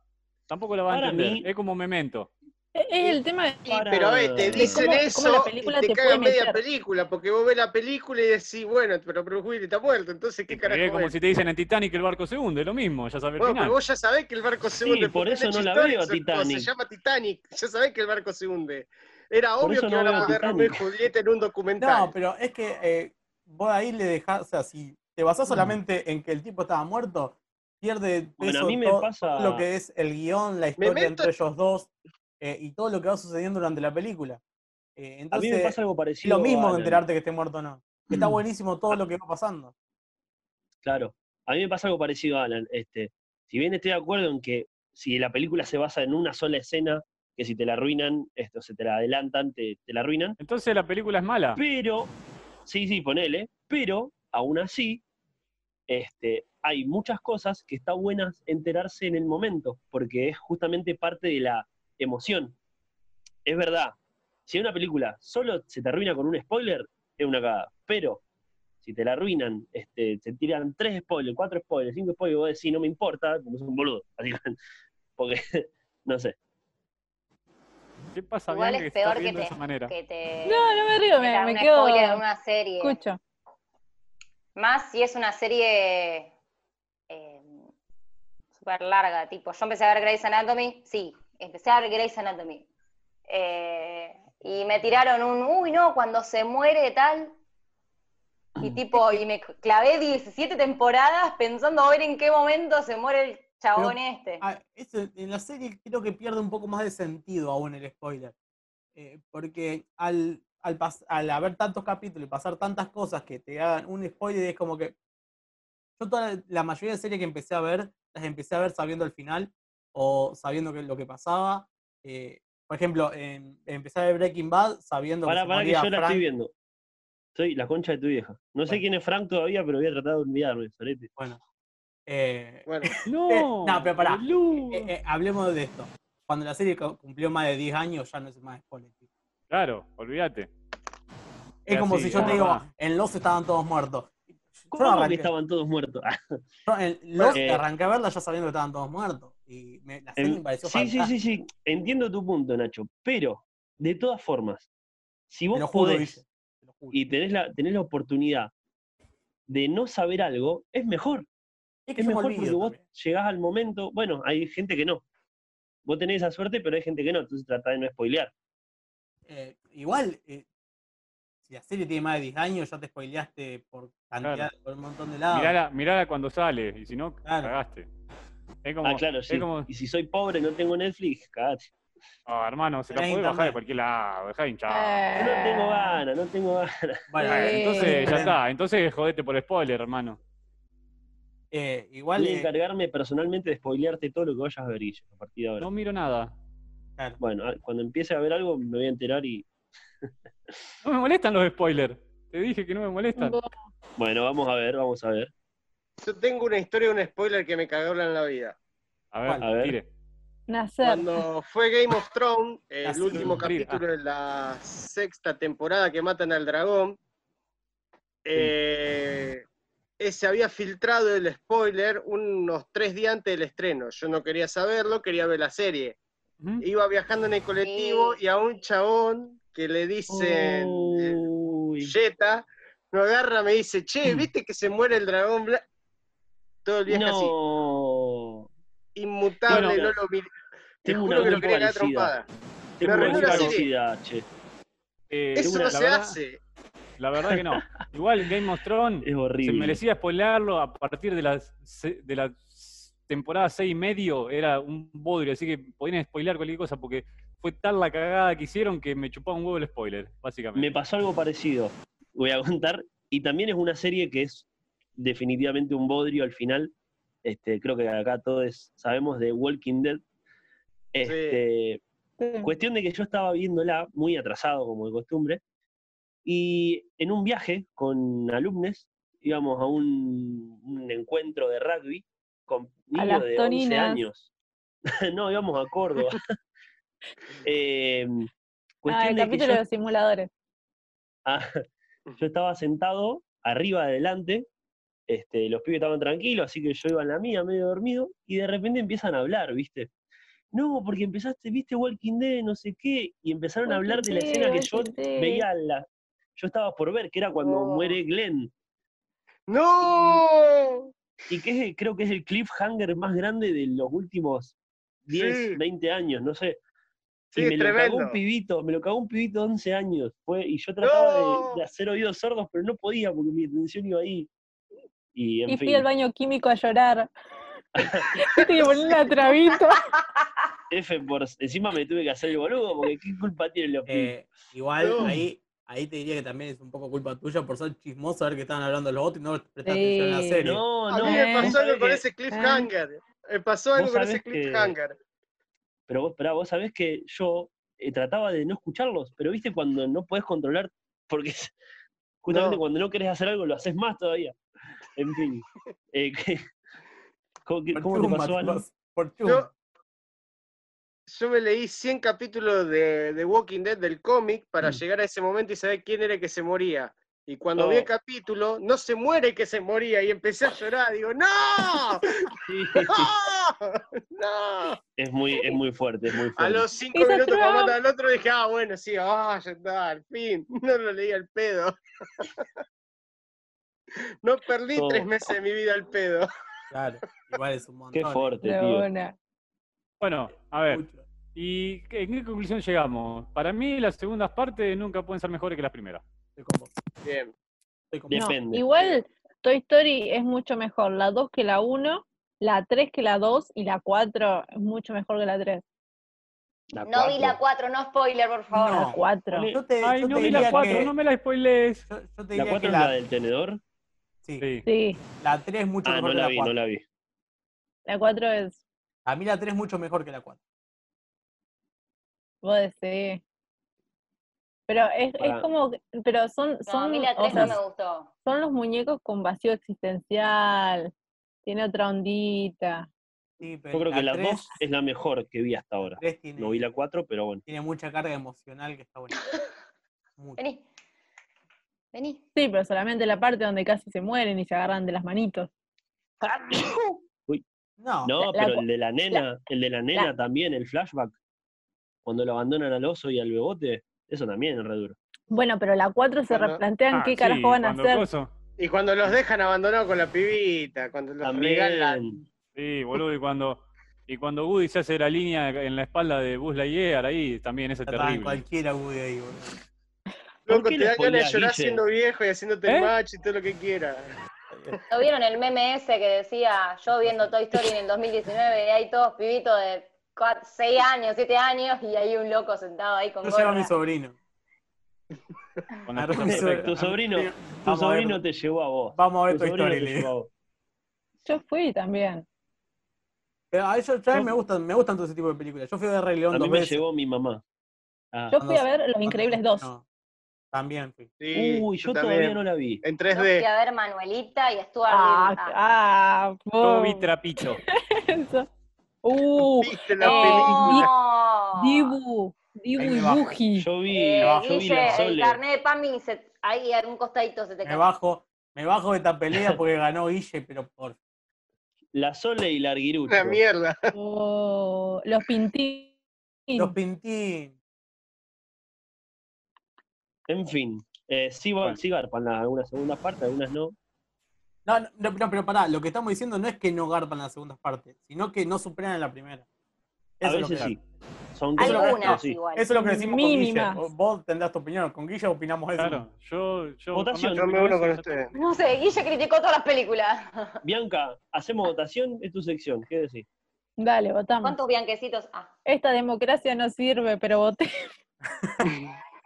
S2: Tampoco la va a
S6: Para
S2: entender,
S6: mí-
S2: es como memento.
S7: Es el tema de...
S5: Sí,
S6: Para-
S5: pero a ver, te
S6: de
S5: dicen
S7: cómo-
S5: eso
S7: cómo la película
S5: y te,
S7: te
S5: cagan
S7: puede
S5: media
S7: meter.
S5: película, porque vos ves la película y decís, bueno, pero Bruce Willis está muerto, entonces qué
S2: Y porque
S5: carajo
S2: es como
S5: ves?
S2: si te dicen en Titanic el barco se hunde, es lo mismo, ya sabes el
S5: Bueno, pero
S2: final.
S5: vos ya sabés que el barco se
S6: Sí,
S5: hunde.
S6: por
S5: porque
S6: eso
S5: han hecho
S6: no la
S5: historias
S6: veo a
S5: sobre todo,
S6: Titanic.
S5: Se llama Titanic. Ya sabés que el barco se hunde. Era
S6: Por
S5: obvio
S6: eso
S5: que
S6: no
S5: iban
S6: veo
S5: a poner
S6: Titanic.
S5: Romeo y Julieta en un documental.
S1: No, pero es que eh, vos ahí le dejás, o sea, si te
S2: Mm.
S1: basás solamente en que el tipo estaba muerto, pierde peso
S6: Bueno, a mí me
S1: todo,
S6: pasa-
S1: todo lo que es el guión, la historia
S5: Memento-
S1: entre ellos dos eh, y todo lo que va sucediendo durante la película. Eh,
S6: A mí
S1: entonces,
S6: me pasa algo
S1: es
S6: parecido.
S1: lo mismo
S6: a
S1: que
S6: Alan.
S1: enterarte que esté muerto o no.
S6: [clears throat]
S1: Está buenísimo todo lo que va pasando.
S6: Claro. A mí me pasa algo parecido, Alan. Este, si bien estoy de acuerdo en que si la película se basa en una sola escena, que si te la arruinan, esto, se te la adelantan, te, te la arruinan.
S2: Entonces la película es mala.
S6: Pero, sí, sí, ponele, pero aún así, este, hay muchas cosas que está buenas enterarse en el momento, porque es justamente parte de la emoción. Es verdad, si una película solo se te arruina con un spoiler, es una cagada. Pero si te la arruinan, este, se tiran tres spoilers, cuatro spoilers, cinco spoilers, vos decís, no me importa, porque sos un boludo. Así, [laughs] porque, no sé.
S2: ¿Qué pasa,
S3: Igual
S2: Bianca,
S3: es
S2: que se está
S3: peor que
S2: riendo de
S3: te-
S2: esa manera?
S3: que te
S7: No, no me río, me,
S3: metan
S7: me
S3: un
S7: quedo...
S3: spoiler en una serie.
S7: Escucho.
S3: Más si es una serie eh, súper larga, tipo, yo empecé a ver Grey's Anatomy, sí, empecé a ver Grey's Anatomy. Eh, y me tiraron un, uy, no, cuando se muere tal. Y tipo, y me clavé 17 temporadas pensando a ver en qué momento se muere el chabón este.
S1: Ah, eso, en la serie creo que pierde un poco más de sentido aún el spoiler. Eh, porque al, al, pas- al haber tantos capítulos y pasar tantas cosas que te hagan un spoiler, es como que. Yo toda la, la mayoría de series que empecé a ver, las empecé a ver sabiendo el final o sabiendo que, lo que pasaba. Eh, por ejemplo, en- empecé a ver Breaking Bad sabiendo que
S6: Pará,
S1: se
S6: pará, que
S1: moría
S6: yo la estoy
S1: Frank.
S6: viendo. Soy la concha de tu vieja. No sé
S1: Bueno.
S6: quién es Frank todavía, pero voy a tratar de olvidarme, solete.
S1: Bueno. Eh,
S5: Bueno,
S2: No,
S1: no, pero pará.
S6: Uh.
S2: boludo.
S1: eh, eh, hablemos de esto. Cuando la serie cu- cumplió más de 10 años, ya no es más spoiler.
S2: Claro, olvídate.
S1: Es
S2: Es
S1: como
S2: así,
S1: si yo
S2: es
S1: te digo,
S2: verdad.
S1: en Los estaban todos muertos. Yo,
S6: ¿Cómo que
S1: arranqué,
S6: estaban todos muertos? Ah,
S1: yo en Los
S6: Eh,
S1: arranqué a verla ya sabiendo que estaban todos muertos. Y me, la serie
S6: En-
S1: me pareció
S6: em, sí, sí,
S1: fantástica.
S6: sí, sí. Entiendo tu punto, Nacho. Pero, de todas formas, si vos
S1: Te lo juro,
S6: podés
S1: Guille, te lo juro.
S6: y tenés la, tenés la oportunidad de no saber algo, es mejor.
S1: es que
S6: Es
S1: yo me
S6: mejor porque
S1: olvido
S6: vos
S1: también.
S6: llegás al momento. Bueno, hay gente que no. Vos tenés esa suerte, pero hay gente que no. Entonces tratá de no spoilear.
S1: Eh, igual, eh, si la serie tiene más de 10 años, ya te spoileaste por cantidad,
S2: Claro.
S1: por un montón de lados.
S2: Mirala, mirala cuando sale, y si no,
S1: Claro.
S2: cagaste. Es como,
S6: ah, claro, sí.
S2: es como,
S6: Y si soy pobre, no tengo Netflix, cagate.
S2: "Ah, hermano, se la
S1: Tenés
S2: podés bajar
S1: internet.
S2: de cualquier lado, dejá de hinchar.
S3: Eh,
S6: Ah, No
S1: Eh.
S7: Eh,
S6: tengo ganas, no tengo ganas.
S1: Bueno,
S2: Bueno,
S1: eh,
S2: entonces ya
S1: Bueno.
S2: está, entonces jodete por spoiler, hermano.
S1: eh, igual,
S6: Voy a
S1: eh,
S6: encargarme personalmente de spoilearte todo lo que vayas a ver, Guille, a partir de ahora.
S2: No miro nada.
S1: claro.
S6: Bueno, a- cuando empiece a ver algo, me voy a enterar y
S2: No me molestan los spoilers. Te dije que no me molestan.
S6: Bueno, vamos a ver, vamos a ver.
S5: yo tengo una historia, un spoiler que me cagó en la vida.
S2: A ver,
S6: ¿Cuál?
S2: tire.
S7: Nacer.
S5: Cuando fue Game of Thrones, el
S1: Así.
S5: último
S2: Morir, ah.
S5: capítulo de la sexta temporada que matan al dragón, eh, eh, se había filtrado el spoiler unos tres días antes del estreno. Yo no quería saberlo, quería ver la serie.
S2: Ujú.
S5: iba viajando en el colectivo
S3: Sí.
S5: y a un chabón que le dicen eh,
S6: Uy.
S5: Jetta, me agarra, me dice,
S6: [clears throat]
S5: che, ¿viste que se muere el dragón bla-?" Todo el viaje así,
S6: No.
S5: inmutable,
S6: Bueno,
S5: no lo miré. Te
S6: tengo
S5: juro
S6: una
S5: que lo
S6: muy
S5: quería quedar
S6: parecida.
S5: trompada.
S6: Tengo
S5: Me
S6: una
S5: arruinó
S6: muy
S5: la serie.
S6: parecida, che.
S2: Eh,
S5: Eso
S2: una-
S5: no
S2: la
S5: se
S2: verdad-
S5: hace.
S2: La verdad que no. Igual Game of Thrones
S6: Es
S2: se
S6: horrible.
S2: merecía spoilearlo a partir de la, se- de la temporada 6 y medio, era un bodrio, así que podían spoilear cualquier cosa porque fue tal la cagada que hicieron que me chupaba un huevo el spoiler, básicamente.
S6: Me pasó algo parecido. Voy a contar. Y también es una serie que es definitivamente un bodrio al final. Este, creo que acá todos sabemos de Walking Dead. Este,
S7: Sí.
S6: Cuestión de que yo estaba viéndola muy atrasado, como de costumbre, Y en un viaje con alumnos íbamos a un, un encuentro de rugby con
S7: A
S6: niños
S7: las
S6: de 11
S7: toninas.
S6: años. [laughs] no, íbamos a
S7: [laughs]
S6: Córdoba. Eh,
S7: Ah,
S6: cuestión
S7: el
S6: de que
S7: capítulo
S6: yo-
S7: de los simuladores.
S6: Ah, yo estaba sentado arriba adelante, este, los pibes estaban tranquilos, así que yo iba en la mía, medio dormido, y de repente empiezan a hablar, ¿viste? No, porque empezaste, viste Walking Dead, no sé qué, y empezaron a hablar de la escena que yo veía la, yo estaba por ver, que era cuando
S3: Oh.
S6: muere Glenn,
S5: ¡No!
S6: y que es el- creo que es el cliffhanger más grande de los últimos 10,
S5: Sí.
S6: 20 años, no sé.
S5: Sí,
S6: y me
S5: es
S6: lo cagó
S5: tremendo.
S6: un pibito, me lo cagó un pibito de 11 años. Fue, y yo trataba
S5: ¡No!
S6: de, de hacer oídos sordos, pero no podía porque mi atención iba ahí. Y en
S7: Y
S6: fin,
S7: fui al baño químico a llorar. [laughs] Viste que ponen la
S6: [laughs]
S7: trabita.
S6: F por, encima me tuve que hacer el boludo porque qué culpa tienen los pibes.
S1: Eh, igual
S5: No.
S1: ahí, ahí te diría que también es un poco culpa tuya por ser chismoso a ver que estaban hablando los otros y no prestaste
S7: Sí.
S1: atención a la serie.
S6: No,
S5: A
S6: no.
S5: mí me
S6: vos
S5: pasó algo
S6: sabés
S5: con
S6: que-
S5: ese cliffhanger. Me pasó
S6: Vos
S5: algo con
S6: sabés
S5: ese
S6: que-
S5: cliffhanger.
S6: Pero vos, pará, vos sabés que yo eh, trataba de no escucharlos, pero viste cuando no podés controlar, porque justamente
S5: No.
S6: cuando no querés hacer algo lo haces más todavía. En fin. eh, [laughs] ¿qué- ¿Cómo, que-
S1: Por
S6: cómo te
S1: chuma,
S6: pasó algo?
S1: chicos, Por
S6: Uh.
S1: chuma.
S5: Yo, yo me leí 100 capítulos de, de Walking Dead del cómic
S6: Mm.
S5: para llegar a ese momento y saber quién era el que se moría. Y cuando vi el
S6: No.
S5: capítulo, no se muere el que se moría y empecé a llorar. Digo,
S6: [laughs]
S5: ¡No!
S6: Sí.
S5: ¡No! ¡No!
S6: Es muy, es muy fuerte, es
S5: [laughs]
S6: muy
S5: A
S6: fuerte.
S5: los cinco
S7: Hizo
S5: minutos cuando
S7: Trump.
S5: matan al otro dije, ah, bueno, sí, ah, ya está, al fin. [laughs] No lo leí al pedo. [laughs] No perdí
S6: No.
S5: tres meses de mi vida al
S6: [laughs]
S5: pedo.
S1: Claro, igual es un montón.
S6: Qué fuerte,
S7: De
S6: tío.
S7: una.
S2: Bueno, a ver,
S1: Mucho.
S2: ¿y qué- en qué conclusión llegamos? Para mí las segundas partes nunca pueden ser mejores que las primeras.
S1: Estoy con vos,
S5: Bien.
S1: estoy con vos.
S7: No,
S6: Depende.
S7: igual Toy Story es mucho mejor la 2 que la 1, la 3 que la 2 y la 4 es mucho mejor que la 3.
S6: La
S3: No vi la
S6: cuatro.
S3: 4, no spoiler, por favor.
S1: No.
S7: La 4.
S6: Ponele-
S1: Yo te,
S2: Ay,
S1: Eh, yo
S2: no
S1: te
S2: vi
S1: diría
S2: las cuatro,
S1: que,
S2: no me la spoilees.
S1: yo, yo te
S6: ¿La
S1: diría que
S6: cuatro es
S1: la,
S6: la del tenedor?
S1: sí,
S2: Sí.
S7: Sí,
S1: la 3 es mucho
S6: Ah,
S1: mejor
S6: no
S1: que
S6: la
S1: la
S6: vi,
S1: 4.
S6: no la vi.
S7: la 4 es,
S1: A mí la 3 es mucho mejor que la 4.
S7: vos decís. Pero es, es
S6: Para-
S7: como, que- pero son,
S3: No, a
S7: son,
S3: mí la
S7: o
S3: 3
S7: sea,
S3: no me gustó.
S7: son los muñecos con vacío existencial, tiene otra ondita.
S1: Sí, pero
S6: Yo creo que la
S1: tres-
S6: 2 es la mejor que vi hasta ahora.
S1: tres tiene,
S6: No vi la 4, pero bueno.
S1: tiene mucha carga emocional que está buena.
S6: [laughs]
S1: Mucho.
S3: Vení. Vení.
S7: Sí, pero solamente la parte donde casi se mueren y se agarran de las manitos.
S1: No,
S6: No,
S7: La- la
S6: pero
S7: cua-
S6: el de la nena, el de la nena también, el flashback. Cuando lo abandonan al oso y al bebote, eso también es re duro.
S7: Bueno, pero la 4 se
S5: Bueno,
S7: replantean
S2: Ah,
S7: qué
S2: sí,
S7: carajo van a
S2: cuando
S7: hacer.
S2: coso.
S5: Y cuando los dejan abandonados con la pibita, cuando los regalan.
S6: También.
S2: Sí, boludo, y cuando, y cuando Woody se hace la línea en la espalda de Buzz Lightyear, ahí también ese es
S1: ya estaba en
S2: terrible.
S1: cualquiera Woody ahí, boludo.
S6: ¿Por
S5: Loco,
S6: qué
S5: te
S6: le
S5: dan ganas de
S6: spoileás,
S5: llorar
S6: Guille?
S5: siendo viejo y haciéndote
S2: ¿Eh?
S5: el macho y todo lo que quieras.
S3: ¿No vieron el meme ese que decía yo viendo Toy Story en el 2019 y hay todos pibitos de 6 años, 7 años y hay un loco sentado ahí con
S1: Yo llevo a mi
S3: gorra?
S1: sobrino.
S2: Con
S1: A
S2: la
S1: ver,
S2: cosa perfecta.
S6: Tu sobrino, tu
S1: Vamos a ver-
S6: sobrino te llevó a vos.
S1: Vamos a ver
S6: Tu
S1: tu
S6: sobrino
S1: historia,
S6: te
S1: le
S6: llevó a
S1: digo.
S6: vos.
S7: Yo fui también.
S1: Pero a ellos Ah, ya
S6: Yo-
S1: me gustan, me gustan todo ese tipo de películas. Yo fui a ver Rey León
S6: A mí
S1: dos
S6: me
S1: veces.
S6: llevó mi mamá. Ah.
S7: Yo
S1: Cuando
S7: fui a
S1: se-
S7: ver Los
S1: cuando-
S7: Increíbles 2.
S1: no, también fui.
S5: Sí,
S6: Uy, yo
S5: también.
S6: todavía no la vi.
S3: Yo
S5: En
S3: fui
S5: 3D.
S3: a ver Manuelita y Stuart
S7: Ah,
S3: Little. Ah,
S7: ah,
S2: Toby
S7: vos.
S2: Trapito.
S7: [laughs] Eso. Uh,
S5: Viste la película.
S3: Eh, ¡No!
S7: Dibu, Dibu
S1: Ahí me
S7: y
S1: bajo.
S7: Buji.
S6: Yo vi,
S3: Eh,
S6: yo vi la
S3: Guille, el
S6: Sole.
S3: carnet de Pami, se- ahí en un costadito se te
S1: Me
S3: cae.
S1: bajo, me bajo de esta pelea porque ganó Guille, pero por
S6: La Sole y la Arguirucho.
S5: Una mierda.
S7: Oh, los Pintín.
S1: los pintín.
S6: En fin, eh, sí, va- sí garpan las- algunas segundas partes, algunas no.
S1: No, no, no, no, pero pará, lo que estamos diciendo no es que no garpan las segundas partes, sino que no superan a la primera.
S6: A
S1: Eso es lo
S6: veces
S1: que-
S6: sí. Son cosas que
S3: Algunas
S6: sí.
S3: igual.
S1: Eso es lo que decimos con Guille.
S7: Mínimas.
S1: Vos- Vos tendrás tu opinión, con Guille opinamos eso.
S2: Claro, yo. yo
S6: Votación.
S2: jamás
S5: Yo me
S2: opino
S5: uno
S2: eso,
S5: con
S2: ya está.
S5: ustedes.
S3: No sé, Guille criticó todas las películas. [laughs]
S6: Bianca, hacemos votación, es tu sección, ¿qué decís?
S7: Dale, votamos.
S3: ¿Cuántos bianquecitos? Ah,
S7: Esta democracia no sirve, pero voté.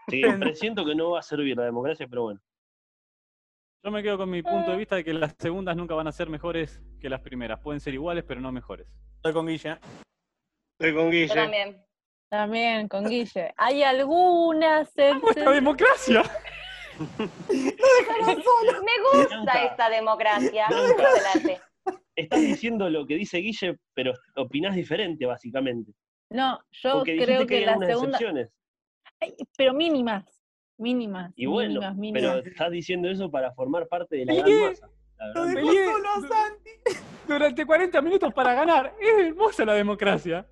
S6: Sí, presiento que no va a servir la democracia, pero bueno.
S2: Yo me quedo con mi punto de vista de que las segundas nunca van a ser mejores que las primeras. Pueden ser iguales, pero no mejores.
S1: Estoy con Guille. ¿eh?
S5: Estoy con
S3: yo
S5: Guille.
S3: también.
S7: También con Guille. Hay algunas.
S6: Ah,
S2: ¡Nuestra
S7: excepciones.
S2: democracia!
S3: Me gusta
S6: Blanca.
S3: esta democracia.
S6: Blanca.
S3: Adelante.
S6: Estás diciendo lo que dice Guille, pero opinás diferente, básicamente.
S7: No, yo
S6: Porque dijiste que
S7: creo que
S6: hay
S7: la
S6: algunas
S7: segunda.
S6: excepciones.
S7: Ay, pero mínimas, mínimas.
S6: Y bueno,
S7: mínimas,
S6: pero
S7: mínimas.
S6: estás diciendo eso para formar parte de la
S2: Sí.
S6: gran masa. la
S1: Lo
S6: verdad.
S1: dejó
S2: Peleé.
S1: solo a Santi.
S2: Durante 40 minutos para ganar. Es hermosa la democracia.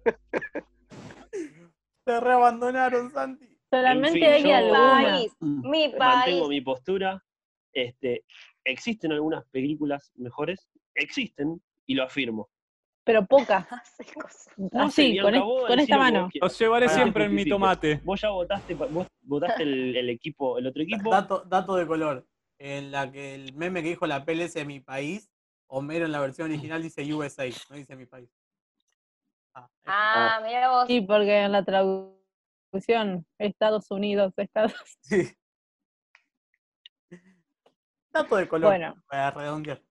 S1: Te reabandonaron, Santi.
S7: Solamente
S6: en fin,
S7: hay
S6: yo-
S7: algunas.
S3: País,
S6: Mm.
S3: mi país.
S6: Mantengo mi postura. Este, existen algunas películas mejores, existen, y lo afirmo.
S7: Pero pocas.
S3: Hace cosas.
S7: No,
S6: Así,
S7: sí,
S6: Bianca,
S7: con, es-
S6: vos
S7: con
S6: decí
S7: esta
S6: lo que vos
S7: mano.
S6: quieras.
S2: Los llevaré
S6: Ah,
S2: siempre en mi
S6: justifico.
S2: tomate.
S6: Vos ya votaste, pa- vos votaste el, el equipo, el otro equipo.
S1: Dato, dato de color. En la que el meme que dijo la PLS de mi país, Homero en la versión original dice USA, no dice mi país. Ah, es-
S3: Ah, mira vos.
S7: Sí, porque en la traducción, Estados Unidos, Estados.
S1: sí. Dato de color
S7: Bueno.
S1: para redondear.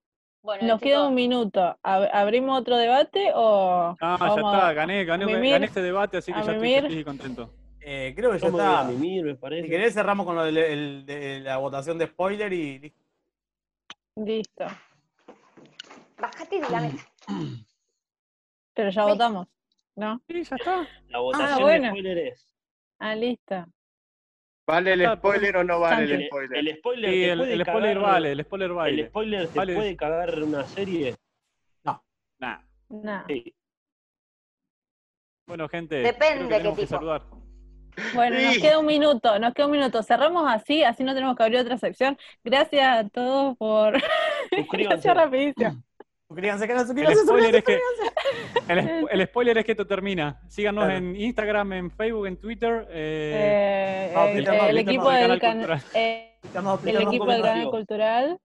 S3: Bueno,
S7: Nos
S3: chicos,
S7: queda un minuto. Ab- ¿Abrimos otro debate o.?
S2: Ah, ya
S7: vamos
S2: está,
S7: a-
S2: gané, gané,
S7: a mimir,
S2: gané este debate, así que
S7: a
S2: ya estoy
S7: mimir.
S2: feliz y contento.
S1: Eh, creo que ya
S6: Yo me voy a
S1: está.
S6: mimir, me
S1: Si
S6: parece.
S1: querés cerramos con lo del- el- de la votación de spoiler y listo.
S7: Listo.
S3: Bajate de la mesa.
S7: Pero ya
S3: Sí.
S7: votamos, ¿no?
S2: Sí, ya está.
S6: La votación
S7: Ah, bueno.
S6: de spoiler es.
S7: Ah, listo.
S5: ¿Vale el
S2: Está,
S5: spoiler o no vale
S6: El,
S5: el spoiler?
S6: el spoiler,
S2: Sí,
S6: te
S2: el,
S6: puede
S2: el spoiler
S6: cagar-
S2: vale, el spoiler
S6: El
S2: vale.
S6: spoiler te
S2: Vale.
S6: puede cagar una
S7: [laughs]
S6: serie.
S2: Nah.
S7: Nada.
S6: Sí.
S2: Bueno, gente,
S3: Depende
S2: creo que tenemos
S3: qué
S2: que
S3: tipo.
S2: saludar.
S7: Bueno, nos
S5: Sí.
S7: queda un minuto, nos queda un minuto. Cerramos así, así no tenemos que abrir otra sección. Gracias a todos por. [laughs]
S6: Suscríbanse.
S7: Gracias, rapidísimo.
S1: Suscríbanse al canal,
S2: El
S1: suscríbanse,
S2: spoiler,
S1: suscríbanse.
S2: es que, el, spo- el spoiler es que esto termina. Síganos
S1: Claro.
S2: en Instagram, en Facebook, en Twitter. eh,
S7: Eh,
S1: no,
S7: el,
S1: Peter, no,
S7: el
S1: Peter,
S7: equipo
S1: no,
S7: del
S2: Canal
S7: can-
S2: Cultural.
S7: eh,
S1: Estamos
S7: el
S1: aplicando un
S7: equipo del
S1: comentario.
S7: canal cultural.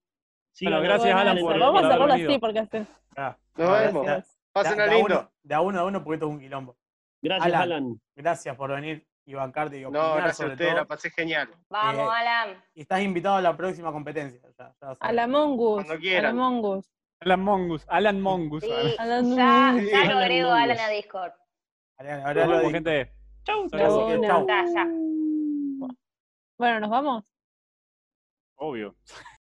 S6: Síganos.
S2: Bueno, gracias, Alan,
S7: Bueno,
S2: por-
S7: vamos
S2: por
S7: a cerrarlo
S2: haber venido.
S7: así porque hacen.
S1: Ah,
S5: Nos
S1: gracias.
S5: vemos.
S1: Da-
S5: Pásenla
S1: Ah, da
S5: lindo.
S1: uno- De a uno a uno porque esto es un quilombo.
S6: Gracias,
S1: Alan.
S6: Alan.
S1: Gracias por venir y bancarte y opinar
S5: No, gracias a
S1: sobre
S5: ustedes,
S1: todo.
S5: la pasé genial.
S3: Vamos, Alan.
S1: Y estás invitado a la próxima competencia. ya- ya
S7: A
S1: sabes.
S7: la Mongus.
S5: Cuando
S7: A la
S5: quieran.
S7: Mongus.
S2: Alan Mongus, Alan Mongus.
S3: Sí,
S2: Alan.
S7: Alan
S3: ya,
S7: Mongus.
S3: ya lo
S6: Alan
S3: agrego a
S6: Mongus.
S3: Alan a Discord.
S1: Ahora-
S2: Nos
S1: ahora lo
S2: vemos,
S1: digo.
S2: gente.
S6: Chau,
S1: Ahora sí
S6: chau.
S1: que
S7: Chau.
S1: chau.
S3: Ya, ya.
S7: Bueno, nos vamos.
S2: Obvio.